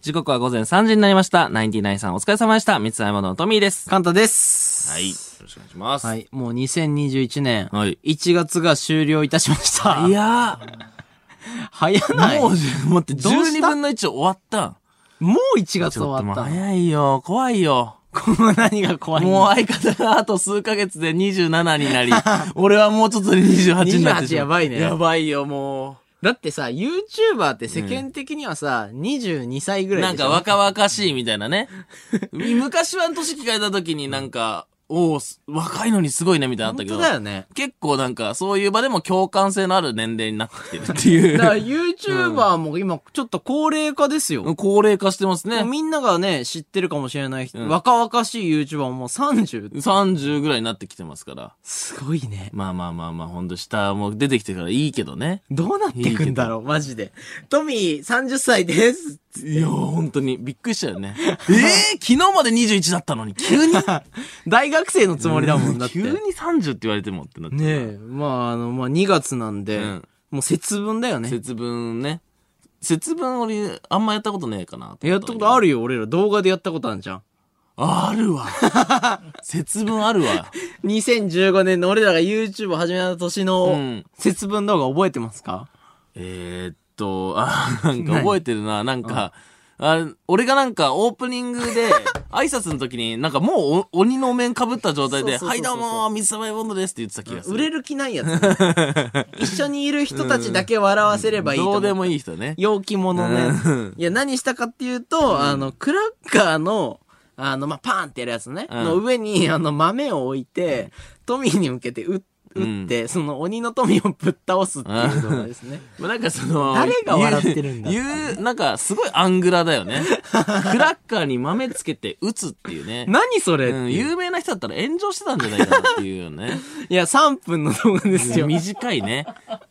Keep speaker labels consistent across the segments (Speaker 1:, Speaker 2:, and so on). Speaker 1: 時刻は午前3時になりました。ナインティナインさんお疲れ様でした。三つ山のトミーです。
Speaker 2: カンタです。
Speaker 1: はい。よろしくお願いします。
Speaker 2: はい。もう2021年、
Speaker 1: はい
Speaker 2: 1月が終了いたしました。
Speaker 1: いや
Speaker 2: 早ない。
Speaker 1: ー、もう、待って、
Speaker 2: どうし
Speaker 1: 12
Speaker 2: た
Speaker 1: 分の1終わったん
Speaker 2: もう1月
Speaker 1: ちょっと
Speaker 2: 終
Speaker 1: も
Speaker 2: わ
Speaker 1: う
Speaker 2: った。
Speaker 1: 早いよ。怖いよ。
Speaker 2: この何が怖い
Speaker 1: もう相方があと数ヶ月で27に なり、俺はもうちょっとで28になってしまう
Speaker 2: 28やばいね
Speaker 1: やばいよ、も
Speaker 2: だってさ、YouTuber って世間的にはさ、22歳
Speaker 1: う。
Speaker 2: ぐらい
Speaker 1: なん
Speaker 2: でしょ
Speaker 1: か若々しいみたいな ね。昔は年聞かれた時になんか、おお、す若いのにすごいねみたいなのあった
Speaker 2: 本
Speaker 1: けど
Speaker 2: 当。だよね。
Speaker 1: 結構なんか、そういう場でも共感性のある年齢になってきてるってい
Speaker 2: だから
Speaker 1: う。
Speaker 2: YouTuber も今ちょっと高齢化ですよ。
Speaker 1: 高齢化してますね。
Speaker 2: みんながね、知ってるかもしれない人、
Speaker 1: うん
Speaker 2: 若々しい YouTuber ももう30。
Speaker 1: 30ぐらいになってきてますから。
Speaker 2: すごいね。
Speaker 1: まあまあまあまあ、ほんと下も出てきてからいいけどね。
Speaker 2: どうなってくんだろうマジで。トミー30 歳です。
Speaker 1: いやー、ほんとに。びっくりしたよ ね。えー、昨日まで21だったのに、急に
Speaker 2: 大学生のつもりだもんだって。
Speaker 1: 急に30って言われてもってなって。
Speaker 2: ねえ、まああの、まあ2月なんで、
Speaker 1: うん
Speaker 2: もう節分だよね。
Speaker 1: 節分ね。節分俺、あんまやったことねえかな。
Speaker 2: やったことあるよ、俺ら。動画でやったことあるじゃん。
Speaker 1: あるわ。 節分あるわ。
Speaker 2: 2015年の俺らが YouTube を始めた年
Speaker 1: う
Speaker 2: の
Speaker 1: ん
Speaker 2: 節分動画覚えてますか、
Speaker 1: えーっと、あ、なんか覚えてるな、なんか、あ俺がなんかオープニング で挨拶の時になんかもうお鬼のお面かぶった状態で「
Speaker 2: そうそうそうそう
Speaker 1: はいどうも水溜りボンドです」って言ってた気がする
Speaker 2: 売れる気ない やつ、一緒にいる人たちだけ笑わせればいいと思
Speaker 1: ど
Speaker 2: う
Speaker 1: うでもいい人ね
Speaker 2: 陽気者ね
Speaker 1: うん。
Speaker 2: いや、何したかっていうと、あの、クラッカーの、あの、まあ、パーンってやるやつね。
Speaker 1: うん
Speaker 2: の上に、あの、豆を置いて、トミーに向けて打打って、その鬼のトミーをぶっ倒すっていう動画ですね。
Speaker 1: まあなんかその
Speaker 2: 誰が笑ってるんだ
Speaker 1: 言う言うなんかすごいアングラだよね クラッカーに豆つけて打つっていうね
Speaker 2: 何それ、
Speaker 1: うん、
Speaker 2: っていう
Speaker 1: 有名な人だったら炎上してたんじゃないかなっていうよね
Speaker 2: いや、3分の動画ですよ。
Speaker 1: 短いね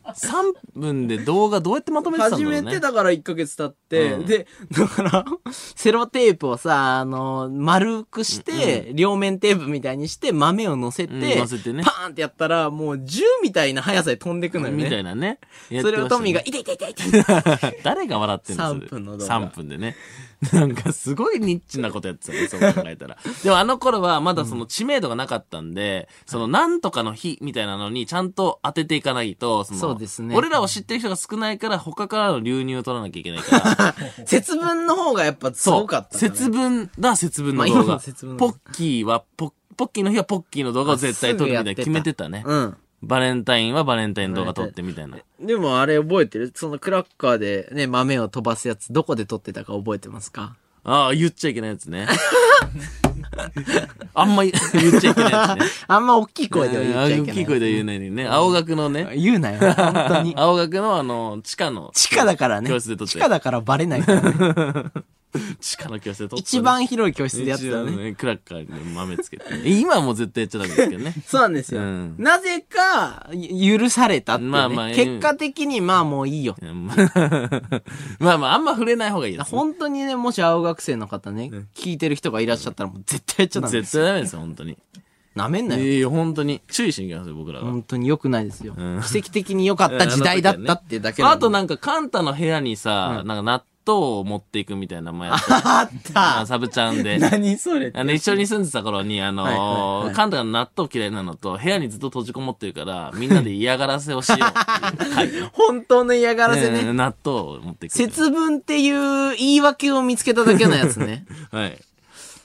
Speaker 1: 3分で動画どうやってまとめてたんだろ
Speaker 2: 初
Speaker 1: うね
Speaker 2: めてだから1ヶ月経って、
Speaker 1: うん
Speaker 2: で、だから、セロテープをさ、あの、丸くして、両面テープみたいにして、豆を乗せて、
Speaker 1: うん乗せてね
Speaker 2: パーンってやったら、もう銃みたいな速さで飛んでくのよね。
Speaker 1: みたいなね。
Speaker 2: それをトミーが、
Speaker 1: やっ
Speaker 2: いていていていて。
Speaker 1: てましたね 誰が笑ってんのそれ
Speaker 2: 3分の動画
Speaker 1: 3分でね。なんかすごいニッチなことやってた ね、そう考えたら。でもあの頃はまだその知名度がなかったんで、そのなんとかの日みたいなのにちゃんと当てていかないと、その、
Speaker 2: そうですね
Speaker 1: 俺らを知ってる人が少ないから他からの流入を取らなきゃいけないから。
Speaker 2: 節分の方がやっぱす
Speaker 1: そ
Speaker 2: ご
Speaker 1: う
Speaker 2: かっ。た、ね。
Speaker 1: 節分だ、節分
Speaker 2: ま
Speaker 1: の
Speaker 2: あ今
Speaker 1: 動
Speaker 2: も
Speaker 1: 画。
Speaker 2: 節分の
Speaker 1: ポッキーはポッ、ポッキーの日はポッキーの動画を絶対撮るみたいな
Speaker 2: あす
Speaker 1: 決
Speaker 2: ぐ
Speaker 1: め
Speaker 2: やってて
Speaker 1: たね。
Speaker 2: うん。
Speaker 1: バレンタインはバレンタイン動画撮ってみたいな。
Speaker 2: でもあれ覚えてるそのクラッカーでね、豆を飛ばすやつ、どこで撮ってたか覚えてますか
Speaker 1: ああ、言っちゃいけないやつね。 あんま言 言っちゃいけないやつね。
Speaker 2: あんま大きい声では言っちゃいけない。
Speaker 1: あ大きい声では言えないのにね。青学のね。
Speaker 2: 言うなよ。本当に。
Speaker 1: 青学のあの、地下の。
Speaker 2: 地下だからね。
Speaker 1: 教室で撮って
Speaker 2: 地下だからバレないからね。
Speaker 1: 地下の教室で撮ったね
Speaker 2: 一番広い教室でやって
Speaker 1: 一
Speaker 2: た
Speaker 1: 番
Speaker 2: ね。
Speaker 1: ね、クラッカーに豆つけてね。 今はもう絶対やっちゃダメですけどね。
Speaker 2: そうなんですよ。
Speaker 1: うん
Speaker 2: なぜか、ゆ許されたっていう、ね。
Speaker 1: まあまあ
Speaker 2: 結果的に、まあもういいよ。
Speaker 1: うん まあまあまあ、あんま触れない方がいいです、ね。
Speaker 2: 本当にね、もし青学生の方ね、聞いてる人がいらっしゃったら、もう絶対やっちゃダメで
Speaker 1: 絶
Speaker 2: す。
Speaker 1: 対ダメですよ、本当に。
Speaker 2: なめんなよ。
Speaker 1: いや本当に。注意しにきますよ、僕らは。
Speaker 2: 本当に良くないですよ。
Speaker 1: うん
Speaker 2: 奇跡的に良かった時代だったってだけ
Speaker 1: あと
Speaker 2: な
Speaker 1: なんか、カンタの部屋にさ、なんか納豆を持っていくみたいな名前やった。
Speaker 2: あ
Speaker 1: あ
Speaker 2: っ
Speaker 1: サブちゃんで
Speaker 2: た。何それ
Speaker 1: あの、一緒に住んでた頃に、あのー
Speaker 2: はいはいはい
Speaker 1: カンタが納豆嫌いなのと、部屋にずっと閉じこもってるから、みんなで嫌がらせをしよう っていう会
Speaker 2: 本当の嫌がらせね。
Speaker 1: うん納豆を持ってくる。
Speaker 2: 節分っていう言い訳を見つけただけのやつ ね。
Speaker 1: はい。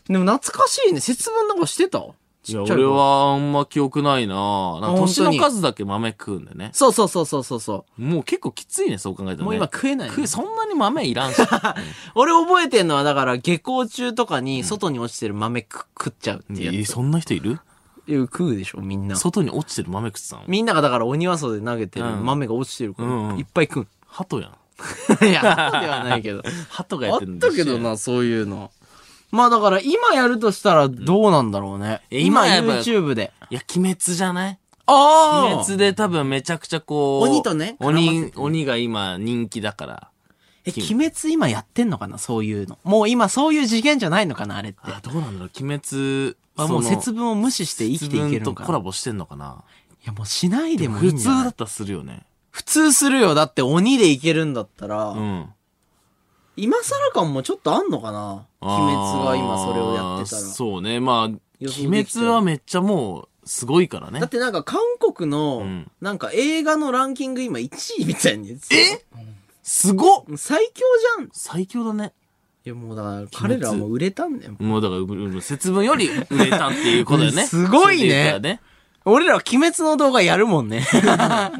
Speaker 2: でも懐かしいね。節分なんかしてた
Speaker 1: い
Speaker 2: ちっちゃ
Speaker 1: や、
Speaker 2: い
Speaker 1: 俺
Speaker 2: 頃。
Speaker 1: はあんま記憶ないななんか年
Speaker 2: 本当
Speaker 1: の
Speaker 2: に
Speaker 1: 数だけ豆食うんでね。
Speaker 2: そうそうそうそうそうそ
Speaker 1: もう結構きついね、そう考えたら、
Speaker 2: う。
Speaker 1: ね。
Speaker 2: もう今食えない、
Speaker 1: 食うそんなに豆い らんし。
Speaker 2: 俺覚えてんのはだから下校中とかに外に落ちてる豆く食っちゃうって
Speaker 1: い
Speaker 2: いう
Speaker 1: や
Speaker 2: やつ。
Speaker 1: そんな人いる
Speaker 2: いや食うでしょみんな。
Speaker 1: 外に落ちてる豆食ってたの
Speaker 2: みんながだから鬼はそうで投げてる
Speaker 1: うん
Speaker 2: 豆が落ちてるか
Speaker 1: うんうん
Speaker 2: らいっぱい食う。
Speaker 1: 鳩やん。
Speaker 2: いや、そうではないけど。
Speaker 1: 鳩がや
Speaker 2: あ
Speaker 1: っ
Speaker 2: って
Speaker 1: るん
Speaker 2: たけどな、そういうの。まあだから今やるとしたらどうなんだろうね。
Speaker 1: うん
Speaker 2: 今
Speaker 1: 今やっぱ
Speaker 2: YouTube で。
Speaker 1: いや、鬼滅じゃない鬼
Speaker 2: あ
Speaker 1: 滅で多分めちゃくちゃこう。
Speaker 2: 鬼とね絡ま
Speaker 1: 鬼
Speaker 2: せ、て
Speaker 1: 鬼が今人気だから。
Speaker 2: え、鬼滅今やってんのかなそういうの。もう今そういう次元じゃないのかなあれって。
Speaker 1: あ、どうなんだろう鬼滅
Speaker 2: あもう
Speaker 1: その
Speaker 2: 節分を無視して生きていけるの
Speaker 1: 節分
Speaker 2: か
Speaker 1: と
Speaker 2: な
Speaker 1: コラボしてんのかない
Speaker 2: やもうしないでもいい
Speaker 1: 普
Speaker 2: ん
Speaker 1: 通
Speaker 2: じゃない
Speaker 1: だったらするよね。
Speaker 2: 普通するよ。だって鬼でいけるんだったら、
Speaker 1: うん。
Speaker 2: 今更感もちょっとあんのかな鬼滅が今それをやってた
Speaker 1: あ
Speaker 2: ら
Speaker 1: ー。そうね。まあ、鬼
Speaker 2: 予想で
Speaker 1: 滅
Speaker 2: きたよ
Speaker 1: はめっちゃもう、すごいからね
Speaker 2: だっ。てなんか韓国の、
Speaker 1: ん
Speaker 2: なんか映画のランキング今1位みたいに。
Speaker 1: えすごっ
Speaker 2: 最強じゃんい
Speaker 1: 最強だね。
Speaker 2: やもうだから彼らはもう売れたんだよ。
Speaker 1: もうだからうう、節分より売れたっていうことだよね。
Speaker 2: すごいね
Speaker 1: それで言ったらね。
Speaker 2: 俺らは鬼滅の動画やるもんね。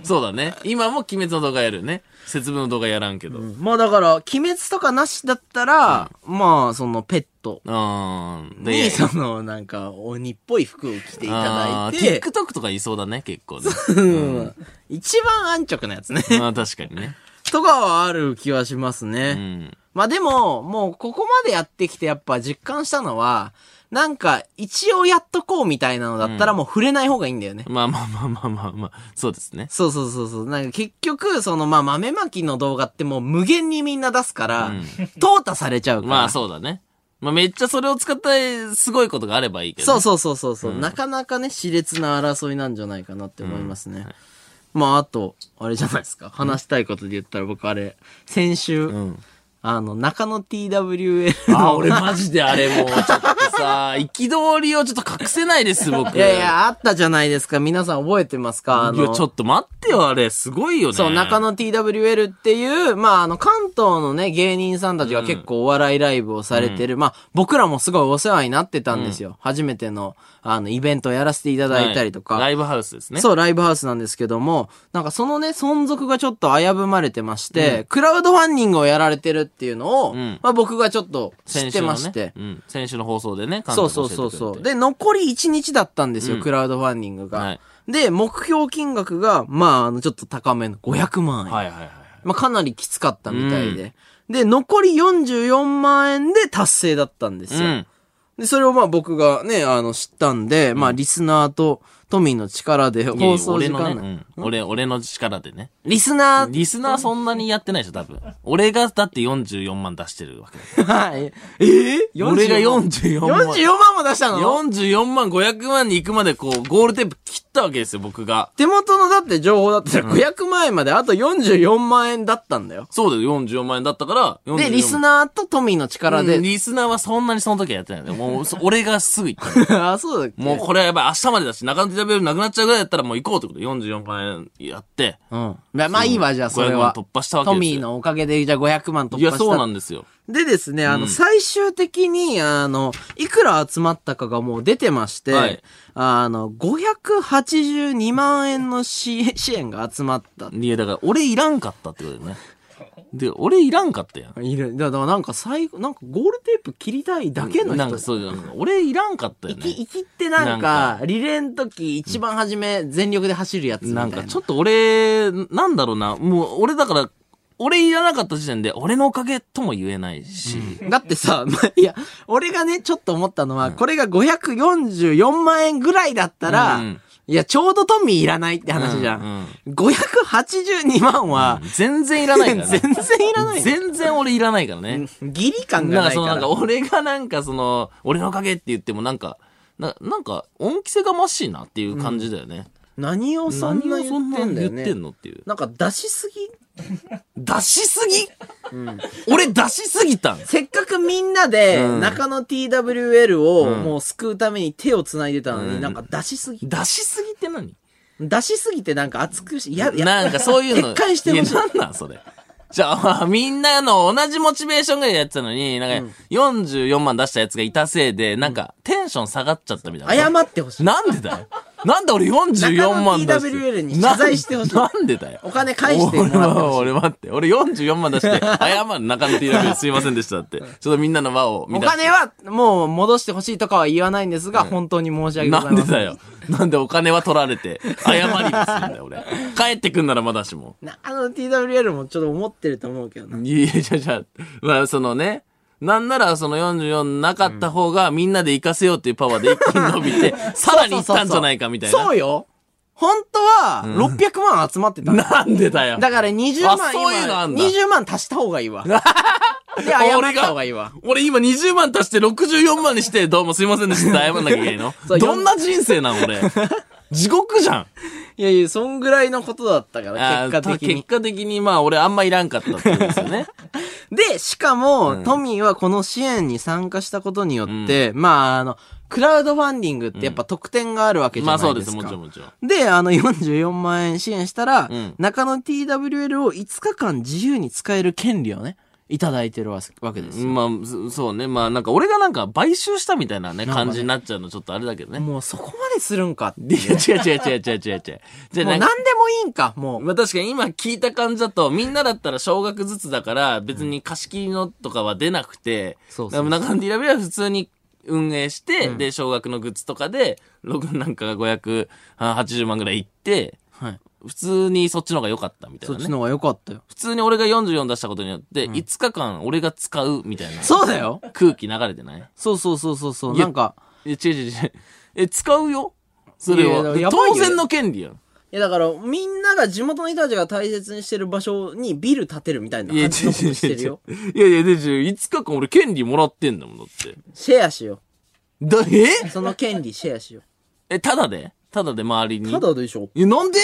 Speaker 1: そうだね。 今も鬼滅の動画やるよね。節分の動画やらんけど。う
Speaker 2: まあだから、鬼滅とかなしだったら、まあそのペット
Speaker 1: ーん。
Speaker 2: に、そのなんか鬼っぽい服を着ていただい
Speaker 1: あー、
Speaker 2: て
Speaker 1: TikTok とかいそうだね、結 構ね。
Speaker 2: うん。一番安直なやつね。
Speaker 1: まあ確かにね。
Speaker 2: とかはある気はします
Speaker 1: う
Speaker 2: ね。
Speaker 1: ん。
Speaker 2: まあでも、もうここまでやってきてやっぱ実感したのは、なんか一応やっとこうみたいなのだったらもう触れない方がいいんだよね。
Speaker 1: まあまあまあまあまあまあ、そうですね。
Speaker 2: そうそうそうそう。なんか結局、そのまあ豆まきの動画ってもう無限にみんな出すから、
Speaker 1: うん
Speaker 2: 淘汰されちゃうから。
Speaker 1: まあそうだね。まあめっちゃそれを使ったすごいことがあればいいけど、ね。
Speaker 2: そうそうそうそうそう、なかなかね、熾烈な争いなんじゃないかなって思いますね。まああと、あれじゃないですか。話したいことで言ったら僕あれ、先週、
Speaker 1: ん
Speaker 2: あの、中野 TWL の
Speaker 1: あー、俺マジであれもうちょっとさ、 憤りをちょっと隠せないです、僕。
Speaker 2: いやいや、あったじゃないですか。皆さん覚えてますかあ
Speaker 1: いや、
Speaker 2: の、
Speaker 1: ちょっと待ってよ、あれ。すごいよね。
Speaker 2: そう、中野 TWL っていう、まあ、あの、関東のね、芸人さんたちが結構お笑いライブをされてる、まあ、僕らもすごいお世話になってたんですよ。初めての、あの、イベントをやらせていただいたりとか。
Speaker 1: はいライブハウスですね。
Speaker 2: そう、ライブハウスなんですけども、なんかそのね、存続がちょっと危ぶまれてまして、クラウドファンディングをやられてるっていうのを、
Speaker 1: うん
Speaker 2: まあ僕がちょっと知
Speaker 1: 先週
Speaker 2: って
Speaker 1: の
Speaker 2: ま
Speaker 1: ね
Speaker 2: して、
Speaker 1: うん。先週の放送でね、
Speaker 2: そうそうそうそう。
Speaker 1: で、
Speaker 2: で、残り1日だったんですよ、
Speaker 1: うん
Speaker 2: クラウドファンディングが。
Speaker 1: はい
Speaker 2: で、目標金額が、まあ、あの、ちょっと高めの500万円。
Speaker 1: はいはいはい。
Speaker 2: まあ、かなりきつかったみたいで。で、残り44万円で達成だったんです
Speaker 1: う
Speaker 2: よ。
Speaker 1: ん。
Speaker 2: で、それをまあ僕がね、あの、知ったんで、まあ、リスナーと都民の力で
Speaker 1: いやいや
Speaker 2: 放送時間
Speaker 1: 俺
Speaker 2: 内、
Speaker 1: のね、うん俺、俺の力でね。
Speaker 2: リスナ ー、
Speaker 1: リスナーそんなにやってないでしょ、多分。俺がだって44万出してるわけだか
Speaker 2: はい。ええ
Speaker 1: ら。俺が44万。
Speaker 2: 44万も出したの
Speaker 1: 44万500万に行くまでこう、ゴールテープ切ったわけですよ、僕が。
Speaker 2: 手元のだって情報だったら500万円まであと44万円だったんだよ。
Speaker 1: そうだよ、44万円だったから、44
Speaker 2: で、リスナーと都民の力
Speaker 1: うん
Speaker 2: で。
Speaker 1: リスナーはそんなにその時はやってないんだよ。もう、そ俺がすぐ行ったの。
Speaker 2: あ、そうだっけ
Speaker 1: もうこれはやばい、明日までだし、中野 TWL なくなっちゃうぐらいだったらもう行こうってことで44万円やって、
Speaker 2: うん。ままあいいわ、じゃあそれ
Speaker 1: 500万
Speaker 2: は。
Speaker 1: 突破したわけですよ
Speaker 2: トミーのおかげで、じゃあ500万突破
Speaker 1: い
Speaker 2: した。
Speaker 1: や、そうなんですよ。
Speaker 2: でですね、あの、最終的に、あの、いくら集まったかがもう出てまして、
Speaker 1: はい
Speaker 2: あの、582万円の支 支援が集まった。
Speaker 1: いや、だから俺いらんかったってことだよね。で、俺いらんかったやん。
Speaker 2: いる。だからなんか最後、なんかゴールテープ切りたいだけの人。
Speaker 1: なんかそうじゃん。俺いらんかったよ
Speaker 2: 行き、
Speaker 1: ね。
Speaker 2: 行きってなんか、
Speaker 1: なん
Speaker 2: リレーの時一番初め全力で走るやつみたいな。
Speaker 1: なんかちょっと俺、なんだろうな、もう俺だから、俺いらなかった時点で俺のおかげとも言えないし、
Speaker 2: だってさ、 まあ、いや、俺がね、ちょっと思ったのは、これが544万円ぐらいだったら、
Speaker 1: うん
Speaker 2: いや、ちょうどトミーいらないって話じゃん。582万は、
Speaker 1: 全然いらないからね。
Speaker 2: 全然いらない。
Speaker 1: 全然俺いらないからね。
Speaker 2: ギリ感
Speaker 1: な
Speaker 2: が
Speaker 1: んか
Speaker 2: な
Speaker 1: そ
Speaker 2: いか
Speaker 1: の
Speaker 2: ら。
Speaker 1: なんか俺がなんかその、俺のおかげって言ってもなんか、ななんか恩着せがましいなっていう感じだよね。
Speaker 2: 何をそんな
Speaker 1: 何をそ
Speaker 2: 言
Speaker 1: ん
Speaker 2: っ
Speaker 1: な
Speaker 2: てん
Speaker 1: 言
Speaker 2: だよ
Speaker 1: っ
Speaker 2: ね。
Speaker 1: てんのっていう。
Speaker 2: なんか出しすぎ
Speaker 1: 出しすぎ、俺出しすぎたん
Speaker 2: せっかくみんなで、
Speaker 1: うん
Speaker 2: 中野 TWL を
Speaker 1: ん
Speaker 2: もう救うために手を繋いでたの
Speaker 1: う
Speaker 2: に、
Speaker 1: ん
Speaker 2: なんか出しすぎ。
Speaker 1: 出しすぎって何
Speaker 2: 出しすぎてなんか熱くし、いや、いや
Speaker 1: なんかそういうの。
Speaker 2: 撤回して
Speaker 1: いや、
Speaker 2: ほしい
Speaker 1: なんなんそれ。じゃあ、みんなの同じモチベーションぐらいでやってたのに、なんか、44万出したやつがいたせいで、なんか、テンション下がっちゃったみたいな。
Speaker 2: 謝ってほしい。
Speaker 1: なんでだよ。なんで俺44万出して。
Speaker 2: 中野 TWL に謝罪してほしい
Speaker 1: なんなんでだよ。
Speaker 2: お金返してもらってほしい。
Speaker 1: 俺は俺待って。俺44万出して、謝る中野 TWL すいませんでしたって。ちょっとみんなの輪を
Speaker 2: お
Speaker 1: 見た。
Speaker 2: 金はもう戻してほしいとかは言わないんですが、本当に申し訳ござ
Speaker 1: ないん
Speaker 2: ま
Speaker 1: で
Speaker 2: せん。
Speaker 1: だよ。なんでお金は取られて、謝りますんだよ、俺。帰ってくんならまだしも。
Speaker 2: なあの TWL もちょっと思ってると思うけどな。
Speaker 1: いや、じゃじゃまあ、そのね、なんならその44なかった方がみんなで活かせようっていうパワーで一気に伸び て、さらに行ったんじゃないかみたいな。
Speaker 2: そうよ本当は600万集まってた。
Speaker 1: なんでだよ。
Speaker 2: だから20
Speaker 1: あ
Speaker 2: 万
Speaker 1: そういうのあんだ
Speaker 2: 今、20万足した方がいい わ。で、謝った方がいいわ。
Speaker 1: 俺今20万足して64万に して、どうもすいませんでしたって謝んなきゃいけないの
Speaker 2: そう
Speaker 1: どんな人生なの俺。地獄じゃん。
Speaker 2: いやいや、そんぐらいのことだったから、
Speaker 1: あー
Speaker 2: 結果的
Speaker 1: 結
Speaker 2: に。
Speaker 1: 果的に、まあ、俺あんまいらんかったって ことですよね。
Speaker 2: で、しかも、
Speaker 1: ん
Speaker 2: トミーはこの支援に参加したことによって、まあ、あの、クラウドファンディングってやっぱ特典があるわけじ
Speaker 1: ま
Speaker 2: ゃ
Speaker 1: あ、
Speaker 2: な
Speaker 1: そ
Speaker 2: いう
Speaker 1: で
Speaker 2: です
Speaker 1: す。
Speaker 2: か。
Speaker 1: もちろんもちろん。
Speaker 2: で、あの、44万円支援したら、
Speaker 1: うん
Speaker 2: 中野 TWL を5日間自由に使える権利をね、いただいてるわわけですよ。
Speaker 1: まあ、そそうね。まあ、なんか俺がなんか買収したみたいなね、
Speaker 2: なんかね
Speaker 1: 感じになっちゃうのちょっとあれだけどね。
Speaker 2: もうそこまでするんかって
Speaker 1: い
Speaker 2: いう。
Speaker 1: や、違う違う違う違う違う違う。じゃあ
Speaker 2: もう
Speaker 1: ね、
Speaker 2: 何でもいいんか、もう。
Speaker 1: まあ確かに今聞いた感じだと、みんなだったら少額ずつだから、別に貸し切りのとかは出なくて、
Speaker 2: そう
Speaker 1: でも中野 TW は普通に運営して、で、少額のグッズとかで、ログなんかが580万ぐらいいって、
Speaker 2: はい。
Speaker 1: 普通にそっちの方が良かったみたい
Speaker 2: そっ
Speaker 1: な
Speaker 2: ち
Speaker 1: ね。
Speaker 2: の方が良かったよ。
Speaker 1: 普通に俺が44出したことによって、5日間俺が使うみたいな
Speaker 2: そうだよ。
Speaker 1: 空気流れてない
Speaker 2: そうそうそうそうそう。
Speaker 1: いや
Speaker 2: なんか、
Speaker 1: え、違う違う違う。え、使うよそれ
Speaker 2: いやいやや
Speaker 1: は。
Speaker 2: ばいよ
Speaker 1: 当然の権利やん。
Speaker 2: いやだから、みんなが地元の人たちが大切にしてる場所にビル建てるみたいない
Speaker 1: や、違
Speaker 2: 感
Speaker 1: う
Speaker 2: じ
Speaker 1: 違
Speaker 2: のこと
Speaker 1: う
Speaker 2: してる
Speaker 1: 違
Speaker 2: よ
Speaker 1: う。。いやいや、で、5日間俺権利もらってんだもん、だって。
Speaker 2: シェアしよ
Speaker 1: だ、え
Speaker 2: う。その権利シェアしよ
Speaker 1: え、ただでただで周り
Speaker 2: う。
Speaker 1: に。
Speaker 2: ただでしょ
Speaker 1: いや、なんで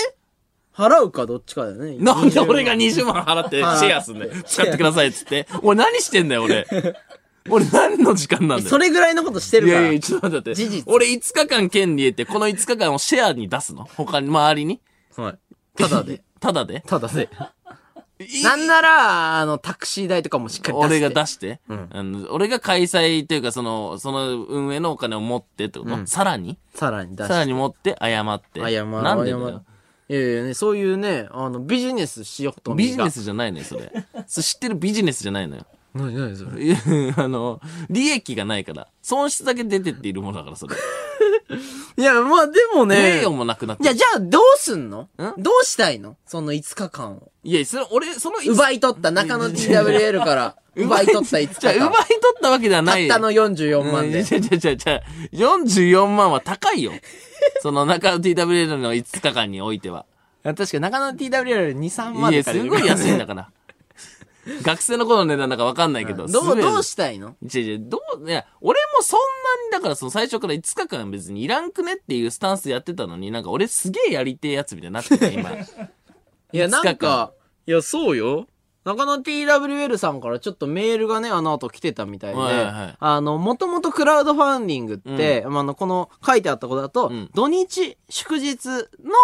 Speaker 2: 払うかどっちかだよね。
Speaker 1: なんで俺が20万払ってシ
Speaker 2: はい
Speaker 1: ェアすんだよ。使ってくださいっつって。俺何してんだよ、 俺。俺何の時間なんだ
Speaker 2: そ
Speaker 1: よ。
Speaker 2: れぐらいのことして
Speaker 1: い
Speaker 2: るから。
Speaker 1: やいや、ちょっと待って待って。
Speaker 2: 事実
Speaker 1: 俺5日間権利得て、この5日間をシェアに出すの他に、周りに。
Speaker 2: はい。た だで。。
Speaker 1: ただで
Speaker 2: ただで。
Speaker 1: い
Speaker 2: なんなら、あの、タクシー代とかもしっかり出して。
Speaker 1: 俺が出して、あの俺が開催というか、その、その運営のお金を持ってってこと、さらに
Speaker 2: さらに出し
Speaker 1: さ
Speaker 2: て。
Speaker 1: らに持って、謝って。
Speaker 2: 謝る。
Speaker 1: なんでだ
Speaker 2: 謝る
Speaker 1: よ。
Speaker 2: いやいやね、そういうね、あの、ビジネスしようと。
Speaker 1: ビジネ。スじゃないのよ、それ。 それ知ってるビジネスじゃないのよ。
Speaker 2: なになにそれ。
Speaker 1: いやあの、利益がないから。損失だけ出てっているものだから、それ。
Speaker 2: いや、まあでもね。
Speaker 1: 名誉もなくなって
Speaker 2: じゃあ、
Speaker 1: る。
Speaker 2: じゃあ、どうすんのどうしたいのその5日間を。
Speaker 1: いや、それ、俺、その、
Speaker 2: 奪い取った中野 TWL から、奪い取った5日
Speaker 1: じゃあ
Speaker 2: 間。
Speaker 1: 奪い取ったわけでは
Speaker 2: た
Speaker 1: ない。
Speaker 2: ったの44
Speaker 1: うん
Speaker 2: 万
Speaker 1: じゃ
Speaker 2: で。
Speaker 1: じゃじゃじゃ44万は高 いよ。その中野 TWL の5日間においては。
Speaker 2: 確か中野 TWL2、3
Speaker 1: いや、すごい安いんだ から。学生の頃の値段だかわかん ないけど。
Speaker 2: どう、どう
Speaker 1: し
Speaker 2: したいの
Speaker 1: 違う違う、どう、いや、俺もそんなに、だからその最初から5日間別にいらんくねっていうスタンスでやってたのに、なんか俺すげえやりてえやつみたいになってる今。
Speaker 2: いや、
Speaker 1: 5日
Speaker 2: な
Speaker 1: 間
Speaker 2: んか、いや、そうよ。中野 TWL さんからちょっとメールがね、あの後来てたみたいで、
Speaker 1: はいはい
Speaker 2: あの、もともとクラウドファンディングって、まああの、この書いてあったことだと、
Speaker 1: うん
Speaker 2: 土日、祝日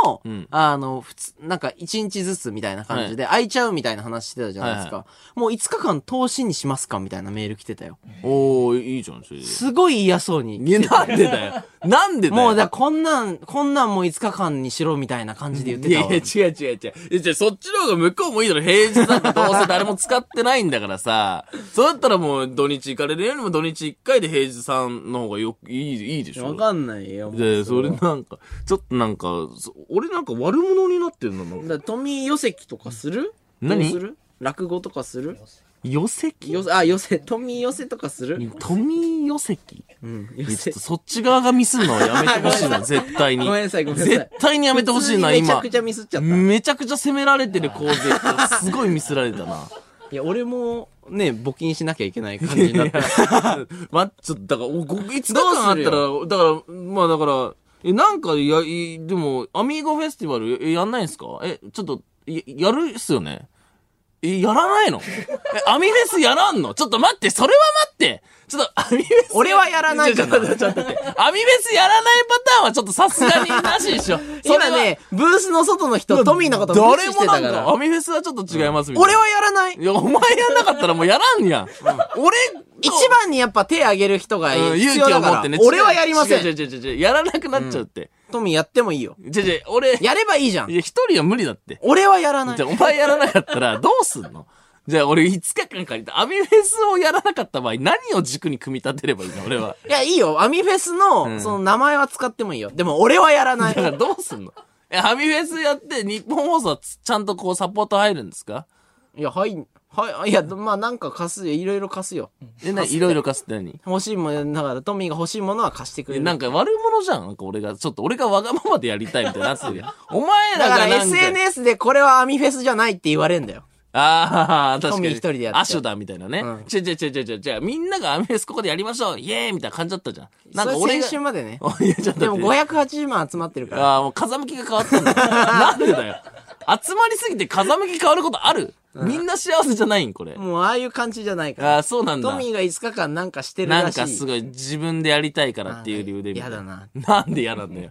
Speaker 2: の、
Speaker 1: うん
Speaker 2: あの、普通、なんか1日ずつみたいな感じで、空いちゃうみたいな話してたじゃないですか。
Speaker 1: は
Speaker 2: もう5日間投資にしますかみたいなメール来てたよ。
Speaker 1: おー、いいじゃん、それで。
Speaker 2: すごい嫌そうに。
Speaker 1: いや、なんでだ よ。なんでだよ。
Speaker 2: もうだ、こんなん、こんなんもう5日間にしろみたいな感じで言って
Speaker 1: いや
Speaker 2: た
Speaker 1: い
Speaker 2: わ。
Speaker 1: や、違う違う違う。いや、じゃあそっちの方が向こうもいいだろ。平日なんかどうせ誰も使ってないんだからさ。そうだったらもう土日行かれるよりも土日1回で平日さんの方がよく、いい、いいでしょ。
Speaker 2: わかんないよ。もう
Speaker 1: で、それ
Speaker 2: は
Speaker 1: なんか、ちょっとなんか、そ俺なんか悪者になってるのなんか。
Speaker 2: だ富寄席とかする
Speaker 1: 何
Speaker 2: どうする落語とかする
Speaker 1: 寄席
Speaker 2: よあ寄席富寄席とかする
Speaker 1: 富寄席
Speaker 2: うん寄
Speaker 1: いやちょっ
Speaker 2: 席
Speaker 1: とそっち側がミスるのはやめてほしいな、絶対に。
Speaker 2: ごめんなさいごめんなさい
Speaker 1: 絶対にやめてほしいな、
Speaker 2: 普通にめちゃ
Speaker 1: 今
Speaker 2: く。ちゃミスっちゃった
Speaker 1: めちゃくちゃ責められてる構図。すごいミスられたな。
Speaker 2: いや俺もね募金しなきゃいけない感じになった
Speaker 1: まあ、ちょっと、だから、おごいつか
Speaker 2: どう
Speaker 1: あっ
Speaker 2: する
Speaker 1: たら
Speaker 2: よ、
Speaker 1: だから、まあだから、え、なんか、や、いでも、アミーゴフェスティバル、え、やんないんすかえ、ちょっと、や、やるっすよねえ、やらないのえ、アミフェスやらんのちょっと待って、それは待ってちょっと、アミフェス。
Speaker 2: 俺はやらない
Speaker 1: ち
Speaker 2: か
Speaker 1: ょ
Speaker 2: な
Speaker 1: ちょちょちょっと待って。アミフェスやらないパターンはちょっとさすがになしでしょ。それは、
Speaker 2: 今ねブースの外の人トミーのこと無視
Speaker 1: 誰
Speaker 2: して
Speaker 1: も
Speaker 2: た
Speaker 1: な
Speaker 2: か
Speaker 1: んか、
Speaker 2: ら
Speaker 1: アミフェスはちょっと違いますみたいな。
Speaker 2: 俺はやらない
Speaker 1: いや、お前やんなかったらもうやらんやん。俺、
Speaker 2: 一番にやっぱ手挙げる人が
Speaker 1: うん
Speaker 2: 必
Speaker 1: 勇
Speaker 2: 要
Speaker 1: 気を
Speaker 2: だ
Speaker 1: 持っ
Speaker 2: か
Speaker 1: てね
Speaker 2: ら。俺はやりませ
Speaker 1: 違
Speaker 2: ん
Speaker 1: う違う違う違う。やらなくなっちゃうって。
Speaker 2: トミーやってもいいよ
Speaker 1: じゃじゃ、俺、いや、
Speaker 2: やればいいじゃん
Speaker 1: 一人は無理だって。
Speaker 2: 俺はやらない
Speaker 1: じゃあお前やらなかったらどうすんのじゃあ俺5日間借りたアミフェスをやらなかった場合何を軸に組み立てればいいの俺は。
Speaker 2: いやいいよアミフェスのその名前は使ってもいいよでも俺はやらない
Speaker 1: だからどうすんのえ、アミフェスやって日本放送はつちゃんとこうサポート入るんですか
Speaker 2: いや、はい、はい、いや、まあなんか貸すよ。いろいろ貸すよ。
Speaker 1: え、ないろいろ貸すって何
Speaker 2: 欲しいもの、だからトミーが欲しいものは貸してくれ
Speaker 1: え
Speaker 2: る。
Speaker 1: なんか悪者じゃん。なんか俺が、ちょっと俺がわがま までやりたいみたいになってるやん。お前ら
Speaker 2: だ
Speaker 1: が
Speaker 2: から
Speaker 1: なんか。
Speaker 2: SNS でこれはアミフェスじゃないって言われんだよ。
Speaker 1: ああ、確か
Speaker 2: ト
Speaker 1: に。
Speaker 2: ミー一人でやって
Speaker 1: アシュだみたいなね
Speaker 2: うん。
Speaker 1: ちょちょちょちょちょちょ、みんながアミフェスここでやりましょうイエーイみたいな感じだったじゃん。なんか
Speaker 2: それ
Speaker 1: 俺が。
Speaker 2: 先週ま でね。
Speaker 1: あいや、ちょっと待って。
Speaker 2: でも580万集まってるから。
Speaker 1: ああ、もう風向きが変わったんだ。なんでだよ。集まりすぎて風向き変わることあるみんな幸せじゃないんこれ。
Speaker 2: もうああいう感じじゃないから。
Speaker 1: ああ、そうなんだ
Speaker 2: ト。ミーが5日間なんかしてる
Speaker 1: な
Speaker 2: ら
Speaker 1: ん
Speaker 2: しい。
Speaker 1: かすごい自分でやりたいからっていう理由で。
Speaker 2: あーやだな。
Speaker 1: なんで嫌なんだよ。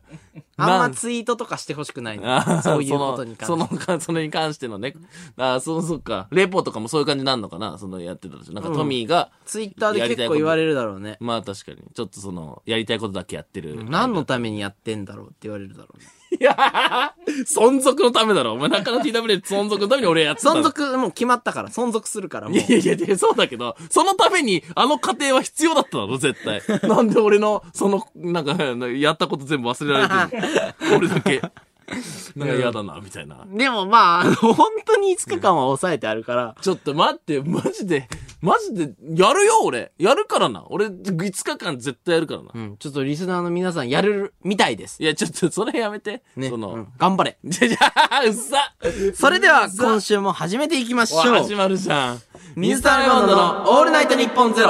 Speaker 2: あ
Speaker 1: なん
Speaker 2: まツイートとかしてほしくない
Speaker 1: あー
Speaker 2: な。そういうことに関
Speaker 1: そ
Speaker 2: し
Speaker 1: の
Speaker 2: て。
Speaker 1: そのか、それに関してのね。ああ、その、そっか。レポとかもそういう感じになるのかなそのやってたでしょ。なんかトミーが、
Speaker 2: ツイッターで結構言われるだろうね。
Speaker 1: まあ確かに、ちょっとその、やりたいことだけやってる。
Speaker 2: 何のためにやってんだろうって言われるだろうね。
Speaker 1: いや存続のためだろ。お前中野 TW で存続のために俺やってたんだ
Speaker 2: 存
Speaker 1: ろ
Speaker 2: 続、もう決まったから、存続するから、も
Speaker 1: いうや。いやいや、そうだけど、そのために、あの過程は必要だっただろ、絶対。なんで俺の、その、なんか、やったこと全部忘れられてるの俺だけ。なんか嫌だな、みたいな。
Speaker 2: でもまあ、あの本当に5日間は抑えてあるから、
Speaker 1: ちょっと待って、マジで、マジで、やるよ、俺。やるからな。俺、5日間絶対やるからな。
Speaker 2: うん、ちょっとリスナーの皆さんやるみたいです。
Speaker 1: いや、ちょっと、それやめて。
Speaker 2: ね。
Speaker 1: その、
Speaker 2: うん頑張れ。
Speaker 1: じゃじゃうっさ
Speaker 2: それでは、今週も始めていきまし
Speaker 1: わ
Speaker 2: ょ
Speaker 1: 始
Speaker 2: う。
Speaker 1: まるじゃん。
Speaker 2: 水溜りボンドのオールナイトニッポンゼロ。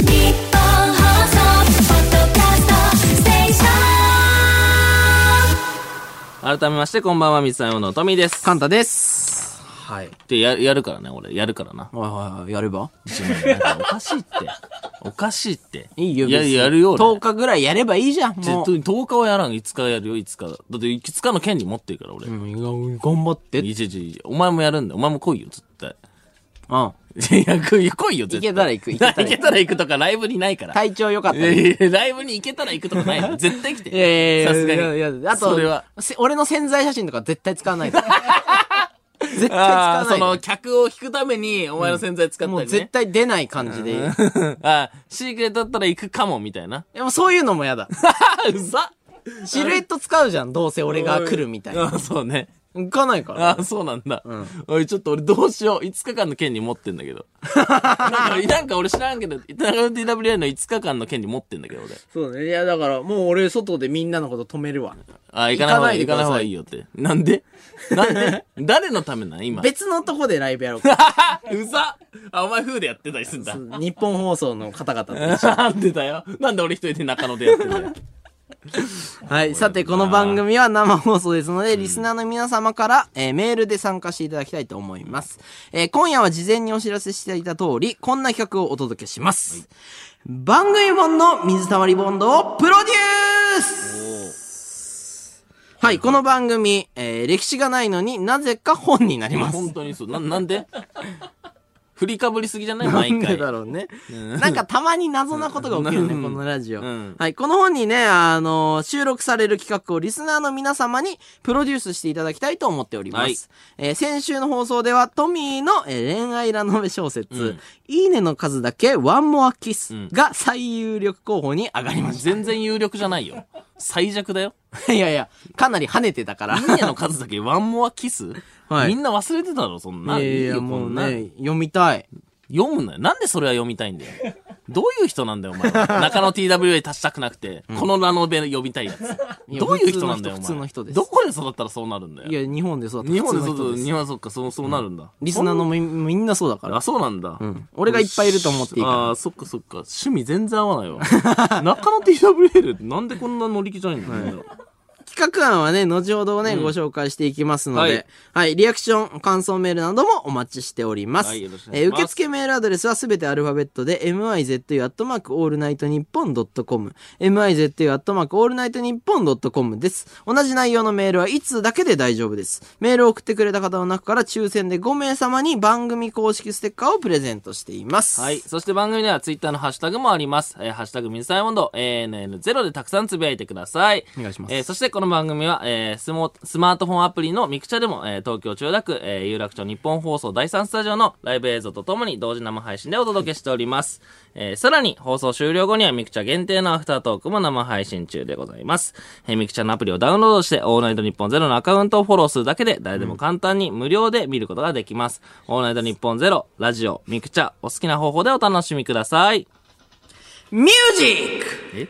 Speaker 3: 日本放送ポッドキャストステーション
Speaker 1: 改めまして、こんばんは、水溜りボンドのトミーです。
Speaker 2: カンタです。はい。
Speaker 1: で、や、やるからね、俺。やるからな。
Speaker 2: はいはいはい、やれば
Speaker 1: なん かおかしいって。おかしいって。
Speaker 2: いいよ、
Speaker 1: や、
Speaker 2: 別に
Speaker 1: やるよ。俺
Speaker 2: 10日ぐらいやればいいじゃん、もう。
Speaker 1: 10 10日はやらん。5日はやるよ、5日。だって5日の権利持ってるから、俺。い
Speaker 2: うん頑張って。うん。
Speaker 1: やいやいやお前もやるんだよ。お前も来いよ、絶対。いや、来いよ、来いよ、絶対。
Speaker 2: 行けたら行く行
Speaker 1: 行
Speaker 2: けたら行く
Speaker 1: けたら行くとか、ライブにないから。
Speaker 2: 体調良かった
Speaker 1: い
Speaker 2: ね
Speaker 1: やいやライブに行けたら行くとかないの。絶対来て。
Speaker 2: いやいや
Speaker 1: さすが
Speaker 2: いやいやい
Speaker 1: に。
Speaker 2: やあと
Speaker 1: それは。
Speaker 2: せ俺の潜在写真とか絶対使わ ないで絶対使
Speaker 1: あ
Speaker 2: わ
Speaker 1: あ、
Speaker 2: な
Speaker 1: そ
Speaker 2: いで
Speaker 1: の、客を引くために、お前の洗剤使ったりね。
Speaker 2: もう絶対出ない感じでいい。
Speaker 1: ああ、シークレットだったら行くかも、みたいな。
Speaker 2: でもそういうのも嫌だ。
Speaker 1: あ、うざ
Speaker 2: シルエット使うじゃん、どうせ俺が来るみたいな。
Speaker 1: あそうね。
Speaker 2: 行かないから。
Speaker 1: あ、そうなんだ。おい、ちょっと俺どうしよう。5日間の権利持ってんだけど。 なんか、なんか俺知らんけど、WTWI の5日間の権利持ってんだけど、俺。
Speaker 2: そうね。いや、だから、もう俺外でみんなのこと止めるわ。
Speaker 1: あ、行かない方がいい、
Speaker 2: 行
Speaker 1: 行
Speaker 2: か
Speaker 1: か
Speaker 2: な
Speaker 1: ない
Speaker 2: でください
Speaker 1: い方がいいよって。なんでなん で誰のためなん今。
Speaker 2: 別のとこでライブやろう か。
Speaker 1: うざあ、お前風でやってたりすんだ。
Speaker 2: 日本放送の方々と一緒に
Speaker 1: なんでだよ。なんで俺一人で中野でやってんだよ。
Speaker 2: はい。さて、この番組は生放送ですので、リスナーの皆様から、えーメールで参加していただきたいと思います。えー今夜は事前にお知らせしていた通り、こんな企画をお届けします。番組本の水溜りボンドをプロデュースはい、この番組、えー歴史がないのになぜか本になります。
Speaker 1: 本当にそう。な、なんで振りかぶりすぎじゃない
Speaker 2: なん
Speaker 1: 毎
Speaker 2: で
Speaker 1: 回。
Speaker 2: だろうね。なんかたまに謎なことが起きるね、このラジオ。
Speaker 1: うん
Speaker 2: はい、この本にね、あの収録される企画をリスナーの皆様にプロデュースしていただきたいと思っております。
Speaker 1: はい
Speaker 2: えー先週の放送では、トミーの、えー恋愛ラノベ小説、
Speaker 1: うん
Speaker 2: いいねの数だけワンモアキス
Speaker 1: うん
Speaker 2: が最有力候補に上がりまし
Speaker 1: 全然有力じゃないよ。最弱だよ。
Speaker 2: た。 いやいや、かなり跳ねてたから。
Speaker 1: ミネの数だけワンモアキス、
Speaker 2: はい
Speaker 1: みんな忘れてたろ、そん
Speaker 2: い
Speaker 1: な。
Speaker 2: やい
Speaker 1: いい
Speaker 2: や、
Speaker 1: よこ
Speaker 2: もうん
Speaker 1: な
Speaker 2: ね、読みたい。
Speaker 1: 読むなよ。なんでそれは読みたいんだよ。どういう人なんだよ、お前は。中野 TWA 足したくなくて、このラノベ読みたいやつ。
Speaker 2: や
Speaker 1: どういう人なんだよ、お前。
Speaker 2: 普通の人普通の人です
Speaker 1: どこで育ったらそうなるんだ
Speaker 2: い
Speaker 1: よ。
Speaker 2: や、日本でそうだった
Speaker 1: 日本で
Speaker 2: 普通の
Speaker 1: そ
Speaker 2: 人
Speaker 1: う、
Speaker 2: す
Speaker 1: 日本はそっか、そう、そうなるんだ。
Speaker 2: リスナーのみみんなそうだから。
Speaker 1: あ、そうなんだ。
Speaker 2: 俺がいっぱいいると思っていいから
Speaker 1: ああー、そっかそっか。趣味全然合わない わ。中野 TWA ってなんでこんな乗り気じゃないんだよ。
Speaker 2: 企画案はね、後ほどね、ご紹介していきますので、は
Speaker 1: はいい、
Speaker 2: リアクション、感想メールなどもお待ちしております。
Speaker 1: はいよろしくお願い
Speaker 2: え
Speaker 1: し
Speaker 2: ー
Speaker 1: ます
Speaker 2: 受付メールアドレスはすべてアルファベットで、mizu.allnightnippon.com、mizu.allnightnippon.com です。同じ内容のメールはいつだけで大丈夫です。メールを送ってくれた方の中から抽選で5名様に番組公式ステッカーをプレゼントしています。
Speaker 1: はい。。そして番組ではツイッターのハッシュタグもあります。えー、ハッシュタグ水溜りボンド、ANN0 でたくさんつぶやいてください。
Speaker 2: お願いします
Speaker 1: えーそしてこの番組は、えースモスマートフォンアプリのミクチャでも、えー東京千代田区、えー有楽町日本放送第3スタジオのライブ映像とともに同時生配信でお届けしております。えーさらに放送終了後にはミクチャ限定のアフタートークも生配信中でございます。えーミクチャのアプリをダウンロードして、オールナイトニッポンゼロのアカウントをフォローするだけで誰でも簡単に無料で見ることができます。オールナイトニッポンゼロ、ラジオ、ミクチャ、お好きな方法でお楽しみください。
Speaker 2: ミュージック
Speaker 1: え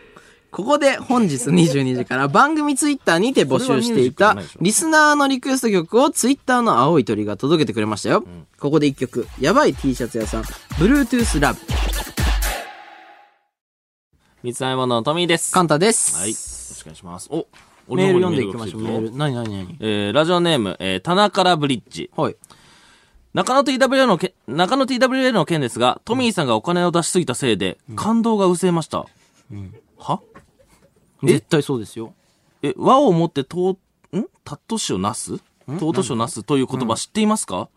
Speaker 2: ここで本日22時から番組ツイッターにて募集していたリスナーのリクエスト曲をツイッターの青い鳥が届けてくれましたよ。ここで一曲、やばい T シャツ屋さん、Bluetooth ラブ、
Speaker 1: 三つ合いもののトミーです。
Speaker 2: カ
Speaker 1: は
Speaker 2: ンタで
Speaker 1: い。よろ
Speaker 2: す。
Speaker 1: しくお願いします。お、
Speaker 2: メー
Speaker 1: 俺
Speaker 2: ル
Speaker 1: の方
Speaker 2: 読ん
Speaker 1: に
Speaker 2: でいきましょう、メー
Speaker 1: メールが来てるぞ
Speaker 2: ル。何何何
Speaker 1: えー、ラジオネーム、えー、棚からブリッジ。
Speaker 2: はい。
Speaker 1: 中野 TWL のけ、中野 TWL の件ですが、トミーさんがお金を出しすぎたせいで、感動が薄れました。は
Speaker 2: 絶対そうですよ。
Speaker 1: え、和をもってとう、んたっとしをなすとうとしをなすという言葉知っていますか、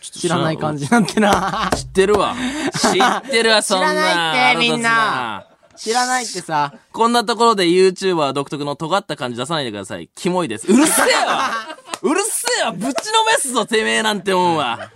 Speaker 2: 知らない感じなんて な。
Speaker 1: 知ってるわ。 知ってるわ、そんな。
Speaker 2: 知らないってみんな
Speaker 1: 腹立つ。
Speaker 2: 知らないってさ。
Speaker 1: こんなところで YouTuber 独特の尖った感じ出さないでください。キモいです。うるせえわうるせえわぶちのめすぞ、てめえなんてもんは。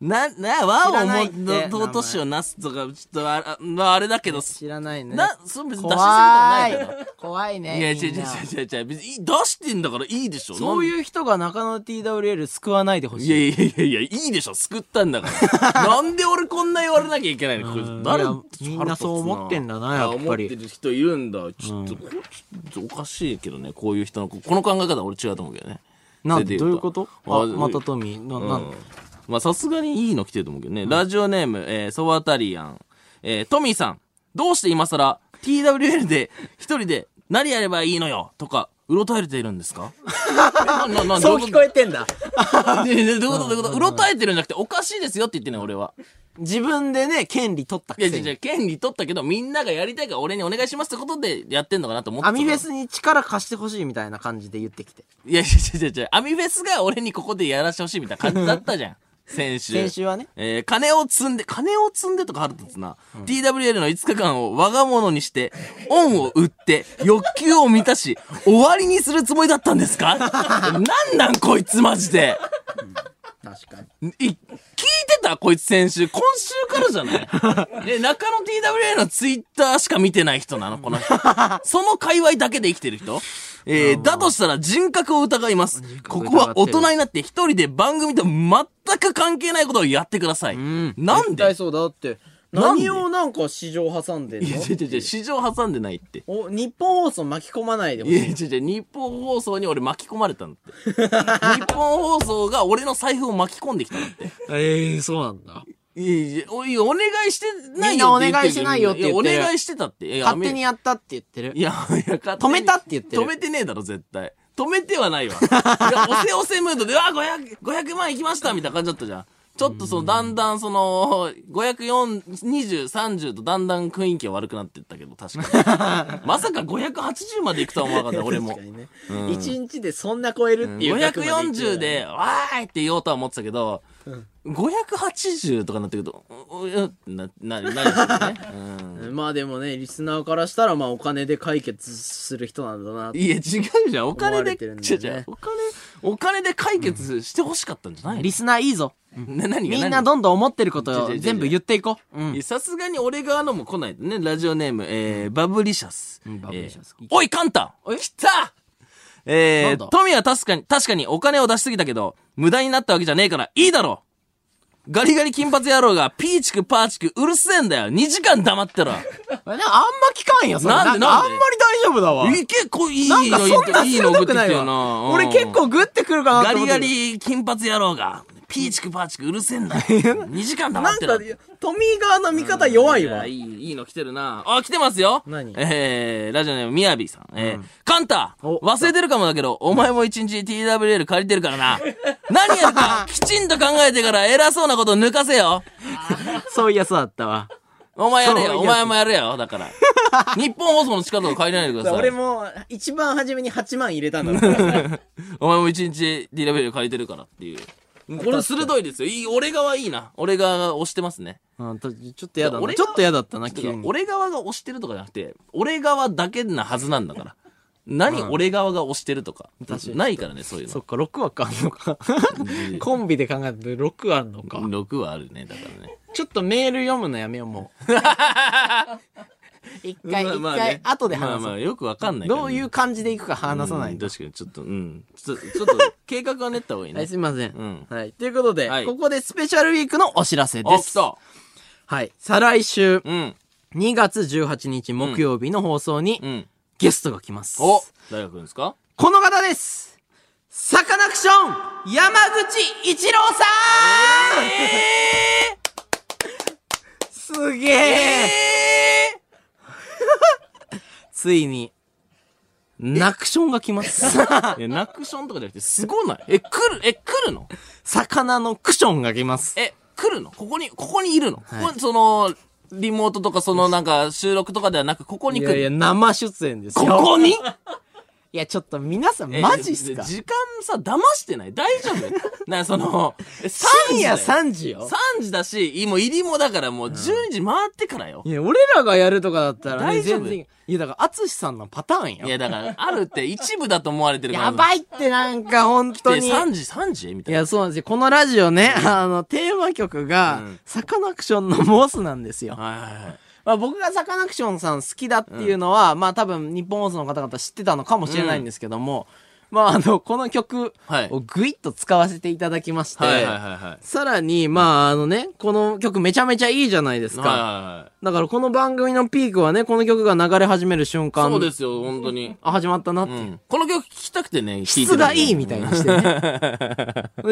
Speaker 1: な、な、和を
Speaker 2: 知らない
Speaker 1: も
Speaker 2: っ
Speaker 1: ってと、とうとしをなすとか、ちょっとあ、あまあ、あれだけど、
Speaker 2: 知らないね。
Speaker 1: な、それ別に出しすぎた
Speaker 2: 怖
Speaker 1: ないいだろ。。
Speaker 2: 怖いね。
Speaker 1: いや、違う
Speaker 2: みん
Speaker 1: 違
Speaker 2: な
Speaker 1: う違う違う違う。別に出してんだからいいでしょ。
Speaker 2: そう
Speaker 1: う。
Speaker 2: いう人が中野 TWL 救わないでほしい。
Speaker 1: いやいやいやいや、いいでしょ。救ったんだから。 なんで俺こんな言われなきゃいけないのこいつ誰
Speaker 2: いやみんなそう思ってんだな
Speaker 1: 腹
Speaker 2: やっ
Speaker 1: 立つ
Speaker 2: ぱり
Speaker 1: あ思ってる人いるんだ。ちょっと、これちょっとおかしいけどね。こういう人の、この考え方俺違うと思うけどね。
Speaker 2: なん
Speaker 1: それ
Speaker 2: で
Speaker 1: で
Speaker 2: どう
Speaker 1: 言
Speaker 2: いうことあ、またトミー。な、な
Speaker 1: うんまあさすがにいいの来てると思うけどね。ラジオネーム、えーソワタリアン。えートミーさん、どうして今更 TWL で一人で何やればいいのよとか、うろたえているんですか えななな
Speaker 2: そう
Speaker 1: どい
Speaker 2: 聞
Speaker 1: こと
Speaker 2: こえてんだ。
Speaker 1: ねねどういうことどういうことうろたえてるんじゃなくておかしいですよって言ってんねん俺は。
Speaker 2: 自分でね、権利取った
Speaker 1: いや
Speaker 2: く
Speaker 1: 違
Speaker 2: せ
Speaker 1: う違
Speaker 2: に。
Speaker 1: う、権利取ったけどみんながやりたいから俺にお願いしますってことでやってんのかなと思ってた
Speaker 2: アミフェスに力貸してほしいみたいな感じで言ってきて。
Speaker 1: いや、違う違う違う。アミフェスが俺にここでやらしてほしいみたいな感じだったじ ゃん。先週。
Speaker 2: 先週はね
Speaker 1: えー金を積んで、金を積んでとか腹立つな。TWL の5日間を我が物にして、恩を売って、欲求を満たし、終わりにするつもりだったんですか なんなんこいつマジで。
Speaker 2: 確かに。
Speaker 1: い聞いてたこいつ先週。今週からじゃない ね、中野 TWA のツイッターしか見てない人なのこ の人。その界隈だけで生きてる人えー、だとしたら人格を疑います。ここは大人になって一人で番組と全く関係ないことをやってください。なんで
Speaker 2: そうだ。だって、
Speaker 1: なんで
Speaker 2: 何をなんか市場挟んでん
Speaker 1: いや、違う違う違う、
Speaker 2: の
Speaker 1: 市場挟んでないって。
Speaker 2: お、日本放送巻き込まないでほ
Speaker 1: いや、
Speaker 2: しい。
Speaker 1: 違う違う、日本放送に俺巻き込まれたんだ って。日本放送が俺の財布を巻き込んできたんだって。
Speaker 2: ええ、そうなんだ。
Speaker 1: いやいや、おいやお願いしてない
Speaker 2: みん
Speaker 1: よ
Speaker 2: な
Speaker 1: って言ってるけど。
Speaker 2: お願いしてないよって言って
Speaker 1: い
Speaker 2: る
Speaker 1: やお願いしてたって。いや
Speaker 2: 勝手にやったって言ってる
Speaker 1: い。や、いや、勝手
Speaker 2: 止
Speaker 1: に
Speaker 2: めたって言ってる
Speaker 1: 止めてねえだろ、絶対。止めてはないわ。いや、押せ押せムードで、うわ、500、500万いきましたみたいな感じだったじゃん。ちょっとその、だんだんその、504、20、30とだんだん雰囲気は悪くなってったけど、確か に。まさか580までいくとは思わなかった、俺も
Speaker 2: 確か。にね。一日でそんな超えるっていう額まで行っちゃうよね
Speaker 1: 540で、わーいって言おうとは思ってたけど、580とかなってくると、うううな、な、なるよね。うん
Speaker 2: まあでもね、リスナーからしたら、まあお金で解決する人なんだな。
Speaker 1: いや、違うじゃん。お金
Speaker 2: 思わ
Speaker 1: で、
Speaker 2: れてるんだよね
Speaker 1: 違う違うお金、お金で解決してほしかったんじゃないの
Speaker 2: リスナーいいぞ。
Speaker 1: な何が
Speaker 2: みん
Speaker 1: 何
Speaker 2: な
Speaker 1: が
Speaker 2: どんどん思ってること
Speaker 1: 違う違う違
Speaker 2: を
Speaker 1: う
Speaker 2: 全部言っていこう。うん
Speaker 1: いやさすがに俺側のも来ないね。ラジオネーム、えー、バブリシャス。
Speaker 2: んバブリシャス
Speaker 1: えーおい、カンタ来たえ
Speaker 2: なん
Speaker 1: ー、
Speaker 2: だ
Speaker 1: 富は確かに、確かにお金を出しすぎたけど、無駄になったわけじゃねえから、いいだろガリガリ金髪野郎が、ピーチクパーチク、うるせえんだよ !2 時間黙ってろ
Speaker 2: あんま聞かんよ、それ
Speaker 1: なんで
Speaker 2: か
Speaker 1: なんで
Speaker 2: あんまり大丈夫だわ。
Speaker 1: いい結構いい
Speaker 2: なんか
Speaker 1: の、いい
Speaker 2: そんな
Speaker 1: の、いいの送ってき
Speaker 2: 鋭くな
Speaker 1: た
Speaker 2: い
Speaker 1: よ
Speaker 2: わ。
Speaker 1: な。うん
Speaker 2: 俺結構グってくるかな
Speaker 1: ガ
Speaker 2: と
Speaker 1: リ
Speaker 2: 思って
Speaker 1: ガ
Speaker 2: た。
Speaker 1: リ金髪野郎が、ピーチクパーチクうるせえ んだよ。2時間黙ってろ。
Speaker 2: なんか、トミー側の見方弱いわ
Speaker 1: や。いい、いいの来てるな。あ、来てますよ。
Speaker 2: 何
Speaker 1: えー、ラジオネーム、みやびさん。えー、カンタ
Speaker 2: お
Speaker 1: 忘れてるかもだけど、お前も一日 TWL 借りてるからな。 何やる か、きちんと考えてから偉そうなこと抜かせよ。
Speaker 2: そういや、そうだったわ。
Speaker 1: お前やれ
Speaker 2: そうい
Speaker 1: よ、お
Speaker 2: うやつ
Speaker 1: 前もやれよ、だ から。日本放送の力とか借りないでください。
Speaker 2: 俺も、一番初めに8万入れたんだから。
Speaker 1: お前も一日 TWL 借りてるからっていう。これ鋭いですよ。いい、俺側いいな。俺側が押してますね。
Speaker 2: うんとちょっと嫌だ
Speaker 1: 俺
Speaker 2: な。
Speaker 1: が
Speaker 2: ちょっと嫌だったな、
Speaker 1: てか
Speaker 2: 急に。
Speaker 1: 俺側が押してるとかじゃなくて、俺側だけなはずなんだ から。何、俺側が押してるとか。ないからね、そういう
Speaker 2: そ
Speaker 1: の。
Speaker 2: っか、6枠あんのか。 コンビで考えて6あんのか。
Speaker 1: 6はあるね、だからね。
Speaker 2: ちょっとメール読むのやめよう、も う。一回、
Speaker 1: まあ
Speaker 2: 一
Speaker 1: まあ
Speaker 2: 回
Speaker 1: ね、
Speaker 2: 後で
Speaker 1: まあ
Speaker 2: 話
Speaker 1: ま
Speaker 2: そ
Speaker 1: あ、
Speaker 2: う。
Speaker 1: よくわかんないから
Speaker 2: ど
Speaker 1: ね
Speaker 2: ういう感じでいくか話さな
Speaker 1: う
Speaker 2: い
Speaker 1: ん
Speaker 2: と。
Speaker 1: 確かに、ちょっと、うん。ちょっと、ちょっと、計画は練った方がいい
Speaker 2: はい、
Speaker 1: ね
Speaker 2: す。いません。
Speaker 1: うん
Speaker 2: はい。ということで、
Speaker 1: はい
Speaker 2: ここでスペシャルウィークのお知らせ
Speaker 1: お
Speaker 2: で
Speaker 1: っ
Speaker 2: す。
Speaker 1: と
Speaker 2: はい。再来週、
Speaker 1: うん。
Speaker 2: 2月18日木曜日の放送に
Speaker 1: うん。
Speaker 2: ゲストが来ます。
Speaker 1: お誰が来るんですか
Speaker 2: この方ですサカナクション山口一郎さん、すげえ、ついに、ナクションが来 ます。
Speaker 1: え、ナクションとかじゃなくて、すごないえ、来る、え、来るの
Speaker 2: 魚のクションが来ます。
Speaker 1: え、来るのここに、ここにいるの、
Speaker 2: はい
Speaker 1: ここにその、リモートとか、そのなんか、収録とかではなく、ここに
Speaker 2: い
Speaker 1: 来
Speaker 2: や
Speaker 1: る。
Speaker 2: いや、生出演です
Speaker 1: こ
Speaker 2: よ。
Speaker 1: こに
Speaker 2: いや、ちょっと皆さんマジっす
Speaker 1: え
Speaker 2: か
Speaker 1: 時間さ、騙してない大丈 夫な、その、え
Speaker 2: 深
Speaker 1: 3
Speaker 2: 夜3時よ。
Speaker 1: 3時だし、もう入りもだからもう12時回ってからよ。
Speaker 2: いや、俺らがやるとかだったらね、
Speaker 1: 大丈夫
Speaker 2: 全然。いや、だから、アツシさんのパターン
Speaker 1: い
Speaker 2: よ。
Speaker 1: や、だから、あるって一部だと思われてるから。
Speaker 2: やばいってなんか、本当
Speaker 1: で
Speaker 2: に。
Speaker 1: 3時、3時みたい
Speaker 2: い
Speaker 1: な。
Speaker 2: や、そうなんですよ。このラジオね、あの、テーマ曲が
Speaker 1: うん、
Speaker 2: サカナクションのモスなんですよ。
Speaker 1: はいはいはい。
Speaker 2: まあ、僕がサカナクションさん好きだっていうのは、まあ多分日本放送の方々知ってたのかもしれないんですけども、まああの、この曲
Speaker 1: はい
Speaker 2: をぐいっと使わせていただきまして、
Speaker 1: はいはいはいはい。
Speaker 2: さらに、まああのね、この曲めちゃめちゃいいじゃないです
Speaker 1: はい
Speaker 2: か。
Speaker 1: はいはい。
Speaker 2: だからこの番組のピークはね、この曲が流れ始める瞬間、
Speaker 1: そうですよ、本当に。
Speaker 2: あ、始まったなって
Speaker 1: う
Speaker 2: いう。
Speaker 1: ん。この曲聴きたくてね、聴いて
Speaker 2: 質がいいみたい
Speaker 1: な
Speaker 2: にしてね。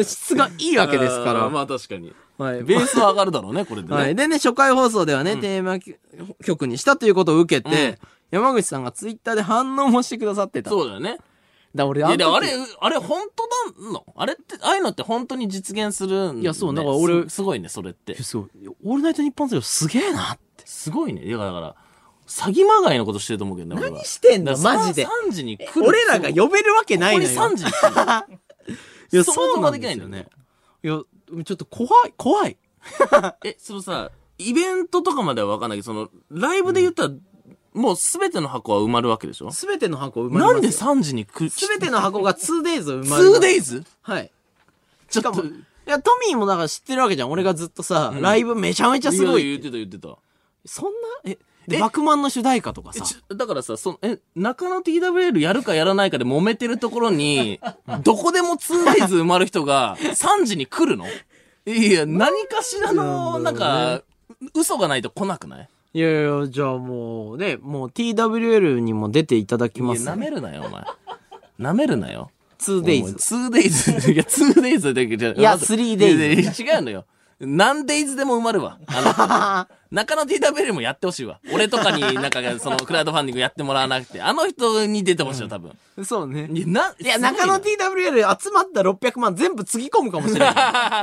Speaker 2: 質がいいわけですから。
Speaker 1: まあ確かに。
Speaker 2: はい
Speaker 1: ベースは上がるだろうね、これでね。
Speaker 2: はい。でね、初回放送ではね、テーマ曲曲にしたということを受けて、
Speaker 1: うん
Speaker 2: 山口さんがツイッターで反応もしてくださってた。だか
Speaker 1: そうだよね。
Speaker 2: ら俺、
Speaker 1: いや、で
Speaker 2: の
Speaker 1: あ
Speaker 2: 時
Speaker 1: れ、あれ本当なのあれって、ああいうのって本当に実現するん
Speaker 2: いやそう
Speaker 1: ね
Speaker 2: だから俺
Speaker 1: すすごいね、それって
Speaker 2: え。そう。オールナイトニッポンゼロすげえなって。
Speaker 1: すごいね。いやだから、詐欺まがいのことしてると思うけどね、俺は
Speaker 2: 何してんの
Speaker 1: だからさ
Speaker 2: マジで
Speaker 1: 3時に来る。
Speaker 2: 俺らが呼べるわけ
Speaker 1: な
Speaker 2: ないい
Speaker 1: の
Speaker 2: の
Speaker 1: よ。
Speaker 2: よ。
Speaker 1: ここに3時に来る。
Speaker 2: いや、
Speaker 1: 想
Speaker 2: そう
Speaker 1: 像が
Speaker 2: なん
Speaker 1: で
Speaker 2: で
Speaker 1: きな
Speaker 2: す
Speaker 1: い
Speaker 2: よ
Speaker 1: んだよね
Speaker 2: ね。いや、ちょっと怖い、怖い。
Speaker 1: え、そのさ、イベントとかまでは分かんないけど、その、ライブで言ったら、もうすべての箱は埋まるわけでしょ
Speaker 2: すべての箱を埋まります
Speaker 1: なんで3時に来る
Speaker 2: すべての箱が 2days を埋まる。
Speaker 1: 2days?
Speaker 2: はい。
Speaker 1: ちょっ
Speaker 2: し
Speaker 1: と
Speaker 2: かも、いや、トミーもだから知ってるわけじゃん。俺がずっとさ、ライブめちゃめちゃすごいって。
Speaker 1: や言ってた言ってた。
Speaker 2: そんな、え、
Speaker 1: え
Speaker 2: で、バクマンの主題歌とか
Speaker 1: え
Speaker 2: さ。
Speaker 1: ちょだからさ、その、え、中野 TWL やるかやらないかで揉めてるところ に、どこでも 2days 埋まる人が3時に来るのいや、何かしらの、な
Speaker 2: なんんだろう
Speaker 1: か、嘘がないと来なくない
Speaker 2: いやいや、じゃあもうね、もう TWL にも出ていただき
Speaker 1: いや、
Speaker 2: ます、
Speaker 1: 舐めるなよ、お前。舐めるなよ。
Speaker 2: 2days。
Speaker 1: 2days。いや、2days だけじゃ
Speaker 2: いや
Speaker 1: まず
Speaker 2: 3days
Speaker 1: いやいや違うのよ。何 days でも埋まるわ。 あの人中野 TWL もやってほしいわ。俺とかになんか、その、クラウドファンディングやってもらわなくて、あの人に出てほしいよ、多分。
Speaker 2: そうね。
Speaker 1: いや、な、
Speaker 2: いや、中野 TWL 集まった600万全部つぎ込むかもしれ ない。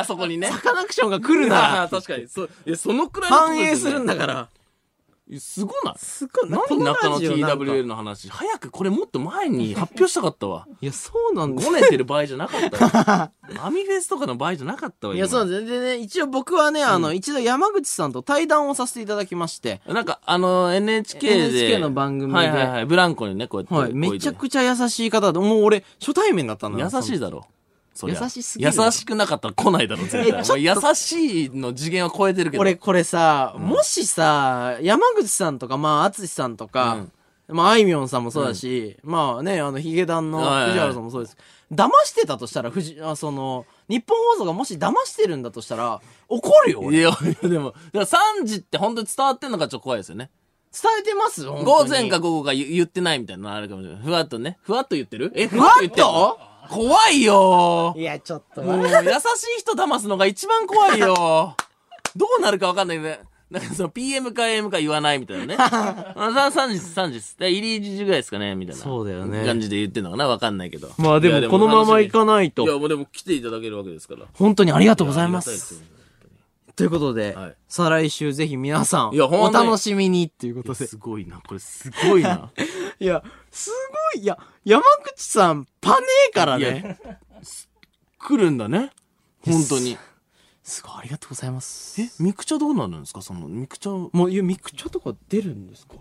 Speaker 1: TWL。そこ にね。
Speaker 2: サカナクションが来るな
Speaker 1: あー 確かに。そ、いや、そのくらいのこと
Speaker 2: 反
Speaker 1: でよね
Speaker 2: 映するんだから。
Speaker 1: いやすごない。
Speaker 2: すごい。
Speaker 1: 何中野
Speaker 2: ラジオなんか
Speaker 1: TWL の話。早くこれもっと前に発表したかったわ。
Speaker 2: いや、そうなんで す
Speaker 1: ごねてる場合じゃなか ったわ。アミフェスとかの場合じゃなかったわ。
Speaker 2: いや、そう
Speaker 1: で
Speaker 2: なんです。でね、一応僕はね、あの、一度山口さんと対談をさせていただきまして、
Speaker 1: す。なんか、あの、NHK で。
Speaker 2: NHK の番組で
Speaker 1: はいはいはい。ブランコにね、こうやって。
Speaker 2: はい、めちゃくちゃ優しい方で、もう俺、初対面だったのよ
Speaker 1: 優しいだろ。そりゃ
Speaker 2: 優しすぎる
Speaker 1: 優しくなかったら来ないだろ、絶対。
Speaker 2: えちょ
Speaker 1: お前優しいの次元は超えてるけど。
Speaker 2: 俺これさ、もしさ、山口さんとか、まあ、淳さんとか、まあ、あいみょんさんもそうだし、まあね、あの、ヒゲダンの
Speaker 1: はいはいはい
Speaker 2: 藤原さんもそうです。騙してたとしたら、藤、あその、日本放送がもし騙してるんだとしたら、怒るよ、
Speaker 1: い
Speaker 2: 俺。
Speaker 1: や、でも、だから3時って本当に伝わってんのかちょっと怖いですよね。
Speaker 2: 伝えてます本当
Speaker 1: 午
Speaker 2: に
Speaker 1: 前か午後か言言ってないみたいなのあるかもしれない。ふわっとね。ふわっと言ってるえ、ふ
Speaker 2: わっと
Speaker 1: 言ってんの怖いよ
Speaker 2: いや、ちょっと。
Speaker 1: もう優しい人騙すのが一番怖いよどうなるかわかんないね。なんかその PM か AM か言わないみたいなね。あ3時、3時っす。で入り1時ぐらいですかねみたいな。
Speaker 2: そうだよね
Speaker 1: 感じで言ってんのかなわかんないけど。
Speaker 2: まあで
Speaker 1: いや
Speaker 2: も、このまま行かない
Speaker 1: いや、
Speaker 2: と。
Speaker 1: もうでも来ていただけるわけですから。あり
Speaker 2: 本当にありがとうございま。
Speaker 1: がたですよ。
Speaker 2: ということで
Speaker 1: はい、
Speaker 2: 再来週ぜひ皆さん、
Speaker 1: いやほ
Speaker 2: お
Speaker 1: んとに
Speaker 2: 楽しみにっていうことで。
Speaker 1: すごいな。これすごいな。
Speaker 2: いや、すごい、いや、山口さん、パネーから
Speaker 1: い
Speaker 2: ね。
Speaker 1: や、す来るんだね。本当に。
Speaker 2: すごい、ありがとうございます。
Speaker 1: え、ミクチャどうなるんですかその、ミクチャ、
Speaker 2: もう、いや、ミクチャとか出るんですか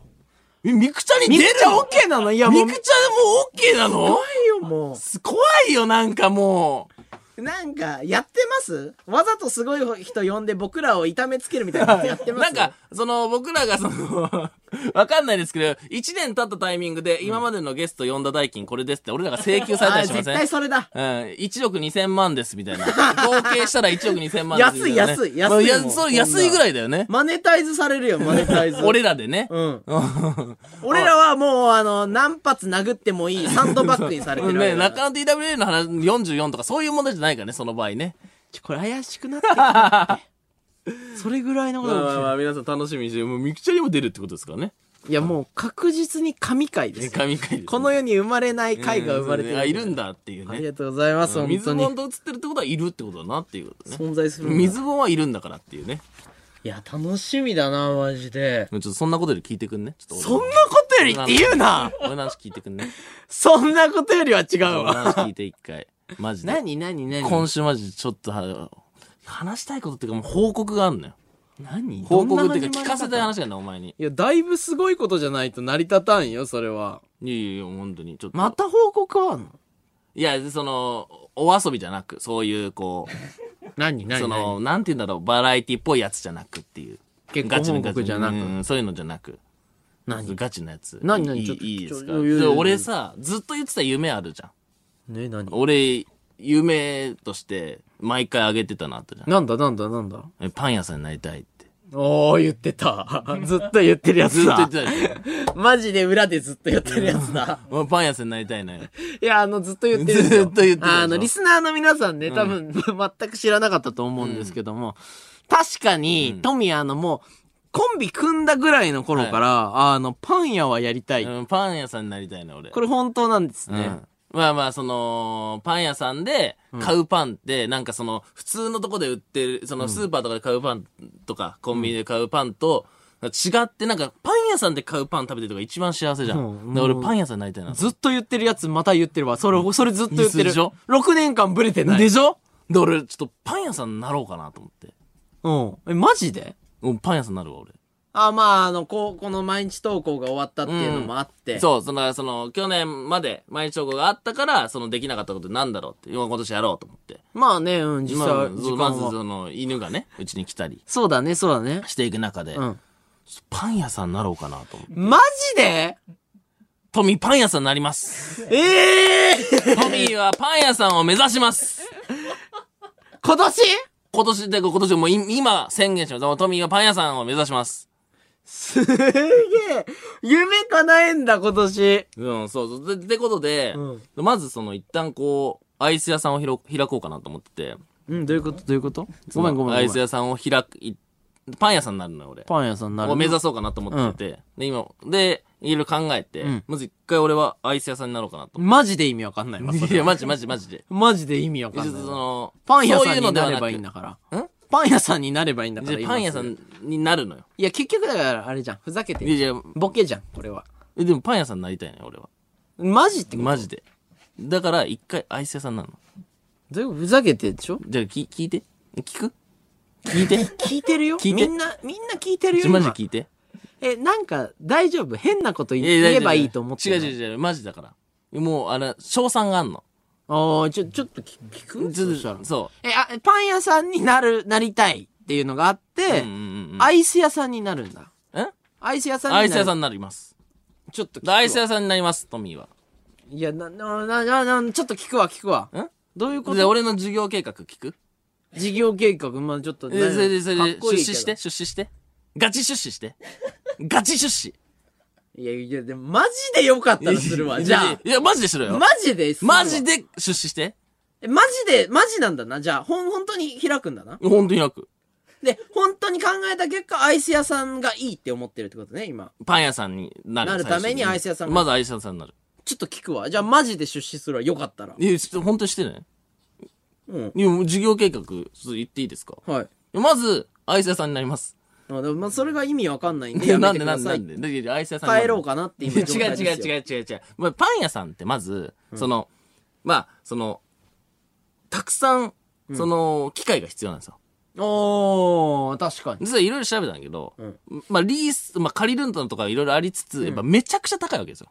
Speaker 1: えミクチャに
Speaker 2: ミ
Speaker 1: 出
Speaker 2: ク
Speaker 1: る
Speaker 2: チャオッケーなのいや、も
Speaker 1: ミ
Speaker 2: う、
Speaker 1: クチャ
Speaker 2: す
Speaker 1: もうオッケーなの
Speaker 2: ごいよ、も
Speaker 1: す怖いよ、なんかもう。
Speaker 2: う。なんか、やってますわざとすごい人呼んで僕らを痛めつけるみたいなことやってま
Speaker 1: な
Speaker 2: す
Speaker 1: んか、その、僕らがその、 わかんないですけど、1年経ったタイミングで、今までのゲスト呼んだ代金これですって、俺らが請求されたりしま
Speaker 2: 絶
Speaker 1: せん
Speaker 2: 対それだ。
Speaker 1: うん、1億2000万ですみたいな。合計したら1億2000万ですみたいな、ね。
Speaker 2: 安い安い安い
Speaker 1: まあ
Speaker 2: もう
Speaker 1: そう安いぐらいだよね。
Speaker 2: マネタイズされるよ、マネタイズ。
Speaker 1: 俺らでね。
Speaker 2: うん。俺らはもう、あの、何発殴ってもいいサンドバッグにされてるわけ
Speaker 1: ね、
Speaker 2: だか
Speaker 1: 中
Speaker 2: ら。
Speaker 1: 野 TWA の話44とかそういう問題じゃないからね、その場合ね。
Speaker 2: ちょこれ怪しくなってき たって。それぐらいのことかもしれない。
Speaker 1: あ皆さん楽しみにして、もうミクチャにも出るってことですからね。
Speaker 2: いや、もう確実に神回ですよ。
Speaker 1: 神回です。
Speaker 2: この世に生まれない回が生まれて
Speaker 1: うん
Speaker 2: る。
Speaker 1: あ、いるん。だっていう
Speaker 2: あり
Speaker 1: ね。
Speaker 2: がとうございます、本
Speaker 1: 水
Speaker 2: 当
Speaker 1: ボ
Speaker 2: に
Speaker 1: ン。と映ってるってことはいるってことだなっていうことね。
Speaker 2: 存在するんだ。
Speaker 1: 水ボンはいるんだからっていうね。
Speaker 2: いや、楽しみだな、マジで。
Speaker 1: ちょっとそんなことより聞いてくんね。ちょっと
Speaker 2: そんなことよりって言うな
Speaker 1: 俺の話聞いてくん ね。
Speaker 2: そんなことよりは違う
Speaker 1: 俺の
Speaker 2: わ。
Speaker 1: 話聞いて一回。マジで。
Speaker 2: 何何何
Speaker 1: 今週マジちょっとは話したいことっていうかもう報告があんのよ。
Speaker 2: 何
Speaker 1: 報告っていうか
Speaker 2: ど
Speaker 1: 聞
Speaker 2: んな
Speaker 1: かせたい
Speaker 2: 始まり方
Speaker 1: 話があんのお前に。
Speaker 2: いや、だいぶすごいことじゃないと成り立たんよ、それは。
Speaker 1: いやいやいや、本当に。ちょっと。
Speaker 2: また報告はあんの
Speaker 1: いや、その、お遊びじゃなく、そういう、こ
Speaker 2: 何
Speaker 1: う、
Speaker 2: 何
Speaker 1: その、
Speaker 2: 何
Speaker 1: なんて言うんだろう、バラエティっぽいやつじゃなくっていう。
Speaker 2: 結婚報告じゃなく
Speaker 1: うんそういうのじゃなく。
Speaker 2: 何
Speaker 1: ガチなやつ。
Speaker 2: 何何
Speaker 1: いい
Speaker 2: ちょっと
Speaker 1: いいですか
Speaker 2: ちょいやいやいや
Speaker 1: 俺さ、ずっと言ってた夢あるじゃん。
Speaker 2: ね、何
Speaker 1: 俺、夢として、毎回あげてたのあったじゃん
Speaker 2: なんだなんだなんだ
Speaker 1: え。パン屋さんになりたいって。
Speaker 2: おー、言ってた。ずっと言ってるや
Speaker 1: ずっ
Speaker 2: つ
Speaker 1: と言
Speaker 2: だ。
Speaker 1: ってた じゃん。
Speaker 2: マジで裏でずっと言ってるやつだ。
Speaker 1: 俺パン屋さんになりたいのよ。
Speaker 2: いや、あの、ずっと言ってるんですよ。
Speaker 1: ずっと言ってるでしょ
Speaker 2: あの、リスナーの皆さんね、多分、 全く知らなかったと思うんですけども、確かに、トミヤのもう、コンビ組んだぐらいの頃から、あの、パン屋はやりたい。
Speaker 1: うん、パン屋さんになりたいの俺。
Speaker 2: これ本当なんですね。
Speaker 1: うんまあまあ、その、パン屋さんで買うパンって、なんかその、普通のとこで売ってる、そのスーパーとかで買うパンとか、コンビニで買うパンと、違って、なんか、パン屋さんで買うパン食べてるとか一番幸せじゃ
Speaker 2: うん
Speaker 1: ん。で俺パン屋さんになりたいな。
Speaker 2: ずっと言ってるやつ、また言ってるわ。それ、それずっと言ってる。
Speaker 1: でしょ
Speaker 2: ?6 年間ブレてない。
Speaker 1: でしょで、俺、ちょっとパン屋さんになろうかなと思って。
Speaker 2: うん。え、マジで
Speaker 1: うんパン屋さんになるわ、俺。
Speaker 2: あ、まあ、あの、こう、この毎日投稿が終わったっていうのもあって。
Speaker 1: そう、その、その、去年まで毎日投稿があったから、その、できなかったことなんだろうって、今今年やろうと思って。
Speaker 2: まあね、うん、実際、
Speaker 1: まあ
Speaker 2: 時
Speaker 1: そう
Speaker 2: 間
Speaker 1: ま
Speaker 2: は
Speaker 1: ず、その、犬がね、うちに来たり
Speaker 2: そうだね、そうだね。
Speaker 1: していく中で、
Speaker 2: うん。
Speaker 1: パン屋さんになろうかなと思って。
Speaker 2: マジで
Speaker 1: トミーパン屋さんになり ます。
Speaker 2: ええー、
Speaker 1: トミーはパン屋さんを目指します。
Speaker 2: 今年
Speaker 1: 今年で、今年もうい今宣言します。もうトミーはパン屋さんを目指します。
Speaker 2: すげえ夢叶えんだ、今年。
Speaker 1: うん、そうそう。で、ってことで、
Speaker 2: う
Speaker 1: まずその一旦こう、アイス屋さんをひろ開こうかなと思ってて。
Speaker 2: うん、どういうことどういうことごめんごめんごめん。
Speaker 1: アイス屋さんを開く、いパン屋さんになるのよ、俺。
Speaker 2: パン屋さんになる。
Speaker 1: を目指そうかなと思ってて。で、今、で、いろいろ考えて、
Speaker 2: ん
Speaker 1: まず一回俺はアイス屋さんになろうかなと思
Speaker 2: マジで意味わかんないわ。
Speaker 1: って。いや、マジマジマジで。
Speaker 2: マジで意味わ
Speaker 1: ちょ
Speaker 2: か
Speaker 1: っ
Speaker 2: ん
Speaker 1: と
Speaker 2: な
Speaker 1: そ
Speaker 2: いわ。
Speaker 1: の、
Speaker 2: パン屋さん
Speaker 1: そううの
Speaker 2: に
Speaker 1: では
Speaker 2: なれ
Speaker 1: く
Speaker 2: ばいいんだから。
Speaker 1: ん
Speaker 2: パン屋さんになればいいんだから。
Speaker 1: でパン屋さ
Speaker 2: 今す
Speaker 1: ん
Speaker 2: ぐ。
Speaker 1: になるのよ。
Speaker 2: いや、結局だから、あれじゃん。ふざけて
Speaker 1: いや
Speaker 2: る。
Speaker 1: いや、
Speaker 2: ボケじゃん、これは。
Speaker 1: えでもパン屋さんになりたいね、俺は。
Speaker 2: マジってこと
Speaker 1: マジで。だから、一回アイス屋さんなの。
Speaker 2: どういうことふざけてるでしょ
Speaker 1: じゃあ、き、聞いて。聞く聞いて。
Speaker 2: 聞いてるよ。
Speaker 1: 聞い
Speaker 2: み
Speaker 1: て
Speaker 2: んな、みんな 聞いてるよ。
Speaker 1: ちょマジ
Speaker 2: 今
Speaker 1: 聞いて。
Speaker 2: え、なんか、大丈夫変なこと言
Speaker 1: や
Speaker 2: 言
Speaker 1: や
Speaker 2: えばいいと思って
Speaker 1: 違う
Speaker 2: る。
Speaker 1: 違う違う、マジだから。もう、あれ、賞賛があんの。
Speaker 2: ああ、ちょ、ちょっと聞聞く
Speaker 1: ちょ
Speaker 2: そしたら
Speaker 1: そ
Speaker 2: え、あ、パン屋さんになる、なりたいっていうのがあっ
Speaker 1: う。
Speaker 2: て、
Speaker 1: うんうんうん。
Speaker 2: アイス屋さんになるんだ。
Speaker 1: え
Speaker 2: アイス屋さんにな
Speaker 1: ア
Speaker 2: る。
Speaker 1: イス屋さん
Speaker 2: ん。
Speaker 1: になります。
Speaker 2: ちょっと聞くわ。
Speaker 1: アイス屋さんになります、トミーは。
Speaker 2: いや、な、な、な、な、なちょっと聞くわ、聞くわ。
Speaker 1: ん
Speaker 2: どういうこ
Speaker 1: で、
Speaker 2: と
Speaker 1: 俺の授業計画聞く
Speaker 2: 事業計画、まあちょっと、
Speaker 1: えそれで、それ
Speaker 2: か
Speaker 1: で
Speaker 2: っ、こ
Speaker 1: 出
Speaker 2: いいけど
Speaker 1: 資して、。出資して。ガチ出資して。ガチ出資。
Speaker 2: いや、いや、でも、マジでよかったらするわ。じゃ
Speaker 1: いや、マジでしろ
Speaker 2: あ、
Speaker 1: よ。
Speaker 2: マジでするわ
Speaker 1: マジで出資して。
Speaker 2: えマジで、マジなんだな。じゃあ、ほん、本当に開くんだな。
Speaker 1: 本当に楽。
Speaker 2: で、本当に考えた結果、アイス屋さんがいいって思ってるってことね、今。
Speaker 1: パン屋さんになる。
Speaker 2: なるためにアイス屋さんが
Speaker 1: まずアイス屋さんになる。
Speaker 2: ちょっと聞くわ。じゃあ、マジで出資するわ。よかったら。
Speaker 1: いや、ちょっと本当にしてね。
Speaker 2: うん。
Speaker 1: いや、もう事業計画、ちょっと言っていいですか
Speaker 2: はい。
Speaker 1: まず、アイス屋さんになります。
Speaker 2: あでもまあ、それが意味わかんないんで、
Speaker 1: いや
Speaker 2: やめ
Speaker 1: なん
Speaker 2: て
Speaker 1: で
Speaker 2: く
Speaker 1: な
Speaker 2: だ
Speaker 1: んでな
Speaker 2: さい。
Speaker 1: んでだけどアイス屋さんにな
Speaker 2: 帰
Speaker 1: る
Speaker 2: ろうかなっ て
Speaker 1: 違
Speaker 2: 今
Speaker 1: う
Speaker 2: 状態ですよ。
Speaker 1: 違う違う違う違う。まあ、パン屋さんってまず、その、まあ、その、たくさん、その、機械が必要なんですよ。
Speaker 2: おー、確かに。
Speaker 1: 実はいろいろ調べたんだけど、
Speaker 2: ん
Speaker 1: まあ、リース、まあ、借りるのとかいろいろありつつ、やっぱめちゃくちゃ高いわけですよ。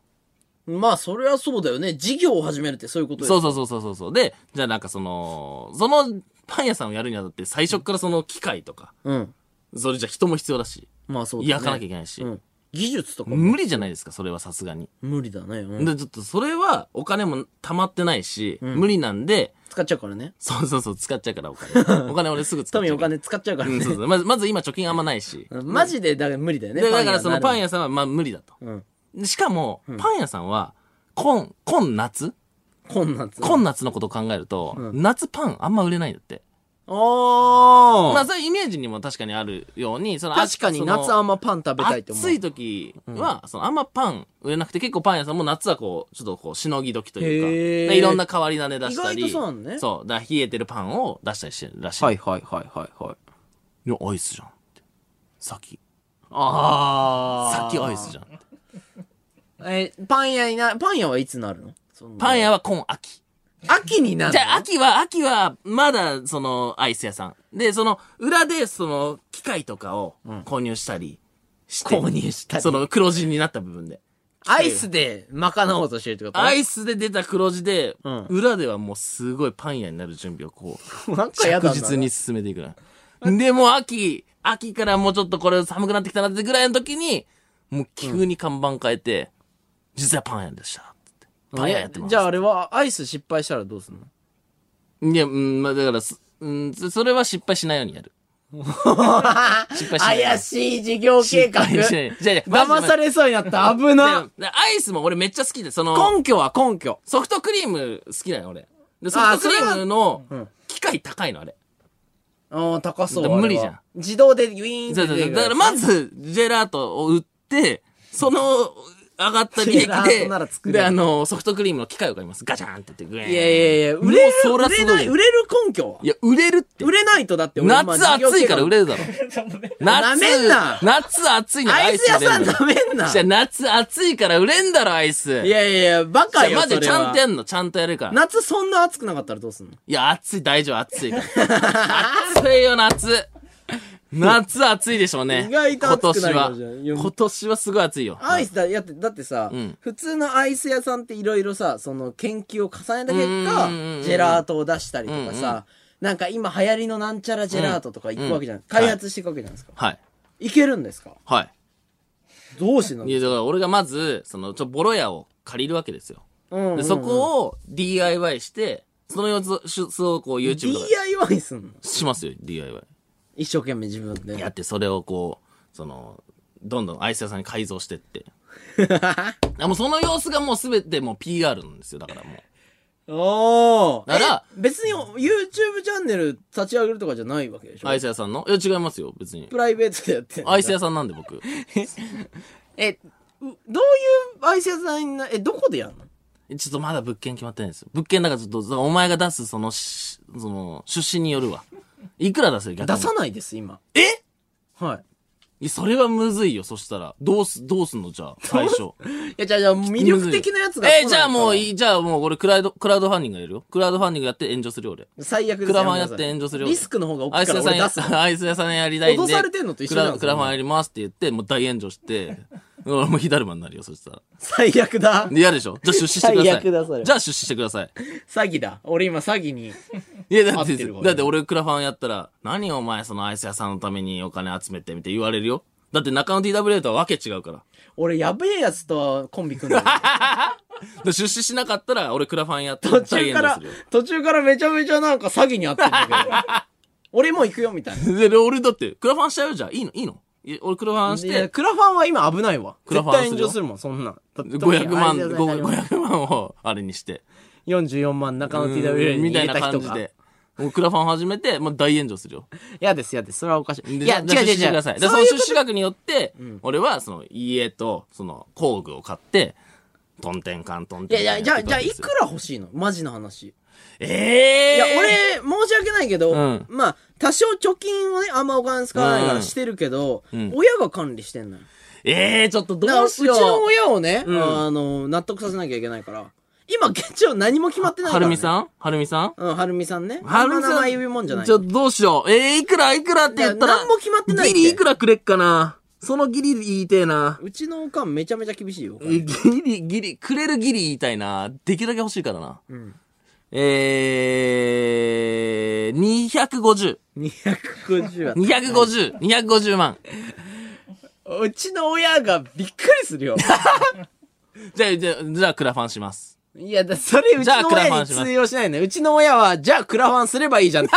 Speaker 2: まあ、それはそうだよね。事業を始めるってそういうこと
Speaker 1: そう
Speaker 2: う。
Speaker 1: そうそうそうそうそう。で、じゃあなんかその、そのパン屋さんをやるにあたって最初からその機械とか、
Speaker 2: うん。
Speaker 1: それじゃ人も必要だし、
Speaker 2: まあ、そうだね。
Speaker 1: 焼かなきゃいけないし、
Speaker 2: うん技術とかも
Speaker 1: 無理じゃないですか、それはさすがに。
Speaker 2: 無理だね、うん
Speaker 1: で、ちょっとそれはお金も溜まってないし、
Speaker 2: ん
Speaker 1: 無理なんで、
Speaker 2: 使っちゃうからね
Speaker 1: そうそうそう、使っちゃうからお 金。お金俺すぐ使
Speaker 2: ト
Speaker 1: っ
Speaker 2: ミ
Speaker 1: ちゃ
Speaker 2: ー
Speaker 1: う
Speaker 2: お
Speaker 1: から。
Speaker 2: 金使っちゃうから
Speaker 1: う
Speaker 2: ね
Speaker 1: ん、そうそう。まず、まず今貯金あんまないし。
Speaker 2: マジでだから無理だよね
Speaker 1: で、だからそのパン
Speaker 2: 屋
Speaker 1: 屋さんはまあ無理だと。
Speaker 2: うん
Speaker 1: でしかも、パン屋さんは、今、今夏
Speaker 2: こんなんつ
Speaker 1: 今夏のことを考えると、夏パンあんま売れないんだって。
Speaker 2: あ
Speaker 1: まあ
Speaker 2: あ
Speaker 1: そういうイメージにも確かにあるように、その
Speaker 2: 確かに夏あんまパン食べたいと思う
Speaker 1: 暑い時は、そのあんまパン売れなくて、結構パン屋さんも夏はこう、ちょっとこう、しのぎ時という
Speaker 2: へー
Speaker 1: か、でいろんな変わり種出したり、
Speaker 2: 意外とそうなのね
Speaker 1: そうだから冷えてるパンを出したりしてるらしい。
Speaker 2: はいはいはいはいはい
Speaker 1: いや、アイスじゃんって。先。
Speaker 2: ああ
Speaker 1: 先アイスじゃんって。
Speaker 2: えーパン屋になパン屋はいつなるのそんな
Speaker 1: パン屋は今秋。
Speaker 2: 秋になる
Speaker 1: じ
Speaker 2: の
Speaker 1: ゃあ、秋は、秋は、まだ、その、アイス屋さん。で、その、裏で、その、機械とかを購入したりして、
Speaker 2: 購入したり
Speaker 1: その、黒字になった部分で。
Speaker 2: アイスで賄おうとしてるってこと
Speaker 1: ア
Speaker 2: イ
Speaker 1: イスで出た黒字で、
Speaker 2: うん
Speaker 1: 裏ではもうすごいパン屋になる準備をこう、
Speaker 2: スなんか やだ
Speaker 1: 着
Speaker 2: な
Speaker 1: 実に進めていくな。で、もう秋、秋からもうちょっとこれ寒くなってきたなってぐらいの時に、もう急に看板変えて、実はパン屋でした。つってパン屋やってます。
Speaker 2: じゃああれはアイス失敗したらどうすんの
Speaker 1: いや、うん、まあだからす、うん、そそれは失敗しないようにやる。失敗しない。
Speaker 2: 怪しい事業計画
Speaker 1: 失敗しない。じゃあじゃあ
Speaker 2: 騙されそうになった危
Speaker 1: マ
Speaker 2: な
Speaker 1: ジでアイスも俺めっちゃ好きで、その、
Speaker 2: 根拠は根拠
Speaker 1: ソフトクリーム好きなの俺。で、ソフトクリームの
Speaker 2: れはうん
Speaker 1: 機械高いのあれ。
Speaker 2: ああ高そう
Speaker 1: だから
Speaker 2: あれは
Speaker 1: 無理じゃん
Speaker 2: 自動でウィーン
Speaker 1: そうそうそうだからま
Speaker 2: ず
Speaker 1: ず、ジェラートを売って、その、上がった利
Speaker 2: ジェラートなら
Speaker 1: 益
Speaker 2: 作
Speaker 1: で、
Speaker 2: れる
Speaker 1: で、あの、ソフトクリームの機械を買います。ガチャーンって言って、グエーン。
Speaker 2: いやいやいや
Speaker 1: もう
Speaker 2: 売れる
Speaker 1: そら
Speaker 2: 売
Speaker 1: す
Speaker 2: れ
Speaker 1: ご
Speaker 2: ない
Speaker 1: い
Speaker 2: 売。れる根拠はい
Speaker 1: や、売れるって。
Speaker 2: 売れないとだって俺まあ
Speaker 1: 夏暑いから売れるだ ろ。夏、
Speaker 2: なめんな
Speaker 1: 夏暑いのに
Speaker 2: ア
Speaker 1: ア
Speaker 2: イ
Speaker 1: イ
Speaker 2: ス
Speaker 1: ス
Speaker 2: 屋
Speaker 1: 売れ
Speaker 2: さん
Speaker 1: んだ
Speaker 2: なめんな
Speaker 1: じゃあ夏暑いから売れんだろ、アイス。
Speaker 2: いやいやいやバカ
Speaker 1: い
Speaker 2: よ
Speaker 1: やマジ
Speaker 2: そ
Speaker 1: で
Speaker 2: れ
Speaker 1: ち
Speaker 2: は
Speaker 1: ゃんとやんの、ちゃんとやるから。
Speaker 2: 夏そんな暑くなかったらどうすんの
Speaker 1: いや、暑い、大丈夫、暑いから。暑いよ、夏。夏暑いでしょうね。
Speaker 2: 意外と暑くなるよ
Speaker 1: 今
Speaker 2: じゃあ
Speaker 1: 年
Speaker 2: いや
Speaker 1: は。今年はすごい暑いよ。
Speaker 2: アイスだ、やって、だってさ、
Speaker 1: うん
Speaker 2: 普通のアイス屋さんっていろいろさ、その研究を重ねた結
Speaker 1: うんうんうんう
Speaker 2: 果
Speaker 1: ん、
Speaker 2: ジェラートを出したりとか
Speaker 1: うんう
Speaker 2: さ、なんか今流行りのなんちゃらジェラートとか行くわけじゃん。
Speaker 1: うん
Speaker 2: 開発していくわけじゃないですか。
Speaker 1: はい。
Speaker 2: いけるんですか
Speaker 1: は。
Speaker 2: どうしてない
Speaker 1: い
Speaker 2: の
Speaker 1: や、だから俺がまず、その、ちょ、ボロ屋を借りるわけですよ。
Speaker 2: うんうんう
Speaker 1: で、
Speaker 2: ん
Speaker 1: そこを DIY して、その様子をこう YouTube とかで
Speaker 2: DIY すんの
Speaker 1: しますよ、DIY。
Speaker 2: 一生懸命自分で。
Speaker 1: やって、それをこう、その、どんどんアイス屋さんに改造して って。あもうその様子がもうすべてもう PR なんですよ、だからもう。
Speaker 2: おー。
Speaker 1: だから
Speaker 2: え別に YouTube チャンネル立ち上げるとかじゃないわけでしょ
Speaker 1: アイス屋さんのいや、違いますよ、別に。
Speaker 2: プライベートでやってんの
Speaker 1: アイス屋さんなんで僕。い
Speaker 2: え、うどういうアイス屋さんにな、え、どこでやんの
Speaker 1: ちょっとまだ物件決まってないんですよ。物件だからちょっと、そのお前が出す、その、しその、出資によるわ。いくら出せる逆
Speaker 2: 出
Speaker 1: に。
Speaker 2: さないです、今。
Speaker 1: え
Speaker 2: はい。
Speaker 1: いやそれはむずいよ、そしたら。どうす、どうすんのじゃあ、最 初。
Speaker 2: いや、じゃあ、じゃあ魅力的なやつが来ない
Speaker 1: えー、じゃあもう
Speaker 2: い。
Speaker 1: いい、じゃあもうこれクラウド、クラウドファンディングやるよ。クラウドファンディングやって炎上するよ、俺。
Speaker 2: 最悪で
Speaker 1: ク
Speaker 2: す
Speaker 1: ラファンやって炎上するよ
Speaker 2: リスクの方が
Speaker 1: ア
Speaker 2: 大
Speaker 1: イ
Speaker 2: きい
Speaker 1: ス
Speaker 2: か
Speaker 1: 屋
Speaker 2: ら
Speaker 1: さんや
Speaker 2: 俺出す の、
Speaker 1: アイス屋さんやりたいんで。
Speaker 2: 脅されてんのと一
Speaker 1: ク
Speaker 2: 緒な
Speaker 1: ラ
Speaker 2: の
Speaker 1: クラファンやりますって言って、もう大炎上して、 俺もう火だるまになるよ、そしたら。
Speaker 2: 最悪だ。
Speaker 1: で、嫌でしょじゃあ出資してください。
Speaker 2: 最悪だそれ
Speaker 1: じゃあ出資してください。
Speaker 2: 詐欺だ。俺今詐欺に。
Speaker 1: いや、だっ、
Speaker 2: 合っててるわ
Speaker 1: だって俺クラファンやったら、何お前そのアイス屋さんのためにお金集めてみて言われるよ。だって中野 TW とはわけ違うから。
Speaker 2: 俺やべえやつとコン ビ組んでる。
Speaker 1: で出資しなかったら俺クラファンやって
Speaker 2: 途
Speaker 1: 大炎上
Speaker 2: 中か
Speaker 1: す
Speaker 2: ら
Speaker 1: るよ。、
Speaker 2: 途中からめちゃめちゃなんか詐欺にあってんだけど。 俺もう行くよみたいな。
Speaker 1: で、で俺だって、クラファンしちゃうよじゃあ。いいのいいのいや俺クラファンし
Speaker 2: いや
Speaker 1: て、
Speaker 2: クラファンは今危ないわ。
Speaker 1: クラフ
Speaker 2: 絶
Speaker 1: ァン
Speaker 2: 対
Speaker 1: するよ
Speaker 2: 炎上するもん、そんなん。だって
Speaker 1: 500万、
Speaker 2: アイス屋さんになります
Speaker 1: 500万をあれにして。
Speaker 2: 44万中野 TW
Speaker 1: うん
Speaker 2: に
Speaker 1: みた
Speaker 2: 入
Speaker 1: い
Speaker 2: れ
Speaker 1: な
Speaker 2: た
Speaker 1: 感
Speaker 2: 人
Speaker 1: じ
Speaker 2: が。
Speaker 1: で。もうクラファン始めて、もう大炎上するよ。
Speaker 2: 嫌です、嫌です。それはおかしい。い
Speaker 1: で
Speaker 2: や、違う
Speaker 1: じゃあ
Speaker 2: 違う違
Speaker 1: 出
Speaker 2: う。
Speaker 1: 資してくださいで、そ
Speaker 2: そう
Speaker 1: の
Speaker 2: いう
Speaker 1: 出資額によって、俺はその家と、その工具を買って、トンテンカントン
Speaker 2: い
Speaker 1: テン
Speaker 2: やい
Speaker 1: カンやっ
Speaker 2: や、じゃあ、
Speaker 1: て
Speaker 2: じゃ
Speaker 1: た
Speaker 2: あ、
Speaker 1: ん
Speaker 2: い
Speaker 1: です
Speaker 2: く
Speaker 1: よ
Speaker 2: ら欲しいのマジな話。
Speaker 1: ええ
Speaker 2: いや、俺、申し訳ないけど、
Speaker 1: うん
Speaker 2: まあ、多少貯金をね、あんまお金使わないからしてるけど、
Speaker 1: ん
Speaker 2: 親が管理してんのよ。
Speaker 1: ええちょっと
Speaker 2: だから
Speaker 1: どうしよ
Speaker 2: うちの
Speaker 1: う。
Speaker 2: 親をね、
Speaker 1: うん
Speaker 2: あの、納得させなきゃいけないから。今、現状何も決まってないか
Speaker 1: は
Speaker 2: ら、ね。
Speaker 1: るみさんはるみさん
Speaker 2: んうん、はるみさんね。
Speaker 1: はるみ
Speaker 2: あん
Speaker 1: さ
Speaker 2: な名
Speaker 1: ん。
Speaker 2: 前言うもんじゃない。
Speaker 1: ちょっとどうしよう。ええいくらいくらって言った
Speaker 2: い
Speaker 1: ら。
Speaker 2: や何も決まってないって
Speaker 1: ギリいくらくれっかな。そのギリ言いてえな。
Speaker 2: うちのおかんめちゃめちゃ厳しいよ。
Speaker 1: えギリ、ギリ、くれるギリ言いたいな。できるだけ欲しいからな。
Speaker 2: ん
Speaker 1: ええー、250。
Speaker 2: 250は。
Speaker 1: 250。250万。
Speaker 2: うちの親がびっくりするよ。
Speaker 1: じゃあ、じゃあ、じゃあクラファンします。
Speaker 2: いや、だそれうち
Speaker 1: じゃあ
Speaker 2: の
Speaker 1: クラファ
Speaker 2: 親
Speaker 1: ン
Speaker 2: に
Speaker 1: します
Speaker 2: 通用しないね。うちの親は、じゃあクラファンすればいいじゃん って。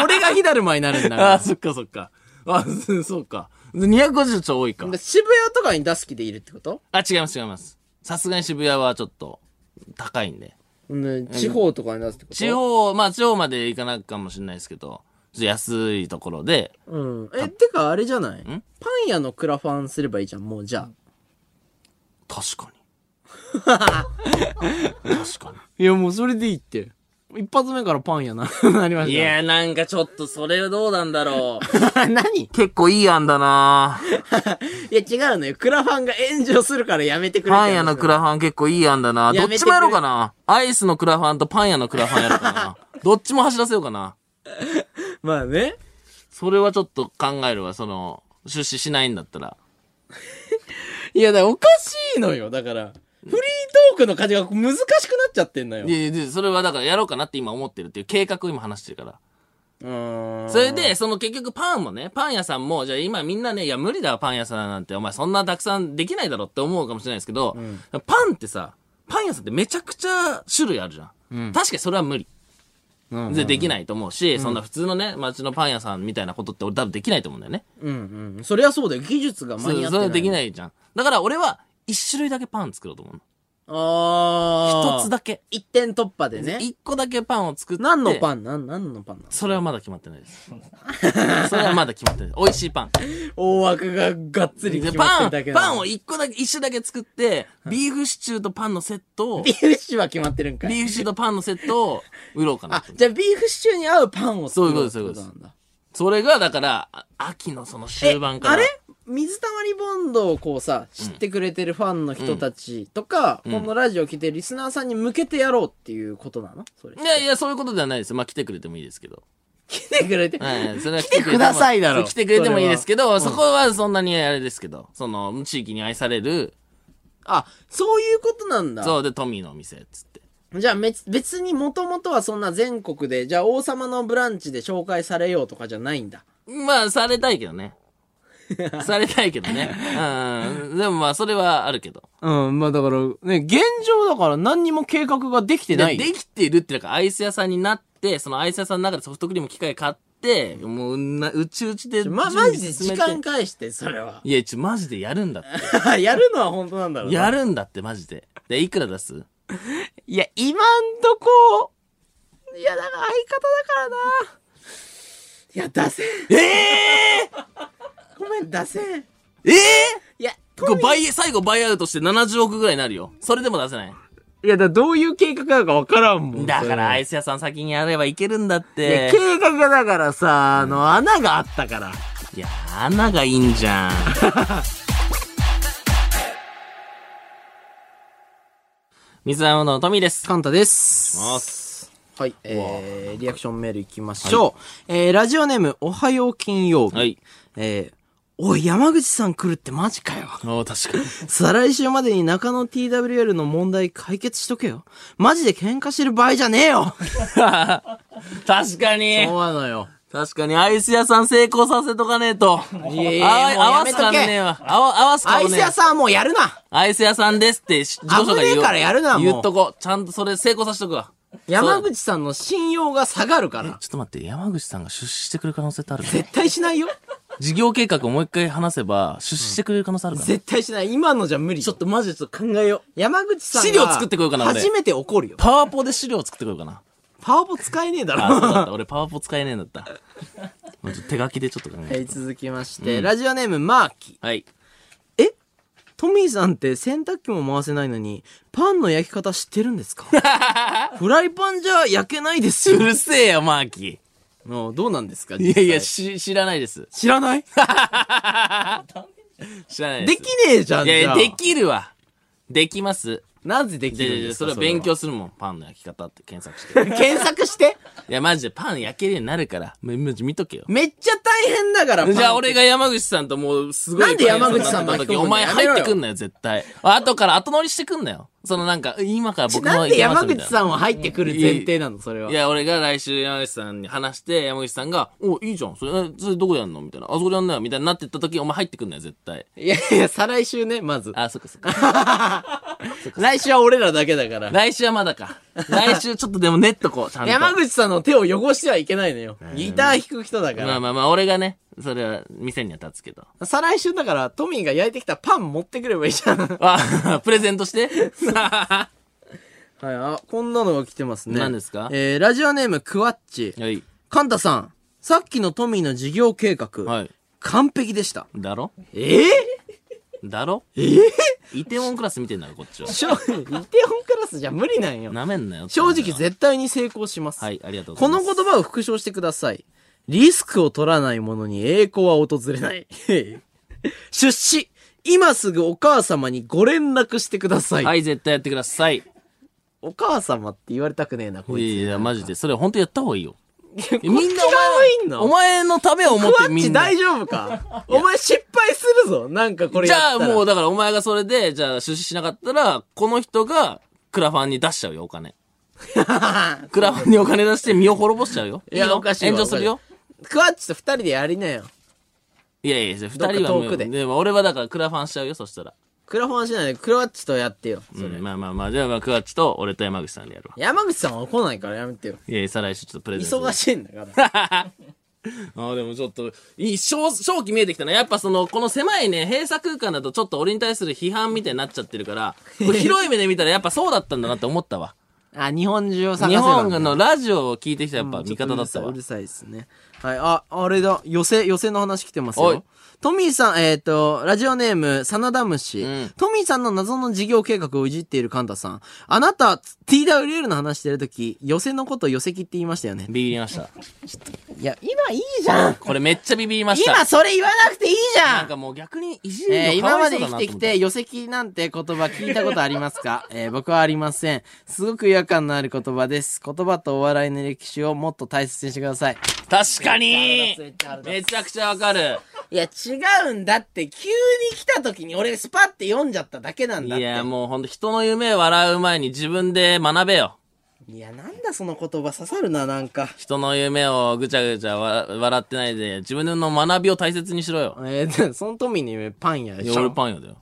Speaker 2: お俺が火だるまになるんだ
Speaker 1: ああ、
Speaker 2: から。
Speaker 1: そっかそっか。あ、 そそうか。250ちょ多いか。
Speaker 2: 渋谷とかに出す気でいるってこと
Speaker 1: あ、違います違います。さすがに渋谷はちょっと高いんで。
Speaker 2: うん地方とかに出すってこと
Speaker 1: 地方、まあ地方まで行かないかもしれないですけど、ちょっと安いところで、
Speaker 2: うん。え、てかあれじゃないパン屋のクラファンすればいいじゃん、もうじゃ
Speaker 1: 確かに。確か
Speaker 2: あ。いや、もうそれでいいって。一発目からパン屋な、 なりま
Speaker 1: に。
Speaker 2: し
Speaker 1: い
Speaker 2: た。
Speaker 1: や、なんかちょっとそれはどうなんだろう。
Speaker 2: 何い
Speaker 1: 結構いい案だな
Speaker 2: や、違うのよ。クラファンが炎上するからやめてくれって
Speaker 1: パ
Speaker 2: 話
Speaker 1: ン屋のクラファン結構いい案だな
Speaker 2: や
Speaker 1: どっ
Speaker 2: めて
Speaker 1: ち
Speaker 2: くれ
Speaker 1: もやろうかなアイスのクラファンとパン屋のクラファンやろうか などっちも走らせようかな
Speaker 2: まあね。
Speaker 1: それはちょっと考えるわ、その、出資しないんだったら。
Speaker 2: いや、だからおかしいのよ。だから、フリートークの感じが難しくなっちゃってんのよ
Speaker 1: い。やいやでそれはだからやろうかなって今思ってるっていう計画を今話してるから。
Speaker 2: うーん
Speaker 1: それで、その結局パンもね、パン屋さんも、じゃあ今みんなね、いや無理だわパン屋さんなんて、お前そんなたくさんできないだろって思うかもしれないですけど、パンってさ、パン屋さんってめちゃくちゃ種類あるじゃん。確かにそれは無理。
Speaker 2: うん
Speaker 1: で、できないと思うし、そんな普通のね、街のパン屋さんみたいなことって俺多分できないと思うんだよね。
Speaker 2: うんうん。そりゃそうだよ。技術が間
Speaker 1: そ
Speaker 2: に合
Speaker 1: うそ
Speaker 2: って
Speaker 1: れ
Speaker 2: な。
Speaker 1: はいでき
Speaker 2: い。
Speaker 1: ないじゃん。だから俺は、一種類だけパン作ろうと思う
Speaker 2: あ
Speaker 1: の。
Speaker 2: あ。
Speaker 1: 一つ。だけ。
Speaker 2: 一点突破でね。
Speaker 1: 一個だけパンを作って。
Speaker 2: 何のパンなん何のパンなの
Speaker 1: それはまだ決まってないです。それはまだ決まってないです。美味しいパン。
Speaker 2: 大枠ががっつり
Speaker 1: で
Speaker 2: 決まって
Speaker 1: パ
Speaker 2: る
Speaker 1: ン
Speaker 2: だけ、な の
Speaker 1: パンを一個だけ、一種だけ作って、ビーフシチューとパンのセットを、
Speaker 2: ビ
Speaker 1: ビ
Speaker 2: ーフシチューは決まってるんかい。
Speaker 1: ーフシチューとパンのセットを売ろうかな
Speaker 2: あ
Speaker 1: と、思って。
Speaker 2: じゃあビーフシチューに合うパンを作ろうって
Speaker 1: そういうことです
Speaker 2: なんだ。
Speaker 1: それが、だから、あ秋のその終盤から。
Speaker 2: あれ水溜りボンドをこうさ、知ってくれてるファンの人たちとか、このラジオ聞いてるリスナーさんに向けてやろうっていうことなのそれ。
Speaker 1: いやいや、そういうことではないです。まあ、来てくれてもいいですけ ど。
Speaker 2: 来てくれて。
Speaker 1: はい、それは来
Speaker 2: てくださいだ
Speaker 1: そ
Speaker 2: ろ
Speaker 1: う来てくれてもいいですけど、
Speaker 2: それ
Speaker 1: そ
Speaker 2: は
Speaker 1: こはそんなにあれですけど、その、地域に愛される、
Speaker 2: あ、そういうことなんだ。
Speaker 1: そうで、トミーのお店、つって。
Speaker 2: じゃあめ別にもともとはそんな全国で、じゃあ王様のブランチで紹介されようとかじゃないんだ。
Speaker 1: まあ、されたいけどね。されたいけど ね。うん。でもまあ、それはあるけど。
Speaker 2: うん、まあだから、ね、現状だから何にも計画ができて
Speaker 1: でできてるって、なんかアイス屋さんになって、そのアイス屋さんの中でソフトクリーム機械買って、もうな、うちうちで。
Speaker 2: ま、
Speaker 1: 準備
Speaker 2: マジで
Speaker 1: 進
Speaker 2: 時
Speaker 1: めて
Speaker 2: 間返して、それは。
Speaker 1: いや、ちょ、マジでやるんだって。
Speaker 2: やるのは本当なんだろうな
Speaker 1: やるんだって、マジで。で、いくら出す
Speaker 2: いや、今んとこ、いや、だから相方だからな。いや、出せ
Speaker 1: え
Speaker 2: ん。
Speaker 1: え
Speaker 2: ごめん、出せん。い
Speaker 1: ええ
Speaker 2: や、
Speaker 1: これ倍、最後倍アウトして70億ぐらいになるよ。それでも出せない。
Speaker 2: いや、だどういう計画なのかわからんも
Speaker 1: だからア
Speaker 2: い
Speaker 1: イス屋さん先にやればいけるんだっ
Speaker 2: や、
Speaker 1: て。
Speaker 2: 計画がだからさ、あの、穴があったから。
Speaker 1: いや、穴がいいんじ ゃん。水溜りボンドのトミーです。
Speaker 2: カンタです。
Speaker 1: ます
Speaker 2: はい、えー、リアクションメールいきましょう。えー、ラジオネーム、おはよう金曜日。
Speaker 1: はい。
Speaker 2: えー、おい、山口さん来るってマジかよ。
Speaker 1: お確かに。
Speaker 2: 再来週までに中野 TWL の問題解決しとけよ。マジで喧嘩してる場合じゃねえ よ
Speaker 1: 確かに。
Speaker 2: うなのよ。
Speaker 1: 確かに、アイス屋さん成功させとかねえと。
Speaker 2: いやい
Speaker 1: あわ
Speaker 2: や、もう
Speaker 1: 合
Speaker 2: や
Speaker 1: わ
Speaker 2: め
Speaker 1: す
Speaker 2: と
Speaker 1: からねえ
Speaker 2: け。
Speaker 1: わ。あわ合わすか
Speaker 2: ア
Speaker 1: ら
Speaker 2: イ
Speaker 1: ね
Speaker 2: ス
Speaker 1: え
Speaker 2: 屋さんはもうやるな
Speaker 1: アイス屋さんですって、自己紹介
Speaker 2: 危ねえからやるなもう
Speaker 1: 言っとこう。ちゃんとそれ成功させとくわ。
Speaker 2: 山
Speaker 1: そう
Speaker 2: 口さんの信用が下がるから。
Speaker 1: ちょっと待って、山口さんが出資してくれる可能性ってあるか
Speaker 2: 絶対しない よ。
Speaker 1: 事業計画をもう一回話せば、出資してくれる可能性あるから。
Speaker 2: 絶対しない。今のじゃ無理。ちょっとマジでちょっと考えよう。山口さんが
Speaker 1: 資料作ってこようかな俺
Speaker 2: 初めて怒る よ。
Speaker 1: パワポで資料を作ってこようかな。
Speaker 2: パワポ使えねえだ
Speaker 1: あ、そうだっ
Speaker 2: ろ。
Speaker 1: た。俺パワポ使えねえんだった。もうちょっと手書きでちょっと考
Speaker 2: は
Speaker 1: え
Speaker 2: い、
Speaker 1: て。
Speaker 2: 続きまして、ラジオネームマーキー。
Speaker 1: はい。
Speaker 2: トミーさんって洗濯機も回せないのに、パンの焼き方知ってるんです かフライパンじゃ焼けないです
Speaker 1: う
Speaker 2: よ。
Speaker 1: るせえよ、マーキ
Speaker 2: のどうなんですか
Speaker 1: ー。いやいや、
Speaker 2: 実際
Speaker 1: し、知らないです。
Speaker 2: 知らない
Speaker 1: 知らないで。
Speaker 2: ですきねえじゃん。
Speaker 1: いやい
Speaker 2: じゃ
Speaker 1: や、
Speaker 2: あ
Speaker 1: できるわ。できます。
Speaker 2: なぜでき
Speaker 1: で
Speaker 2: るん
Speaker 1: で
Speaker 2: で
Speaker 1: ですそ
Speaker 2: か
Speaker 1: れは勉強するもん。パンの焼き方って検索して。
Speaker 2: それは検索して。
Speaker 1: いや、マジでパン焼けるようになるから。もうもう見とけよ。
Speaker 2: めっちゃ大変だから。
Speaker 1: じゃあ俺
Speaker 2: が。
Speaker 1: が山口さんともうすごい。
Speaker 2: なんで山口さん巻き込むの
Speaker 1: お前
Speaker 2: やめろよ
Speaker 1: 入ってくんなよ、絶対。あ後から後乗りしてくんなよ。そのなんか、今から僕も
Speaker 2: な
Speaker 1: 行
Speaker 2: んで
Speaker 1: けます
Speaker 2: 山
Speaker 1: み
Speaker 2: 口
Speaker 1: たいな。
Speaker 2: さんは入ってくる前提なのそれはい
Speaker 1: や、俺が来週山口さんに話して、山口さんが、お、いいじゃん。それ、えそれどこでやんのみたいな。あそこでやんなよ。みたいになってった時、お前入ってくんなよ、絶対。
Speaker 2: いやいや、再来週ね、まず。
Speaker 1: あ、そっかそっか。
Speaker 2: 来週は俺らだけだから。
Speaker 1: 来週はまだか。来週ちょっとでも練っとこう、ちゃんと。
Speaker 2: 山口さんの手を汚してはいけないのよ。ギター弾く人だ
Speaker 1: ま
Speaker 2: か
Speaker 1: あ
Speaker 2: ら。
Speaker 1: まあまあ、俺がね、それは店には立つけど。
Speaker 2: 再来週だから、トミーが焼いてきたパン持ってくればいいじゃん。はい、
Speaker 1: あ、 プレゼント して。は
Speaker 2: あ、こんなのが来てますね。
Speaker 1: 何ですか
Speaker 2: えー、ラジオネーム、クワッチ。
Speaker 1: い。
Speaker 2: カンタさん、さっきのトミーの事業計画、
Speaker 1: はい。
Speaker 2: 完璧でした。
Speaker 1: だろ
Speaker 2: ええ
Speaker 1: だろ
Speaker 2: ええ
Speaker 1: イテウォンクラス見てんだろ、こっちは。
Speaker 2: しょ、イテオンクラスじゃ無理なんよ。
Speaker 1: なめんなよ。
Speaker 2: 正直絶対に成功します。
Speaker 1: はい、ありがとうござ
Speaker 2: こ
Speaker 1: いま
Speaker 2: の
Speaker 1: す。
Speaker 2: 言葉を復唱してください。リスクを取らない者に栄光は訪れない。 出資今すぐお母様にご連絡してください。
Speaker 1: はい、絶対やってください。
Speaker 2: お母様って言われたくねえな、こいつ。
Speaker 1: いや、マジで。それ本当やった方がいいよ。
Speaker 2: いや
Speaker 1: みんな
Speaker 2: こっちが悪いんの
Speaker 1: お前のためを思っ
Speaker 2: クワ
Speaker 1: て
Speaker 2: ッ
Speaker 1: み
Speaker 2: チ
Speaker 1: んな。
Speaker 2: 大丈夫かお前失敗するぞ。なんかこれ
Speaker 1: じ
Speaker 2: や
Speaker 1: ゃあ
Speaker 2: ったら
Speaker 1: もうだからお前がそれで、じゃあ出資しなかったら、この人がクラファンに出しちゃうよ、お金。 クラファンにお金出して身を滅ぼしちゃうよ。
Speaker 2: いや
Speaker 1: の
Speaker 2: おかしいわ
Speaker 1: 炎上するよ。
Speaker 2: クワッチと二人でやりなよ。
Speaker 1: いやいや、二人
Speaker 2: どっか
Speaker 1: はも
Speaker 2: 遠
Speaker 1: う、
Speaker 2: くで
Speaker 1: でも俺はだからクラファンしちゃうよ、そしたら。
Speaker 2: クラファンしないでクワッチとやってよ。
Speaker 1: うんまあまあまあ、じゃあまあ、クワッチと俺と山口さんでやるわ。
Speaker 2: 山口さんは来ないからやめてよ。
Speaker 1: いやいや、再来週ちょっとプレゼント。
Speaker 2: 忙しいんだ から。
Speaker 1: ああ、でもちょっと、いい、正正気見えてきたな。やっぱその、この狭いね、閉鎖空間だとちょっと俺に対する批判みたいになっちゃってる から、これ広い目で見たらやっぱそうだったんだなって思ったわ。
Speaker 2: あ、日本中を探
Speaker 1: 日
Speaker 2: せば
Speaker 1: 本のラジオを聞いてきたやっぱ味方だったわ
Speaker 2: うる。さいですね。はい。あ、あれだ。寄せ、寄せの話来てます
Speaker 1: おい
Speaker 2: よ。トミーさん、えっ、と、ラジオネーム、サナダムシ。
Speaker 1: うん
Speaker 2: トミーさんの謎の事業計画をいじっているカンタさん。あなた、TWL の話してるとき、寄せのこと寄せきって言いましたよね。
Speaker 1: ビビりました。
Speaker 2: いや、今いいじゃん
Speaker 1: これめっちゃビビりました。
Speaker 2: 今それ言わなくていいじ
Speaker 1: な
Speaker 2: ゃ
Speaker 1: ん
Speaker 2: ん
Speaker 1: かもう逆にいじるの
Speaker 2: えー
Speaker 1: か
Speaker 2: 今
Speaker 1: わ
Speaker 2: ま
Speaker 1: いそ
Speaker 2: で
Speaker 1: う
Speaker 2: 生
Speaker 1: だな
Speaker 2: き
Speaker 1: と
Speaker 2: て
Speaker 1: 思っ
Speaker 2: き、
Speaker 1: て
Speaker 2: 寄せきなんて言葉聞いたことありますか えー僕はありません。すごく違和感のある言葉です。言葉とお笑いの歴史をもっと大切にしてください。
Speaker 1: 確かに
Speaker 2: めっちゃあるだ
Speaker 1: めちゃくちゃわかる。
Speaker 2: いや、違うんだって、急に来た時に俺スパって読んじゃっただけなん
Speaker 1: い
Speaker 2: だって。
Speaker 1: や、もうほんと人の夢笑う前に自分で学べよ。
Speaker 2: いや、なんだその言葉刺さるな、なんか。
Speaker 1: 人の夢をぐちゃぐちゃわ笑ってないで、自分の学びを大切にしろよ。
Speaker 2: えー、その富に夢パン屋で
Speaker 1: い
Speaker 2: し
Speaker 1: や俺
Speaker 2: ょ。
Speaker 1: パン屋だよ。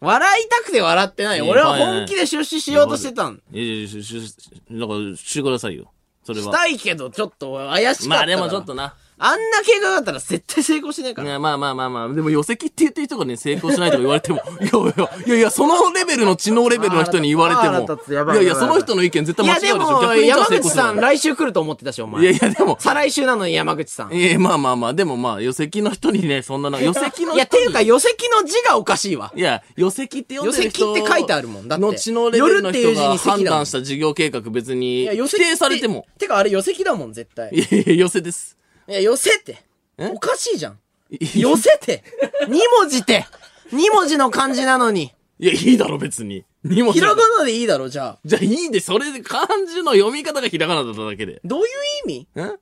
Speaker 2: 笑いたくて笑ってない。
Speaker 1: いや
Speaker 2: 俺は
Speaker 1: パン屋ね
Speaker 2: 本気で出資しようとしてたん。
Speaker 1: いやいや、し、し、しだから、してくださいよ。それ
Speaker 2: し
Speaker 1: は。
Speaker 2: たいけど、ちょっと怪し
Speaker 1: ま
Speaker 2: かった
Speaker 1: あ
Speaker 2: から。
Speaker 1: でもちょっとな。
Speaker 2: あんな計画だったら絶対成功しねえか
Speaker 1: い
Speaker 2: ら。
Speaker 1: やまあまあまあまあ、でも寄席って言ってる人がね、成功しないとか言われても、 いやいや、いやいや、そのレベルの知能レベルの人に言われ
Speaker 2: あー腹立つ
Speaker 1: て
Speaker 2: やば
Speaker 1: も、
Speaker 2: い
Speaker 1: いやいや、
Speaker 2: やば
Speaker 1: そ
Speaker 2: い
Speaker 1: の人の意見絶対
Speaker 2: い
Speaker 1: 間
Speaker 2: や、
Speaker 1: 違いでし
Speaker 2: で
Speaker 1: ょ。
Speaker 2: も、
Speaker 1: 逆にじゃあ成
Speaker 2: 山
Speaker 1: 功
Speaker 2: 口
Speaker 1: する
Speaker 2: さん
Speaker 1: よ
Speaker 2: 来週来ると思ってたし、お前。
Speaker 1: いやいや、でも、
Speaker 2: 再来週なのに山口さん。い
Speaker 1: ええまあまあまあ、でもまあ、寄席の人にね、そんなの、寄席の人に。
Speaker 2: や、ていうか、寄席の字がおかしいわ。
Speaker 1: いや、予席って読んでる人
Speaker 2: 寄席って書いてあるもんだって
Speaker 1: の知能レベルの人が
Speaker 2: 夜っていう字に
Speaker 1: 判
Speaker 2: 席だもん
Speaker 1: 断した事業計画別に、
Speaker 2: いや、寄
Speaker 1: 否
Speaker 2: 席って
Speaker 1: 定されても。。
Speaker 2: てか、あれ寄席だもん、絶対。
Speaker 1: いやいや、寄席です。
Speaker 2: いや、寄せて。
Speaker 1: え
Speaker 2: おかしいじゃん。
Speaker 1: いや
Speaker 2: 寄せて。 二文字って。二文字の漢字なの に。
Speaker 1: いや、いいだろ、別に。荷物
Speaker 2: ひらがなでいいだろ、じゃあ。
Speaker 1: じゃあいいんで、それで漢字の読み方がひらがなだっただけで。
Speaker 2: どういう意味
Speaker 1: ん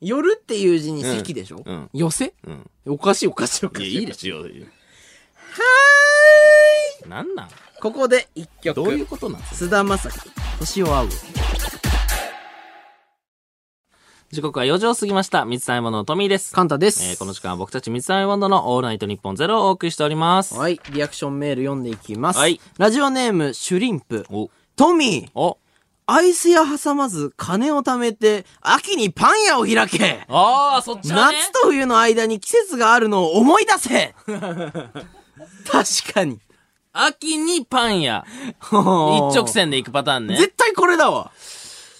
Speaker 2: 寄るっていう字に席でしょ、
Speaker 1: うん
Speaker 2: 寄せ
Speaker 1: うん。
Speaker 2: おかしいおかしいおか
Speaker 1: いや、
Speaker 2: しい。
Speaker 1: いいですよ。はーい。なんなん
Speaker 2: ここで一曲。
Speaker 1: どういうことなん
Speaker 2: 須田まさき。星を合う。
Speaker 1: 時刻は4時を過ぎました。三つ編み物のトミーです。
Speaker 2: カンタです。
Speaker 1: えー、この時間は僕たち三つ編み物のオールナイトニッポンゼロをお送りしております。い。
Speaker 2: はい。リアクションメール読んでいきます。
Speaker 1: はい
Speaker 2: ラジオネーム、シュリンプ。
Speaker 1: お、
Speaker 2: トミー、
Speaker 1: お、
Speaker 2: アイス屋挟まず金を貯めて、秋にパン屋を開け
Speaker 1: あー、そっちはね。
Speaker 2: 夏と冬の間に季節があるのを思い出 せ確かに。
Speaker 1: 秋にパン屋。
Speaker 2: 一
Speaker 1: 一直。線で行くパターンね。
Speaker 2: 絶対これだわ。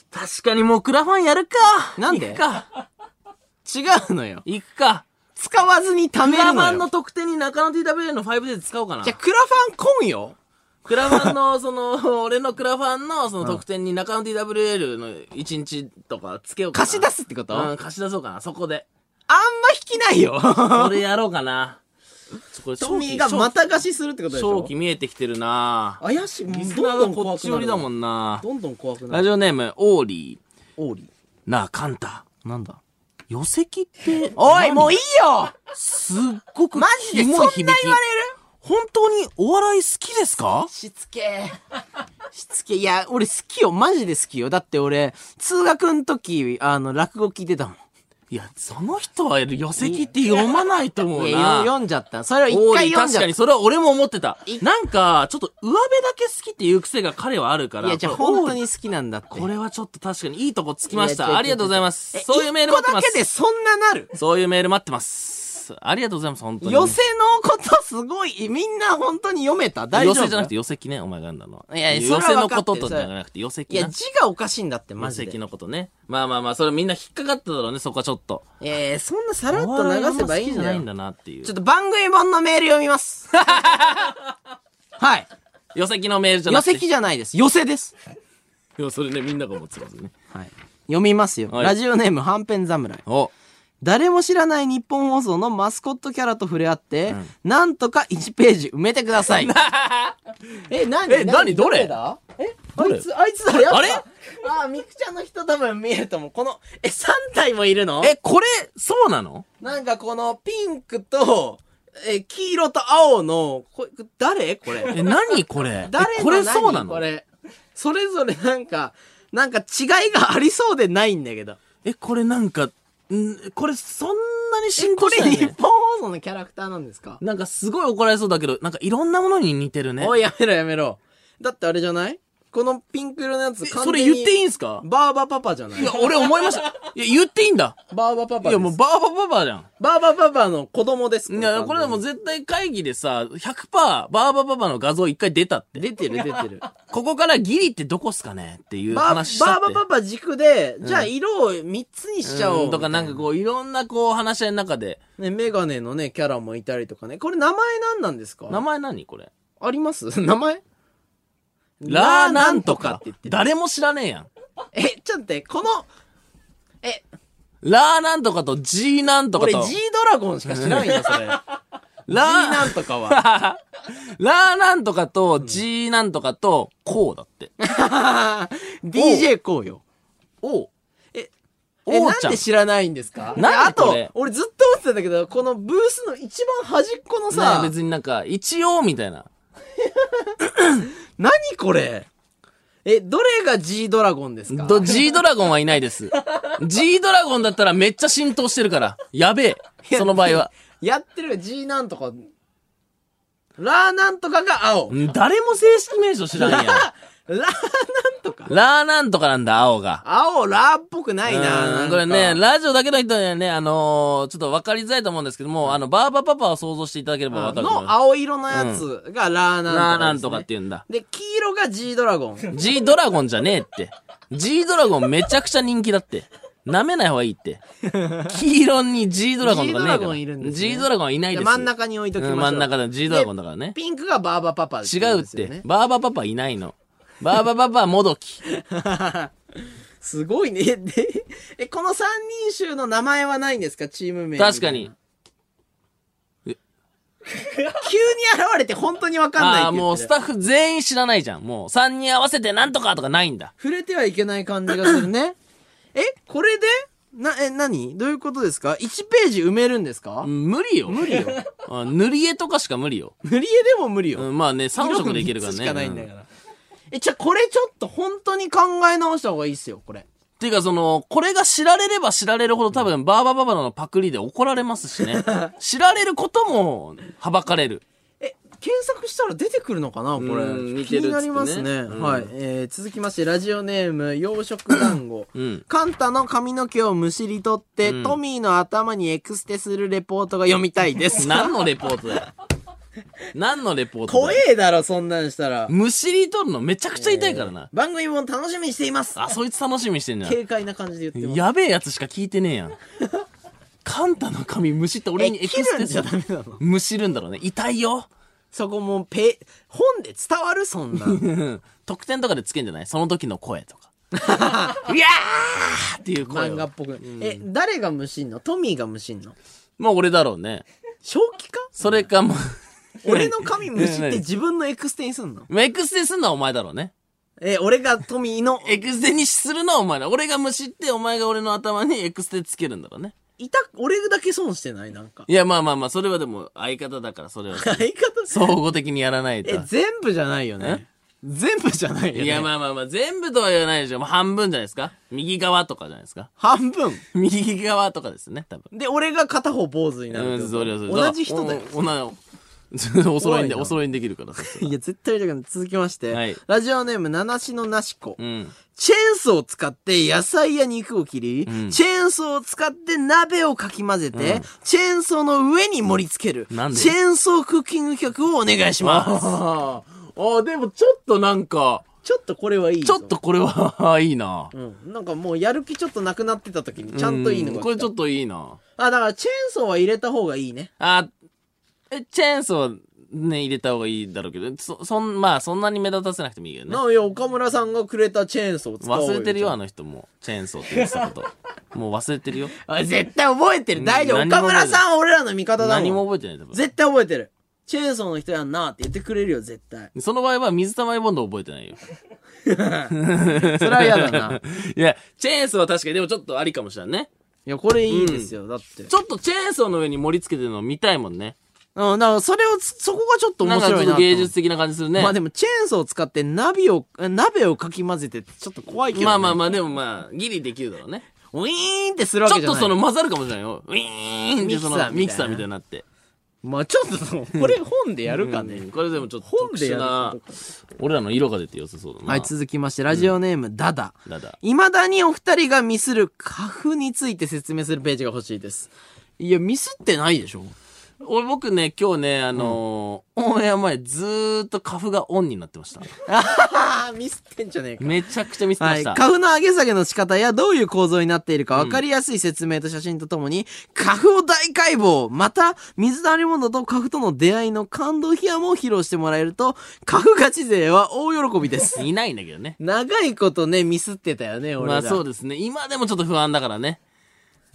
Speaker 1: 確かにもうクラファンやるか
Speaker 2: なんで
Speaker 1: 行くか。
Speaker 2: 違うのよ。
Speaker 1: 行くか。
Speaker 2: 使わずに貯
Speaker 1: ク
Speaker 2: め
Speaker 1: ラ
Speaker 2: る
Speaker 1: フ
Speaker 2: の
Speaker 1: ァンの
Speaker 2: よ。
Speaker 1: 特典に中野 TWL の5デーズ使おうかな。
Speaker 2: じゃあ、クラファンコンよ。
Speaker 1: クラファンの、その、 俺のクラファンの、その特典に中野 TWL の1日とかつけようかな。
Speaker 2: 貸し出すってこと、あ
Speaker 1: うんん、貸し出そうかな、そこで。
Speaker 2: ま引きない よ。
Speaker 1: それやろうかな。ちょこれ
Speaker 2: トミーがまた貸しするってことでしょ
Speaker 1: 正気見えてきてるな
Speaker 2: 怪しい。
Speaker 1: リスナー
Speaker 2: ど
Speaker 1: が
Speaker 2: んどん
Speaker 1: こっ
Speaker 2: 怖
Speaker 1: ち
Speaker 2: くな
Speaker 1: 寄り
Speaker 2: る。
Speaker 1: だもんな
Speaker 2: どんどん怖くな
Speaker 1: ラ
Speaker 2: る。
Speaker 1: ジオネーム、オーリ
Speaker 2: オーリ
Speaker 1: ー。なあ、カンタ。
Speaker 2: ー。なんだ
Speaker 1: 寄席って、
Speaker 2: おい、もういいよ
Speaker 1: すっごく
Speaker 2: マジでそんな言われる
Speaker 1: 本当にお笑い好きですか
Speaker 2: しつけえ。しつけ、いや、俺好きよ。マジで好きよ。だって俺、通学の時、あの、落語聞いてたもん。
Speaker 1: いや、その人は寄席って読まないと思う
Speaker 2: いや、
Speaker 1: な。
Speaker 2: 読んじゃった。それを一
Speaker 1: お
Speaker 2: 回
Speaker 1: い
Speaker 2: 読ん
Speaker 1: 確
Speaker 2: じ
Speaker 1: か
Speaker 2: ゃった
Speaker 1: に、。それは俺も思ってた
Speaker 2: い。
Speaker 1: なんか、ちょっと上辺だけ好きっていう癖が彼はあるから。
Speaker 2: いや、じゃあ
Speaker 1: これ
Speaker 2: 本当に好きなんだって。
Speaker 1: これはちょっと確かにいいとこつき
Speaker 2: いや
Speaker 1: まし
Speaker 2: ちょちょち
Speaker 1: た。
Speaker 2: ょ
Speaker 1: ありがとうございます。
Speaker 2: え
Speaker 1: そういうメール待ってま。
Speaker 2: 一個だけですそんななる
Speaker 1: そういうメール待ってます。ありがとうございます、本当に。
Speaker 2: 寄せのことすごい、みんな本当に読めた大丈
Speaker 1: 寄
Speaker 2: 夫
Speaker 1: せじゃなくて寄席ね、お前があんだのは。
Speaker 2: いやいや
Speaker 1: 寄
Speaker 2: それ
Speaker 1: せ
Speaker 2: は
Speaker 1: の
Speaker 2: 分か
Speaker 1: こ
Speaker 2: って
Speaker 1: と
Speaker 2: る
Speaker 1: とじゃなくて、寄席
Speaker 2: い
Speaker 1: な。
Speaker 2: や、字がおかしいんだって、マ
Speaker 1: 寄
Speaker 2: ジ
Speaker 1: 席
Speaker 2: で。
Speaker 1: のことね。まあまあまあ、それみんな引っかかっただろうね、そこはちょっと。
Speaker 2: えー、そんなさらっと流せばいいん
Speaker 1: お
Speaker 2: だ
Speaker 1: 笑あ
Speaker 2: よ
Speaker 1: ま好きじゃないん。だなっていう
Speaker 2: ちょ。っと番組本のメール読 みます。はい。
Speaker 1: 寄席のメールじゃ
Speaker 2: 寄
Speaker 1: なくて。
Speaker 2: 席じゃないです。寄せです。
Speaker 1: いやそれね、みんなが思ってますね。
Speaker 2: はい。読みますよ。
Speaker 1: はい
Speaker 2: ラジオネーム、はんぺん侍。
Speaker 1: お。
Speaker 2: 誰も知らない日本放送のマスコットキャラと触れ合って、なんとか1ページ埋めてくださ い。え、何
Speaker 1: え何どれ
Speaker 2: だえあ
Speaker 1: どれ
Speaker 2: いつ、あいつだやっぱ
Speaker 1: あれ
Speaker 2: あー、みくちゃんの人多分見えると思う。この、え、3体もいるの
Speaker 1: え、これ、そうなの
Speaker 2: なんかこのピンクと、え、黄色と青の、これ、誰これ。
Speaker 1: え、何これ
Speaker 2: 誰
Speaker 1: え
Speaker 2: の
Speaker 1: これ
Speaker 2: 何
Speaker 1: そうなの
Speaker 2: これ。それぞれなんか、なんか違いがありそうでないんだけど。
Speaker 1: え、これなんか、んこれそんなに
Speaker 2: え
Speaker 1: 進
Speaker 2: こ
Speaker 1: 行し
Speaker 2: れ
Speaker 1: てない、
Speaker 2: 日
Speaker 1: ね
Speaker 2: 本、放送のキャラクターなんですか、
Speaker 1: なんかすごい怒られそうだけど、なんかいろんなものに似てるね。
Speaker 2: おい、やめろやめろ。だってあれじゃないこのピンク色のやつ
Speaker 1: え、それ言っていいんすか
Speaker 2: バーバパパじゃない
Speaker 1: いや、俺思いました。いや、言っていいんだ。
Speaker 2: バーバパパ
Speaker 1: い
Speaker 2: です。
Speaker 1: や、もうバーバーバーバーじゃん。
Speaker 2: バーバパパの子供です。
Speaker 1: いや、これでもう絶対会議でさ、100%バーバーバーバーの画像一回出たって。
Speaker 2: 出てる出てる。
Speaker 1: ここからギリってどこっすかねっていう
Speaker 2: バーバ
Speaker 1: 話したって。
Speaker 2: ーバパパ軸で、じゃあ色を3つにしちゃおう。
Speaker 1: うんとかなんかこう、いろんなこう話し合いの中で。
Speaker 2: ね、メガネのね、キャラもいたりとかね。これ名前何なんですか
Speaker 1: 名前何これ
Speaker 2: あります 名前
Speaker 1: ラーなんとか
Speaker 2: って言ってる。
Speaker 1: 誰も知らねえやん。
Speaker 2: え、ちょっと待って、この、え、
Speaker 1: ラーなんとかと G なんとか
Speaker 2: 俺
Speaker 1: と。
Speaker 2: G ドラゴンしか知らんよ、それ。G なんとかは。
Speaker 1: ラーなんとかと G なんとかと、こうだって。
Speaker 2: DJ こうよ。
Speaker 1: おう。
Speaker 2: え、
Speaker 1: おう
Speaker 2: なん
Speaker 1: ちゃん
Speaker 2: で。知らないんです
Speaker 1: なん
Speaker 2: か
Speaker 1: で
Speaker 2: えあ
Speaker 1: ことれ、
Speaker 2: 俺ずっと思ってたんだけど、このブースの一番端っこの
Speaker 1: ね
Speaker 2: さ、
Speaker 1: 別になんか、一応みたいな。
Speaker 2: 何これえ、どれが G ドラゴンですか
Speaker 1: ど、G ドラゴンはいない です。G ドラゴンだったらめっちゃ浸透してるから。やべえ。その場合は。
Speaker 2: やってるよ G なんとか、ラーなんとかが青。
Speaker 1: うん誰も正式名称知らんやん。
Speaker 2: ラーなんとか。
Speaker 1: ラーなんとかなんだ、青が。
Speaker 2: 青、ラーっぽくないな
Speaker 1: うん
Speaker 2: な
Speaker 1: ん
Speaker 2: か
Speaker 1: これね、ラジオだけの人にはね、あのーちょっと分かりづらいと思うんですけども、あの、バーバパパを想像していただければ分かると思い
Speaker 2: の
Speaker 1: ます。
Speaker 2: 青色のやつがラー
Speaker 1: ラー
Speaker 2: な
Speaker 1: なんん
Speaker 2: と
Speaker 1: と
Speaker 2: か
Speaker 1: か
Speaker 2: で
Speaker 1: っ
Speaker 2: す
Speaker 1: て言うんだ。
Speaker 2: ね。で、黄色が G ドラゴン。
Speaker 1: G ドラゴンじゃねえって。G ドラゴンめちゃくちゃ人気だって。舐めない方がいいって。黄色に G ドラゴンとかねえ
Speaker 2: G ドラ
Speaker 1: から。
Speaker 2: ゴンいるんですね
Speaker 1: G ドラゴンはいない
Speaker 2: じゃ
Speaker 1: で
Speaker 2: あ
Speaker 1: す。
Speaker 2: 真ん中に置いときましょ
Speaker 1: う
Speaker 2: う。
Speaker 1: ん真ん中の G ドラゴンだからね
Speaker 2: でピンクがバーバパパ
Speaker 1: 違うっ
Speaker 2: ですよ
Speaker 1: て
Speaker 2: ね。。
Speaker 1: バーバパパいないの。バーバパパはもどき。
Speaker 2: すごいね。 えで、え、この三人衆の名前はないんですかチーム名。
Speaker 1: 確かに。。
Speaker 2: 急に現れて本当にわかんないって
Speaker 1: ああ
Speaker 2: 言っ
Speaker 1: ー、
Speaker 2: てる
Speaker 1: もうスタッフ全員知らないじゃん。もう3人合わせてなんとかとかないんだ。
Speaker 2: 触れてはいけない感じがする ね。え、これでな、え、何どういうことですか ?1 ページ埋めるんですか、
Speaker 1: うん無理よ。無 理よ。塗り絵とかしか無理よ。
Speaker 2: 塗り絵でも無理よ。
Speaker 1: うん、まあね、3色でいけるからね。
Speaker 2: しかないんだか
Speaker 1: うん
Speaker 2: ら。え、じゃあこれちょっと本当に考え直した方がいいっすよ、これ。
Speaker 1: ていうか、その、これが知られれば知られるほど多分、バーバババのパクリで怒られますし ね。知られることも、はばかれる。
Speaker 2: え、検索したら出てくるのかなこれ。
Speaker 1: うん似てるっつってね
Speaker 2: 気になりますね。
Speaker 1: うん
Speaker 2: はい。えー続きまして、ラジオネーム、養殖団子。
Speaker 1: うん。
Speaker 2: カンタの髪の毛をむしり取って、
Speaker 1: うん
Speaker 2: トミーの頭にエクステするレポートが読みたいです。
Speaker 1: 何のレポートだよ。何のレポートだよ
Speaker 2: 怖えだろ、そんなんしたら。
Speaker 1: むしり取るのめちゃくちゃ痛いからな。
Speaker 2: 番組も楽しみにしています。
Speaker 1: あ、そいつ楽しみにしてんじゃん。
Speaker 2: 軽快な感じで言ってます。
Speaker 1: やべえやつしか聞いてねえ やん。カンタの髪むしって俺にエ
Speaker 2: え
Speaker 1: ク
Speaker 2: 切
Speaker 1: ス
Speaker 2: る
Speaker 1: テ
Speaker 2: んじゃ
Speaker 1: ス
Speaker 2: ダメなの
Speaker 1: むしるんだろうね。痛いよ。
Speaker 2: そこもうペ、本で伝わるそんな。
Speaker 1: うん 得点とかでつけんじゃないその時の声と か。いやーっていう声
Speaker 2: 漫画
Speaker 1: を
Speaker 2: っ。ぽく。え、誰がむしんのトミーがむしんの
Speaker 1: まあ俺だろうね。
Speaker 2: 正気か
Speaker 1: それかもう。
Speaker 2: 俺の髪むしっ
Speaker 1: ね
Speaker 2: て
Speaker 1: ね
Speaker 2: 自分のエクステにすんの
Speaker 1: まあエクステすんのはお前だろうね。
Speaker 2: え、俺がトミーの、
Speaker 1: エクステにするのはお前だ。俺がむしってお前が俺の頭にエクステつけるんだろうね。
Speaker 2: いた、俺だけ損してないなんか。
Speaker 1: いやまあまあまあ、それ はでも相方だからそれは。
Speaker 2: 相方
Speaker 1: 総合的にやらないと
Speaker 2: え、。全部じゃないよね。全部じゃないよね。
Speaker 1: いや、まあまあまあ、全部とは言わないでしょ。まあ半分じゃないですか。右側とかじゃないですか。
Speaker 2: 半分。
Speaker 1: 右側とかですね、多分。
Speaker 2: で、俺が片方坊主になるっ
Speaker 1: う
Speaker 2: てこ
Speaker 1: ん、
Speaker 2: と。
Speaker 1: そりゃそう
Speaker 2: 同じ人だよ。
Speaker 1: おおおお揃いにで、
Speaker 2: 怖いな
Speaker 1: お揃いにできるから。そうそう
Speaker 2: いや、絶対見たくない続きまして、
Speaker 1: はい
Speaker 2: ラジオネーム、七しのなしこ。
Speaker 1: うん。
Speaker 2: チェーンソーを使って野菜や肉を切り、
Speaker 1: うん
Speaker 2: チェーンソーを使って鍋をかき混ぜて、
Speaker 1: うん
Speaker 2: チェーンソーの上に盛り付ける、
Speaker 1: なんで
Speaker 2: チェーンソークッキング曲をお願いします。
Speaker 1: あーあー、でもちょっとなんか、
Speaker 2: ちょっとこれはいい
Speaker 1: ち
Speaker 2: ぞ
Speaker 1: ょっと、これは、いいな。
Speaker 2: うん、なんかもうやる気ちょっとなくなってた時にちゃんといいの
Speaker 1: う
Speaker 2: が
Speaker 1: んこれちょ
Speaker 2: っ
Speaker 1: っといいな。
Speaker 2: と。あ、だからチェーンソーは入れた方がいいね。
Speaker 1: あ、え、チェーンソーね、入れた方がいいだろうけど、そ、そん、まあ、そんなに目立たせなくてもいいけどね。
Speaker 2: な、いや、岡村さんがくれたチェーンソーを使おう
Speaker 1: 忘れてるよ、あの人も。チェーンソーって言ってたこと。もう忘れてるよ。
Speaker 2: あ絶対覚えてる。大丈夫。
Speaker 1: 何も
Speaker 2: 岡
Speaker 1: 覚えてない
Speaker 2: 村さんは俺らの味方だもん。
Speaker 1: 何も覚えてない、多分。
Speaker 2: 絶対覚えてる。チェーンソーの人やんなって言ってくれるよ、絶 対。
Speaker 1: その場合は水溜りボンド覚えてないよ。
Speaker 2: それは嫌だな。い
Speaker 1: いや、チェーンソーは確かにでもちょっとありかもしれないね。
Speaker 2: や、これいいですよ、だって。
Speaker 1: ちょっとチェーンソーの上に盛り付けてるの見たいもんね。
Speaker 2: うん、だからそれをつ、そこがちょっと
Speaker 1: な
Speaker 2: 面
Speaker 1: んかち
Speaker 2: 白
Speaker 1: ょっと
Speaker 2: いなと思う
Speaker 1: 芸術的な感じするね。
Speaker 2: まあでも、チェーンソーを使って鍋を、鍋をかき混ぜて、ちょっと怖いけど、ね。
Speaker 1: まあまあまあ、でもまあ、ギリできるだろうね。
Speaker 2: ウィーンってするわ
Speaker 1: ちょっ
Speaker 2: けじゃ
Speaker 1: と
Speaker 2: ない。
Speaker 1: その混ざるかもしれないよ。ウィーンってそのミキサ
Speaker 2: ミキサ
Speaker 1: ー
Speaker 2: ー
Speaker 1: み
Speaker 2: み
Speaker 1: た
Speaker 2: た
Speaker 1: い
Speaker 2: い
Speaker 1: になって。
Speaker 2: まあちょっとその、これ本でやるか
Speaker 1: う
Speaker 2: ね
Speaker 1: ん。これでもちょっと
Speaker 2: 本
Speaker 1: 特
Speaker 2: で
Speaker 1: 殊
Speaker 2: やる
Speaker 1: な
Speaker 2: こと、
Speaker 1: 俺らの色が出て良さそうだな。
Speaker 2: はい、続きまして、ラジオネーム、ダダ。
Speaker 1: だだ。
Speaker 2: いまだにお二人がミスる花粉について説明するページが欲しいです。いや、ミスってないでしょ
Speaker 1: 俺僕ね、今日ね、あのーオンエア前ずーっとカフがオンになってました。
Speaker 2: ああ、ミスってんじゃねえか。
Speaker 1: めちゃくちゃ見せてま
Speaker 2: は
Speaker 1: し
Speaker 2: い。
Speaker 1: た。
Speaker 2: 花粉の上げ下げの仕方やどういう構造になっているか分かりやすい説明と写真とともに、花粉を大解剖、また、水溜りボンドと花粉との出会いの感動秘話も披露してもらえると、花粉ガチ勢は大喜び です。
Speaker 1: いないんだけどね。
Speaker 2: 長いことね、ミスってたよね、俺ら。
Speaker 1: まあそうですね。今でもちょっと不安だからね。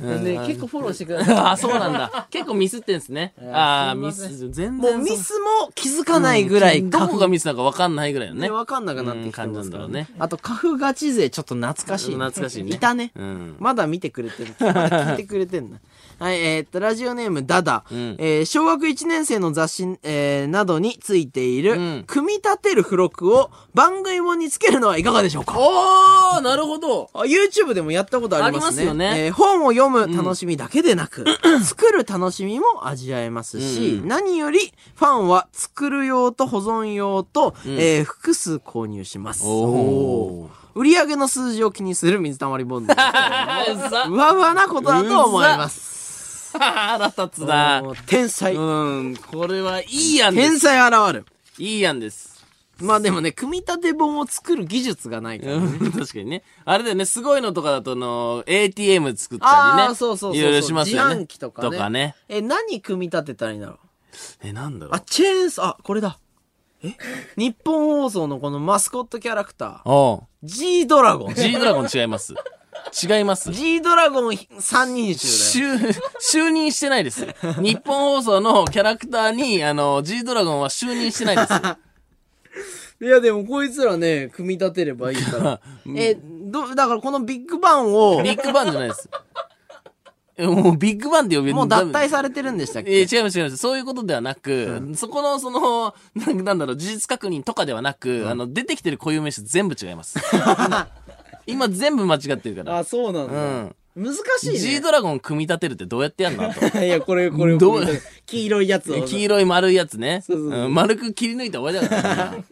Speaker 2: ね、結構フォローしてください。
Speaker 1: ああ、そうなんだ。結構ミスってんですね。ああ、
Speaker 2: すい
Speaker 1: ミ
Speaker 2: ません
Speaker 1: ス、全然
Speaker 2: も
Speaker 1: そう
Speaker 2: ミスも気づかないぐらい
Speaker 1: ど
Speaker 2: 花
Speaker 1: こ
Speaker 2: 粉
Speaker 1: がミスなのか分かんないぐらいのね。
Speaker 2: ね、わかんなくなってきて
Speaker 1: うん感
Speaker 2: ま
Speaker 1: じ
Speaker 2: す
Speaker 1: な
Speaker 2: か
Speaker 1: んだろ
Speaker 2: ら
Speaker 1: うね
Speaker 2: ね。あと、花粉ガチ勢、ちょっと懐かしいね。
Speaker 1: 懐かしいね
Speaker 2: いたね。
Speaker 1: うん。
Speaker 2: まだ見てくれてる。まだ聞いてくれて んな。はい、えーっと、ラジオネーム、ダダ。
Speaker 1: ん
Speaker 2: えー小学1年生の雑誌、えーなどについている、
Speaker 1: うん
Speaker 2: 組み立てる付録を番組本につけるのはいかがでしょうか
Speaker 1: おー、なるほど。
Speaker 2: あ YouTube でもやったことあります
Speaker 1: ありま
Speaker 2: ね。
Speaker 1: すよね
Speaker 2: えー本を読む楽しみだけでなく、作る楽しみも味わえますし、
Speaker 1: うん
Speaker 2: 何よりファンは作る用と保存用と、
Speaker 1: ん
Speaker 2: えー複数購入します。
Speaker 1: おー
Speaker 2: 売り上げの数字を気にする水溜りボンド。
Speaker 1: うざ
Speaker 2: うわうわなことだと思います。
Speaker 1: 腹立つな。
Speaker 2: もう天才。
Speaker 1: うん、これはいいやんで
Speaker 2: 天
Speaker 1: す。
Speaker 2: 才現る。
Speaker 1: いいやんです。
Speaker 2: まあでもね、組み立て本を作る技術がないから、ね。
Speaker 1: うん確かにね。あれだよね、すごいのとかだと、あの、ATM 作ったり
Speaker 2: あ
Speaker 1: ね。
Speaker 2: あ、そうそうそうそう。
Speaker 1: いろいろしますよね。
Speaker 2: 自販機とかね。
Speaker 1: とかね。
Speaker 2: え、何組み立てたらいいんだろう
Speaker 1: え、なんだろ
Speaker 2: あ、
Speaker 1: う。
Speaker 2: チェーンソー、あ、これだ。え日本放送のこのマスコットキャラクター、
Speaker 1: おう
Speaker 2: G ドラゴン。
Speaker 1: G ドラゴン違います。違います。
Speaker 2: G ドラゴン三人衆だよ。
Speaker 1: 就、就任してないです。日本放送のキャラクターに、あの、G ドラゴンは就任してないです。
Speaker 2: いや、でもこいつらね、組み立てればいい から。え、ど、だからこのビッグバンを、
Speaker 1: ビッグバンじゃないです。えもうビッグバンって呼び
Speaker 2: もう脱退されてるんでしたっ
Speaker 1: え
Speaker 2: け
Speaker 1: ー、違います違います。そういうことではなく、そこの、その、なんなんだろう、事実確認とかではなく、あの、出てきてる固有名詞全部違い ます。今全部間違ってるから。
Speaker 2: あ、そうなんだ。難し
Speaker 1: G
Speaker 2: いね。
Speaker 1: ドラゴン組み立てるってどうやってやんのあと
Speaker 2: いや、これ、これ、
Speaker 1: どう
Speaker 2: これ黄色いやつを。
Speaker 1: 黄色い丸いやつね。
Speaker 2: うそうそうん
Speaker 1: 丸く切り抜いた終わりだから ね。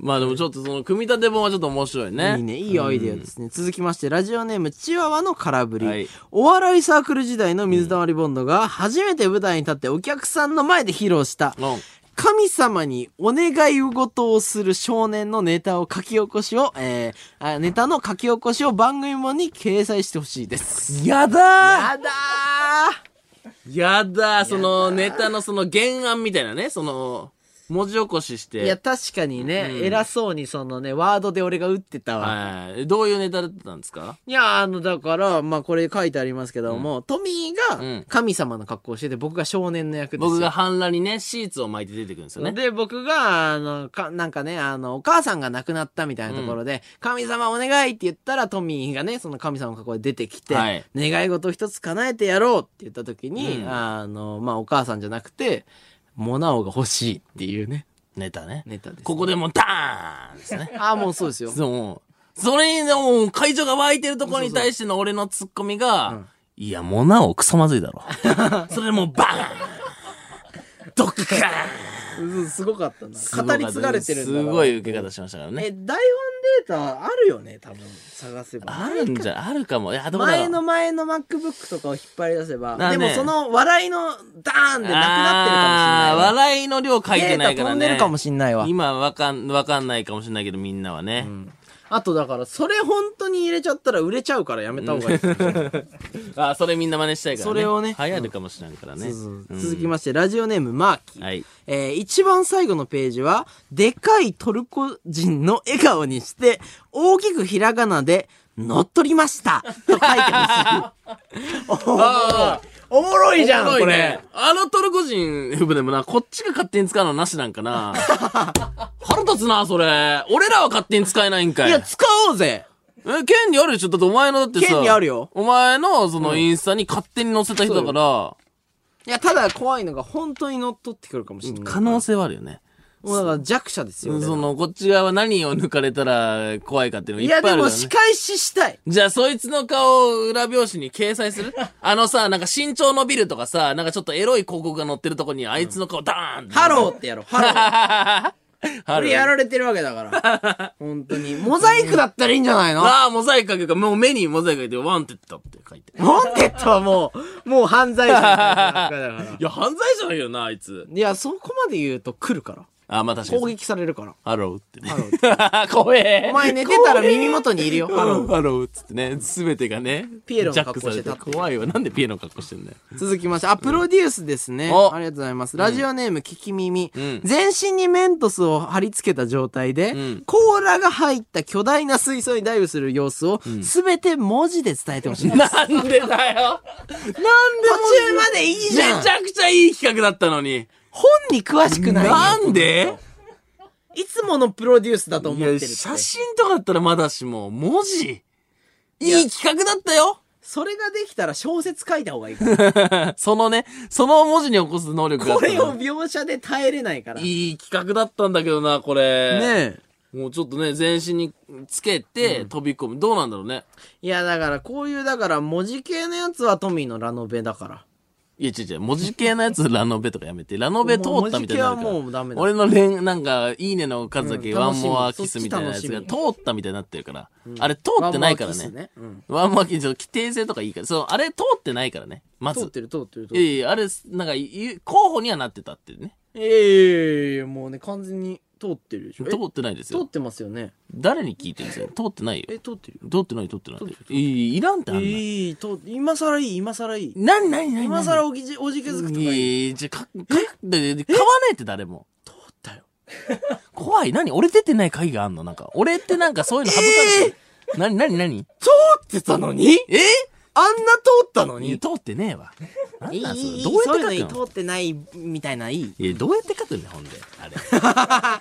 Speaker 1: まあでもちょっとその、組み立て本はちょっと面白いね。
Speaker 2: いいね、いいアイデアですね。続きまして、ラジオネーム、チワワの空振り。
Speaker 1: はい
Speaker 2: お笑いサークル時代の水溜りボンドが、初めて舞台に立ってお客さんの前で披露した、
Speaker 1: うん
Speaker 2: 神様にお願い事をする少年のネタを書き起こしを、えーあネタの書き起こしを番組もに掲載してほしいです。
Speaker 1: やだー
Speaker 2: やだ
Speaker 1: やだーその、ネタのその原案みたいなね、その、文字起こしし
Speaker 2: ーいや、
Speaker 1: て。
Speaker 2: 確かにね、偉そうにそのね、ワードで俺が打ってたわ。
Speaker 1: はい。どういうネタだったんですか
Speaker 2: いや、あの、だから、まあ、これ書いてありますけども、トミ
Speaker 1: うん
Speaker 2: ーが神様の格好をしてて、僕が少年の役ですよ。
Speaker 1: 僕が半裸にね、シーツを巻いて出てくるんですよね。
Speaker 2: で、僕が、あの、か、なんかね、あの、お母さんが亡くなったみたいなところで、神様お願いって言ったら、トミーがね、その神様の格好で出てきて、
Speaker 1: はい
Speaker 2: 願い事を一つ叶えてやろうって言った時に、
Speaker 1: うん
Speaker 2: あの、まあ、お母さんじゃなくて、モナオが欲しいっていうね。
Speaker 1: ネタね。
Speaker 2: ネタですね
Speaker 1: ここでもうダーンですね。
Speaker 2: ああ、もうそうですよ。
Speaker 1: そう。それに、もう会場が湧いてるところに対しての俺のツッコミが、いや、もうなおクソまずいだ ろ。それでもうバーンドッカーン
Speaker 2: うんすごかったな。語り継がれてるんだから。
Speaker 1: すごい受け方しましたからね。
Speaker 2: え、台本データあるよね、多分。探せば。
Speaker 1: あるんじゃ、あるかも。いや、どうだろう。
Speaker 2: 前の前の MacBook とかを引っ張り出せば、
Speaker 1: だね
Speaker 2: でもその笑いのダーンでなくなってる
Speaker 1: あー
Speaker 2: かもしれない。
Speaker 1: 笑いの量書いてないからね。
Speaker 2: データ飛んでるかもしんないわ
Speaker 1: 今わかん、わかんないかもしんないけど、みんなはね。
Speaker 2: あとだから、それ本当に入れちゃったら売れちゃうからやめた方がいい。
Speaker 1: あー、それみんな真似したいからね。
Speaker 2: それをね
Speaker 1: 流行るかもしれないからね。うん
Speaker 2: 続きまして、ラジオネームマーキー。
Speaker 1: はい
Speaker 2: えー一番最後のページは、でかいトルコ人の笑顔にして、大きくひらがなで、乗っ取りましたと書いてほしい。 おもろい。おもろいじゃん、
Speaker 1: おもろ
Speaker 2: こ
Speaker 1: いね
Speaker 2: れ。
Speaker 1: あのトルコ人、ふぶでもな、こっちが勝手に使うのはなしなんか な。腹立つな、それ。俺らは勝手に使えないんかい。
Speaker 2: いや、使おうぜ
Speaker 1: え、権利あるでしょだってお前のだってさ。
Speaker 2: 権利あるよ
Speaker 1: お前の、その、インスタに勝手に載せた人だから、
Speaker 2: いや、ただ怖いのが本当に乗っ取ってくるかもしれない。
Speaker 1: 可能性はあるよね。
Speaker 2: もうだから弱者ですよ。俺は
Speaker 1: その、こっち側は何を抜かれたら怖いかっていうのがい
Speaker 2: い
Speaker 1: っぱいあるから、
Speaker 2: や、で
Speaker 1: ね。
Speaker 2: も仕返ししたい。
Speaker 1: じゃあ、そいつの顔を裏表紙に掲載 するあのさ、なんか身長伸びるとかさ、なんかちょっとエロい広告が載ってるとこに、あいつの顔ダーンって。
Speaker 2: ハローってやろう。ハロ ー。
Speaker 1: あ
Speaker 2: これやられてるわけだから。本当に。モザイクだったらいいんじゃ ないの
Speaker 1: ああ、モザイクかけるか、もう目にモザイクかけて、ワンテッドって書いて。
Speaker 2: モンテッドはもう、もう犯罪者みたいな扱いだから。
Speaker 1: いや、犯罪者だよな、あいつ。
Speaker 2: いや、そこまで言うと来るから。
Speaker 1: あ、まあ確か
Speaker 2: 攻
Speaker 1: に。
Speaker 2: 撃されるから。
Speaker 1: ハローってね。 怖え。
Speaker 2: お前寝てたら耳元にいるよ。
Speaker 1: ハロー、ハローっつってね、すべてがね、
Speaker 2: ピエロの
Speaker 1: ジャック
Speaker 2: 格
Speaker 1: さ
Speaker 2: 好し
Speaker 1: れて
Speaker 2: て立ってる
Speaker 1: 怖いわ。なんでピエロの格好してんだよ。
Speaker 2: 続きまして、あ、プロデュースですね。
Speaker 1: お
Speaker 2: ありがとうございます。ラジオネーム、聞き耳。
Speaker 1: ん
Speaker 2: 全身にメントスを貼り付けた状態で、
Speaker 1: ん
Speaker 2: コーラが入った巨大な水槽にダイブする様子を、すべて文字で伝えてほしい。途
Speaker 1: なんでだよ。
Speaker 2: 中までいいじゃん
Speaker 1: めちゃくちゃいい企画だったのに。
Speaker 2: 本に詳しくない
Speaker 1: なんで
Speaker 2: いつものプロデュースだと思っ
Speaker 1: い
Speaker 2: てるっ
Speaker 1: や、
Speaker 2: て。
Speaker 1: 写真とかだったらまだしも、文字いい企画だったよ
Speaker 2: それができたら小説書いた方がいいから。
Speaker 1: そのね、その文字に起こす能力があっ
Speaker 2: こ
Speaker 1: たの
Speaker 2: れを描写で耐えれないから。ね
Speaker 1: いい企画だったんだけどな、これ。
Speaker 2: え。
Speaker 1: もうちょっとね、全身につけて飛び込む。どうなんだろうね。
Speaker 2: いや、だから、こういう、だから、文字系のやつはトミーのラノベだから。
Speaker 1: いや、違う違う。文字系のやつ、ラノベとかやめて。ラノベ通ったみたいになるから。
Speaker 2: もう文字系はもうダメだ
Speaker 1: 俺の連、なんか、いいねの数だけ、
Speaker 2: うん
Speaker 1: ワ
Speaker 2: 楽
Speaker 1: ン
Speaker 2: しみ
Speaker 1: モアキスみたいなやつ
Speaker 2: そ
Speaker 1: が
Speaker 2: っち
Speaker 1: 通ったみたいになってるから。あれ通ってないから
Speaker 2: ワンマーキス
Speaker 1: ね。
Speaker 2: ねうん
Speaker 1: ワンモアキス、規定性とかいいから。そう、あれ通ってないからね。ま
Speaker 2: 通っ
Speaker 1: ず。
Speaker 2: てる通ってる通っ
Speaker 1: いや
Speaker 2: てる。
Speaker 1: いや、あれ、なんか、い候補にはなってたってね。
Speaker 2: いやいやいやいや、もうね、完全に通ってるでしょ。え
Speaker 1: 通ってないです
Speaker 2: 通っ
Speaker 1: よ。
Speaker 2: てますよね。
Speaker 1: 誰に聞いてるんですよ。通ってないよ。
Speaker 2: え、通ってる
Speaker 1: 通ってない、通ってない
Speaker 2: 通ってる。
Speaker 1: いい、いらんってあんな。
Speaker 2: いい、通今更いい、今更いい。
Speaker 1: なになになに
Speaker 2: 今更おぎじ、おじけづくとかいい。
Speaker 1: いやじゃ、か、か、でで買わねえって誰も。
Speaker 2: 通った よ。
Speaker 1: 怖い。何俺出てない会があんのなんか。俺ってなんかそういうの省かれてる。なになになに
Speaker 2: 通ってたのに
Speaker 1: え
Speaker 2: あんな通ったの
Speaker 1: いや通ってねえわ。ないん
Speaker 2: い
Speaker 1: なんそ
Speaker 2: い
Speaker 1: れ。
Speaker 2: い
Speaker 1: どうや
Speaker 2: そういう
Speaker 1: っ
Speaker 2: のい
Speaker 1: て
Speaker 2: い
Speaker 1: 書くの
Speaker 2: 通ってないみたいないい
Speaker 1: いや、どうやって書くんだよ、ほんで。 あれ。あ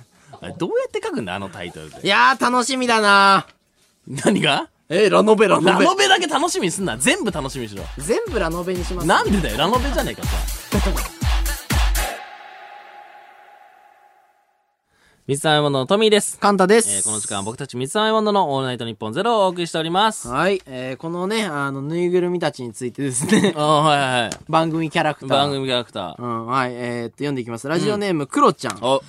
Speaker 1: れどうやって書くんだよあのタイトル
Speaker 2: い
Speaker 1: で。
Speaker 2: やー楽しみだな
Speaker 1: 何が
Speaker 2: えラノベラ
Speaker 1: ラノベだけ楽しみにすんな。全部楽しみにしろ。
Speaker 2: 全部ラノベにします
Speaker 1: なんでだよ、ラノベじゃねえかさ。 三つ編み物のトミーです。
Speaker 2: カンタです、
Speaker 1: えーこの時間は僕たち三つ編み物のオールナイトニッポンゼロをお送りしております。あ
Speaker 2: はい、えー、このね、あの、ぬいぐるみたちについてです ね、
Speaker 1: ーはいはい。
Speaker 2: 番組キャラクター。
Speaker 1: 番。組キャラクター
Speaker 2: う。ん、はい、えー、っと、読んでいきます。ラジオネーム、クロちゃん。
Speaker 1: お、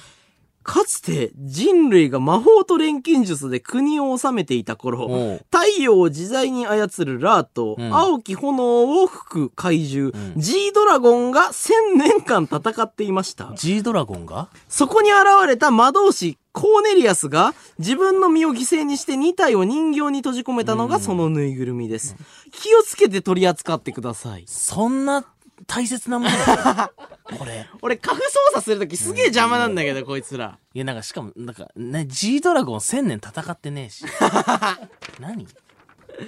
Speaker 2: かつて、人類が魔法と錬金術で国を治めていた
Speaker 1: お
Speaker 2: 頃
Speaker 1: う、
Speaker 2: 太陽を自在に操るラーと、
Speaker 1: ん
Speaker 2: 青き炎を吹く怪獣、G ドラゴンが1000年間戦っていました。
Speaker 1: G ドラゴンが
Speaker 2: そこに現れた魔導士、コーネリアスが自分の身を犠牲にして2体を人形に閉じ込めたのがそのぬいぐるみです。気をつけて取り扱ってください。
Speaker 1: そんな大切なもの だったこれ。
Speaker 2: 俺、カフ操作するときすげえ邪魔なんだけど、こいつら。
Speaker 1: いや、なんかしかも、なんか、ね、G ドラゴン1000年戦ってねえ し。何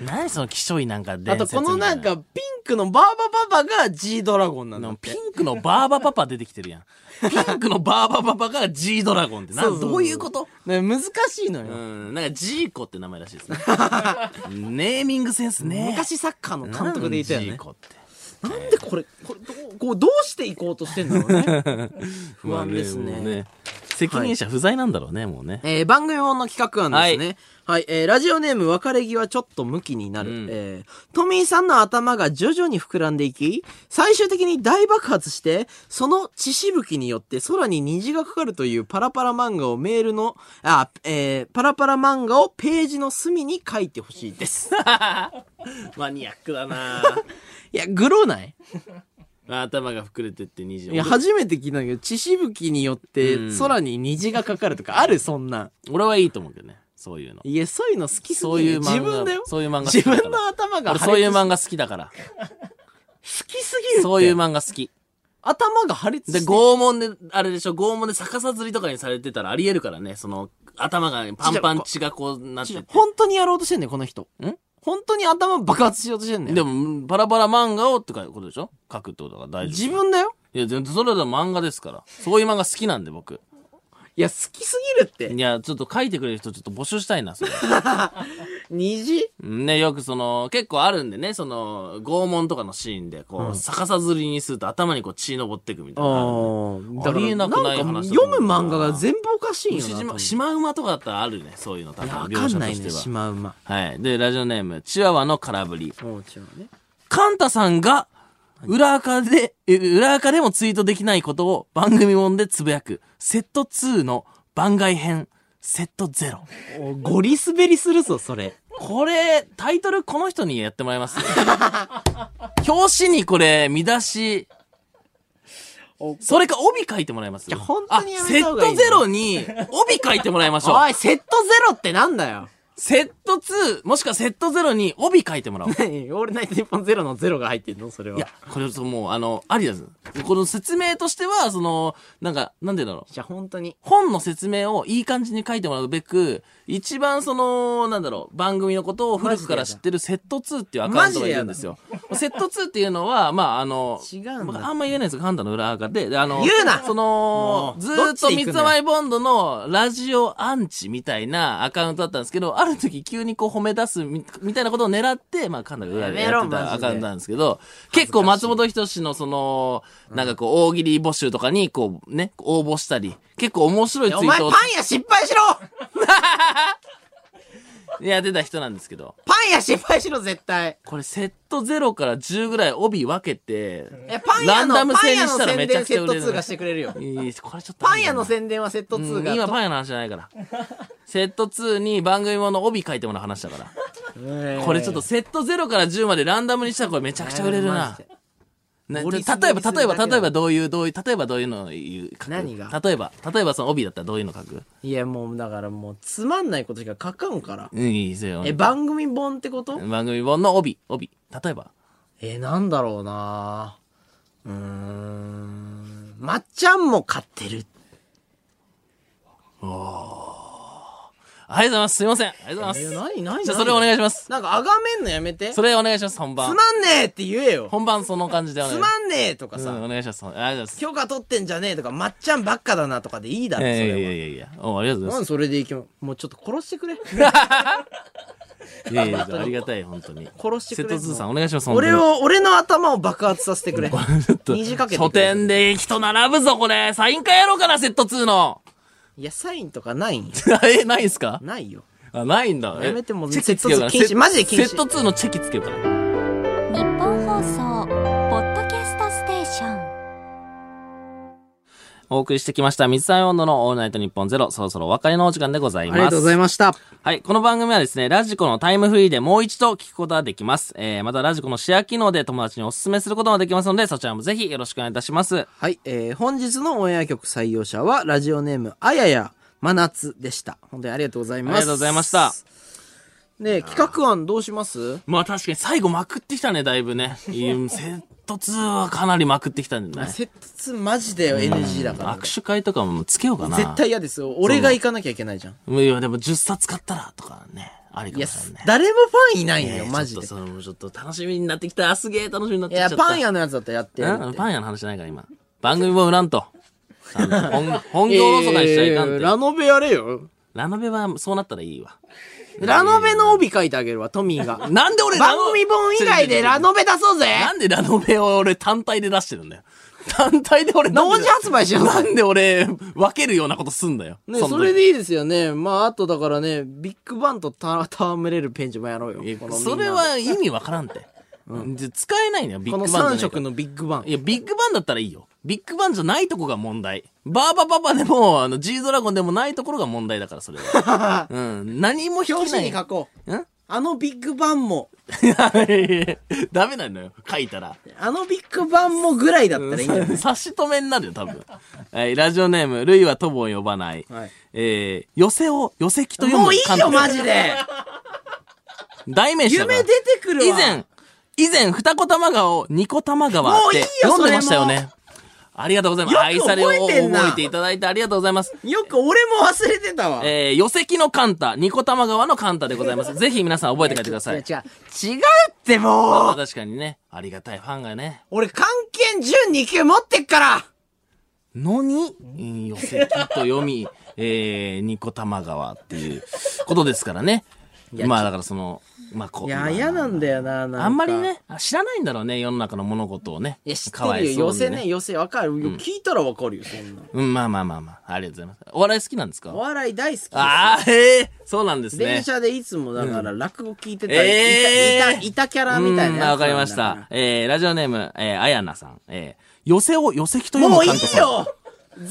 Speaker 1: 何その気象いなんか
Speaker 2: あ
Speaker 1: 伝
Speaker 2: と、
Speaker 1: 説
Speaker 2: こ
Speaker 1: みた
Speaker 2: の
Speaker 1: いな
Speaker 2: なんか、ピンクのバーバパパが G ドラゴンなんだ
Speaker 1: の
Speaker 2: っ
Speaker 1: ピ
Speaker 2: て。
Speaker 1: ンクのバーバパパ出てきてるやん。ピンクのバーバパパが G ドラゴンってな、
Speaker 2: そうそうそう
Speaker 1: どういうこと
Speaker 2: ね難しいの
Speaker 1: う
Speaker 2: よ。
Speaker 1: ん、なんかジーコって名前らしいです ね。ネーミングセンスね。
Speaker 2: 昔サッカーの監督でいたよ
Speaker 1: なんジ
Speaker 2: ね
Speaker 1: ー。コって。
Speaker 2: なんで これ、これどう、こうどうしていこうとしてんだろうね。不安ですね。
Speaker 1: 責任者不在なんだろうね、もうね。
Speaker 2: えー番組本の企画案ですね。はい、えーラジオネーム別れ際ちょっと向きになる。
Speaker 1: うん
Speaker 2: えートミーさんの頭が徐々に膨らんでいき、最終的に大爆発して、その血しぶきによって空に虹がかかるというパラパラ漫画をメールの、あ、えーパラパラ漫画をページの隅に書いてほしいです。
Speaker 1: マニアックだ ない
Speaker 2: や、グロない
Speaker 1: 頭が膨れてって虹。
Speaker 2: いや、初めて聞いたんだけど、血しぶきによって
Speaker 1: うん
Speaker 2: 空に虹がかかるとかあるそんなん。
Speaker 1: 俺はいいと思うけどね。そういうの。
Speaker 2: いや、そういうの好きすぎる
Speaker 1: そういう漫画。
Speaker 2: 自分だよ。
Speaker 1: そういう漫画好き
Speaker 2: 自
Speaker 1: だから。
Speaker 2: 分の頭が
Speaker 1: 俺
Speaker 2: 破裂
Speaker 1: そういう漫画好きだから。
Speaker 2: 好きすぎるって。
Speaker 1: そういう漫画 好き。
Speaker 2: 頭が破裂
Speaker 1: で、
Speaker 2: して。
Speaker 1: 拷問で、あれでしょ、拷問で逆さ釣りとかにされてたらありえるからね。その、頭がねパンパン血がこうなってて。
Speaker 2: 本当にやろうとしてんねん、この人。
Speaker 1: ん
Speaker 2: 本当に頭爆発しようとしてんねん。
Speaker 1: でも、パラパラ漫画をってことでしょ書くってことが大事。
Speaker 2: 自分だよ。
Speaker 1: いや、全然それは漫画ですから。そういう漫画好きなんで、僕。
Speaker 2: いや、好きすぎるって
Speaker 1: い。や、ちょっと書いてくれる人ちょっと募集したいな、そ れ。
Speaker 2: 虹
Speaker 1: ね、よくその、結構あるんでね、その、拷問とかのシーンで、こう、逆さずりにすると頭にこう血登ってくみたいなの
Speaker 2: あ
Speaker 1: ありえなくない話だと思う
Speaker 2: 読む漫画が全部おかし
Speaker 1: ある。
Speaker 2: いんよ
Speaker 1: 牛
Speaker 2: な。
Speaker 1: 島、シマウマとかだったらあるね、そういうの多
Speaker 2: いや
Speaker 1: 分。
Speaker 2: わ
Speaker 1: 描
Speaker 2: か
Speaker 1: 写
Speaker 2: んない
Speaker 1: とし
Speaker 2: ね、
Speaker 1: て
Speaker 2: シ
Speaker 1: は。
Speaker 2: マウマ。
Speaker 1: はい。で、ラジオネーム、チワワの空振り。
Speaker 2: もちろんね。
Speaker 1: カンタさんが、裏垢で、え裏垢でもツイートできないことを番組本でつぶやく、セット2の番外編、セット0。
Speaker 2: おゴリ滑りするぞ、それ。
Speaker 1: これ、タイトルこの人にやってもらい ます表紙にこれ、見出し、それか帯書いてもらいます
Speaker 2: いや本当にやめた方が
Speaker 1: あ
Speaker 2: いいよ
Speaker 1: セットゼロに帯書いてもらいましょう
Speaker 2: お。い、セットゼロってなんだよ。
Speaker 1: セット2、もしくはセットゼロに帯書いてもらおう。
Speaker 2: 何 オールナイト日本ゼロのゼロが入ってんのそれは。
Speaker 1: いや、これそうもう、あの、ありだぞ。この説明としては、その、なんか、なんでだろう。
Speaker 2: じゃあ本当に。
Speaker 1: 本の説明をいい感じに書いてもらうべく、一番その、なんだろう、番組のことを古くから知ってるセット2っていうアカウントがいるんですよ。セット2っていうのは、まあ、あの、
Speaker 2: 違うんだ
Speaker 1: まああんま言えないですよ、カンタの裏垢で。であの、
Speaker 2: 言うな
Speaker 1: その
Speaker 2: も、う
Speaker 1: ず
Speaker 2: ど
Speaker 1: ー
Speaker 2: っ
Speaker 1: っ
Speaker 2: ちで
Speaker 1: と
Speaker 2: 行く
Speaker 1: 三
Speaker 2: んだよ
Speaker 1: つ前ボンドのラジオアンチみたいなアカウントだったんですけど、ある時急にこう褒め出すみみたいなことを狙って、まあ、カンタが裏でやって
Speaker 2: やめろ
Speaker 1: た
Speaker 2: マ
Speaker 1: ア
Speaker 2: ジで
Speaker 1: カウントなんですけど、結構松本人志のその、なんかこう、大喜利募集とかにこう、ね、応募したり、結構面白いツイ
Speaker 2: お前
Speaker 1: ー
Speaker 2: パ
Speaker 1: ト
Speaker 2: ン
Speaker 1: を
Speaker 2: 屋失敗しろ
Speaker 1: やってた人なんですけど、
Speaker 2: パン屋失敗しろ、絶対。
Speaker 1: これセット0から10ぐらい帯分けて、
Speaker 2: え、パン
Speaker 1: ラ
Speaker 2: 屋
Speaker 1: ンダ
Speaker 2: の、
Speaker 1: ム
Speaker 2: パン
Speaker 1: 制に
Speaker 2: 屋
Speaker 1: した
Speaker 2: の
Speaker 1: らめ
Speaker 2: 宣
Speaker 1: ちゃ
Speaker 2: 伝
Speaker 1: くち
Speaker 2: セ
Speaker 1: ゃ
Speaker 2: ッ
Speaker 1: 売
Speaker 2: ト
Speaker 1: れる
Speaker 2: 2がしてくれるよ。
Speaker 1: いいこれちょっと
Speaker 2: パン屋の宣伝はセット2が。
Speaker 1: うん今パン屋の話じゃないから。セット2に番組もの帯書いてもらう話だから。これちょっとセット0から10までランダムにしたらこれめちゃくちゃ売れるな。ね、
Speaker 2: 盛りすぎ
Speaker 1: 例えば、
Speaker 2: すぎ
Speaker 1: 例えば、
Speaker 2: だけ
Speaker 1: 例えば
Speaker 2: だ
Speaker 1: どういう、どういう、例えばどういうのを言う書く
Speaker 2: 何が
Speaker 1: 例えば、例えばその帯だったらどういうの書く
Speaker 2: いや、もう、だからもう、つまんないことしか書かんから。
Speaker 1: うん、いいですよ。
Speaker 2: え、番組本ってこと
Speaker 1: 番組本の帯、帯。例えば。
Speaker 2: え、なんだろうなうーん。まっちゃんも買ってる。
Speaker 1: ありがとうございます。すいません。ありがとうござい
Speaker 2: え、
Speaker 1: ます。
Speaker 2: 何何
Speaker 1: じゃあそれお願い
Speaker 2: い
Speaker 1: します。
Speaker 2: なんか、あがめんのやめて。つ
Speaker 1: それお願いします、本
Speaker 2: ま
Speaker 1: 番。
Speaker 2: んねえって言えよ。
Speaker 1: 本番その感じでお願い
Speaker 2: つ
Speaker 1: します。
Speaker 2: まんねえとか
Speaker 1: うん
Speaker 2: さ、
Speaker 1: お願いします。ありがとうございます。
Speaker 2: 許可取ってんじゃねえとか、まっちゃんばっかだなとかでいいだろ、
Speaker 1: い
Speaker 2: そ
Speaker 1: やいやい
Speaker 2: れ
Speaker 1: や
Speaker 2: は。
Speaker 1: いやいや。おありがとうございます
Speaker 2: なん。でそれでいきまもうちょっと殺してくれ。
Speaker 1: いやいや、ありがたい、本当に。
Speaker 2: 殺してくれ
Speaker 1: 瀬戸通さん、お願いします、本当に
Speaker 2: 俺。を、俺の頭を爆発させてくれ。虹かけてくれ
Speaker 1: 書店で人並ぶぞ、これ。サイン会やろうかな、セット2の。
Speaker 2: いや、サインとかないんよ
Speaker 1: え、ないんすか
Speaker 2: ないよ。
Speaker 1: あ、ないんだ。え
Speaker 2: やめてもう
Speaker 1: チェキつけようかな
Speaker 2: セット2禁
Speaker 1: セ
Speaker 2: 止マジで禁止
Speaker 1: セット2のチェキつけようかな。
Speaker 3: 日本放送ポッドキャストステーション
Speaker 1: お送りしてきました、水溜りボンドのオールナイトニッポンゼロ、そろそろお別れのお時間でございます。
Speaker 2: いました。
Speaker 1: はい。この番組はですね、ラジコのタイムフリーでもう一度聞くことができます。えー、またラジコのシェア機能で友達にお勧めすることもできますので、そちらもぜひよろしくお願いいたします。
Speaker 2: はい、えー、本日のオンエア曲採用者は、ラジオネーム、あやや、真夏でした。本当にありがとうございます。
Speaker 1: ありがとうございました。
Speaker 2: ねえ企画案どうします
Speaker 1: まあ確かに最後まくってきたね、だいぶね。うんセット2はかなりまくってきたんじゃない
Speaker 2: セット2マジで NG だから。
Speaker 1: 握手会とかもつけようかな。
Speaker 2: 絶対嫌ですよ。俺が行かなきゃいけないじゃん。
Speaker 1: いや、でも10冊買ったらとかね、ありか
Speaker 2: い
Speaker 1: も
Speaker 2: や
Speaker 1: しれ、ないね。
Speaker 2: 誰もファンいないんよ、
Speaker 1: えー
Speaker 2: マジで。
Speaker 1: ちょっとその、ちょっと楽しみになってきた。すげえ楽しみになっ
Speaker 2: い
Speaker 1: てきちゃっ
Speaker 2: や、
Speaker 1: た。
Speaker 2: パン屋のやつだったらやってやる
Speaker 1: う
Speaker 2: っ
Speaker 1: ん
Speaker 2: て。
Speaker 1: パン屋の話じゃないから今。番組も売らんと。ちゃんと本本業のそかにしちゃいかんて。
Speaker 2: えーラノベやれよ。
Speaker 1: ラノベはそうなったらいいわ。
Speaker 2: ラノベの帯書いてあげるわ、トミー が。
Speaker 1: なんで俺ラ
Speaker 2: 番
Speaker 1: ノ
Speaker 2: 組本以外でラノベ出そうぜ
Speaker 1: なんでラノベを俺単体で出してるんだよ。単体で俺
Speaker 2: 同時発売しようぜ
Speaker 1: なんで俺、分けるようなことすんだよ。
Speaker 2: ね、
Speaker 1: んな
Speaker 2: それでいいですよね。まあ、あとだからね、ビッグバンとた戯れるペンチもやろうよ。
Speaker 1: え
Speaker 2: このみんな
Speaker 1: それ、は意味わからんって。じゃ使えないのよ、ビッ
Speaker 2: こ
Speaker 1: グバ
Speaker 2: の
Speaker 1: ンじゃないから
Speaker 2: 3色のビッグバン
Speaker 1: い。や、ビッグバンだったらいいよ。ビッグバンじゃないとこが問題。バーバパパでも、あの、G ドラゴンでもないところが問題だから、それ は。うん。何も引きない。
Speaker 2: 表紙に書こう。
Speaker 1: ん
Speaker 2: あのビッグバンも、
Speaker 1: ダメなのよ。書いた ら。
Speaker 2: あのビッグバンもぐらいだったらいいんじゃ ない
Speaker 1: 差し止めになるよ、多分。はい、ラジオネーム、ルイは友を呼ばない。
Speaker 2: はい
Speaker 1: えー、寄せを、寄せきと読む。
Speaker 2: もういいよ、マジで
Speaker 1: 題名詞だから
Speaker 2: 夢出てくるわ
Speaker 1: 以前、以前、二子玉川を二子玉川っ
Speaker 2: もう
Speaker 1: て
Speaker 2: いいよ
Speaker 1: 読んでましたよね。ありがとうございます。
Speaker 2: よく
Speaker 1: 愛されを
Speaker 2: 覚えてんな
Speaker 1: 覚えていただいてありがとうございます。
Speaker 2: よく俺も忘れてたわ。
Speaker 1: えー、寄席のカンタ、二子玉川のカンタでござい ます。ぜひ皆さん覚えて帰ってくださ
Speaker 2: 違う違
Speaker 1: い。
Speaker 2: う。違うってもう
Speaker 1: 確かにね、ありがたいファンがね。
Speaker 2: 俺、関係準2級持ってっから
Speaker 1: のに、うん寄席と読 み、えー、ニコ玉川っていうことですからね。まあだからその、まあこう。
Speaker 2: い
Speaker 1: ま
Speaker 2: や、
Speaker 1: あ
Speaker 2: 嫌なんだよな、なんか
Speaker 1: あんまり。ね、あ知らないんだろうね、世の中の物事をね。
Speaker 2: いや、知って
Speaker 1: かわい
Speaker 2: るよ。
Speaker 1: そう
Speaker 2: 寄
Speaker 1: に
Speaker 2: せね、。寄せ、わかるよ。聞いたらわかるよ、そんな。
Speaker 1: うん、まあまあまあまあ。ありがとうございます。お笑い好きなんです
Speaker 2: お
Speaker 1: か
Speaker 2: 笑い大好きです。
Speaker 1: ああ、へえ、そうなんですね。
Speaker 2: 電車でいつもだから落語聞いてた、
Speaker 1: え
Speaker 2: い
Speaker 1: ー
Speaker 2: たいたいたキャラみたいなやつなんだ
Speaker 1: うんわかりまし
Speaker 2: ら
Speaker 1: た。えー、ラジオネーム、えー、あやなさん。えー、寄せを寄せきと読
Speaker 2: も
Speaker 1: む
Speaker 2: ういい
Speaker 1: カンタさん。
Speaker 2: よ全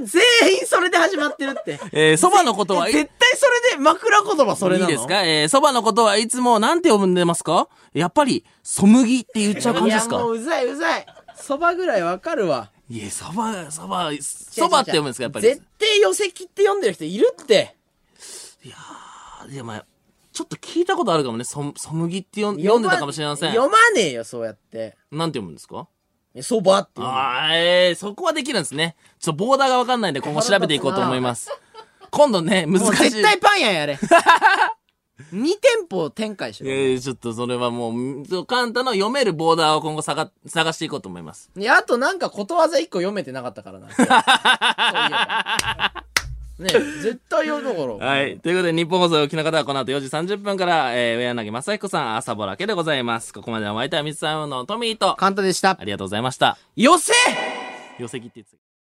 Speaker 2: 員全員それで始まってるって
Speaker 1: えー、そばのことはい、
Speaker 2: 絶対それで枕言葉それなの
Speaker 1: いいですかえー、そばのことはいつもなんて読んでますかやっぱり、そむぎって言っちゃう感じ
Speaker 2: い
Speaker 1: で
Speaker 2: や
Speaker 1: すか
Speaker 2: もううざいうざいそばぐらいわかるわ
Speaker 1: いや、そば、そば、そばって読むんですかやっぱり。
Speaker 2: 絶対寄せきって読んでる人いるって
Speaker 1: いや、まあ、ちょっと聞いたことあるかもね。そ、そむぎって読ん読んでたかもしれません。なん
Speaker 2: 読まねえよそうやって
Speaker 1: て読むんですか
Speaker 2: そばって言うの
Speaker 1: あーえー、そこはできるんですね。ちょっとボーダーがわかんないんで、今後調べていこうと思います。 今度ね、難
Speaker 2: もう
Speaker 1: しい。
Speaker 2: 絶対パン屋 やれ2店舗展開しろ
Speaker 1: えー、ちょっとそれはもう、そうカンタの読めるボーダーを今後探、探していこうと思います。
Speaker 2: いや、あとなんかことわざ一個読めてなかったからな。そういえば ね絶対読むところ。
Speaker 1: はい。ということで、日本放送をお聞きの方はこの後4時30分から、えー、上柳正彦さん、朝ぼらけでございます。ここまでのお相手は水沢のトミーと、
Speaker 2: 簡単でした
Speaker 1: あ。りがとうございました。
Speaker 2: 寄せ
Speaker 1: 寄席切って言ってた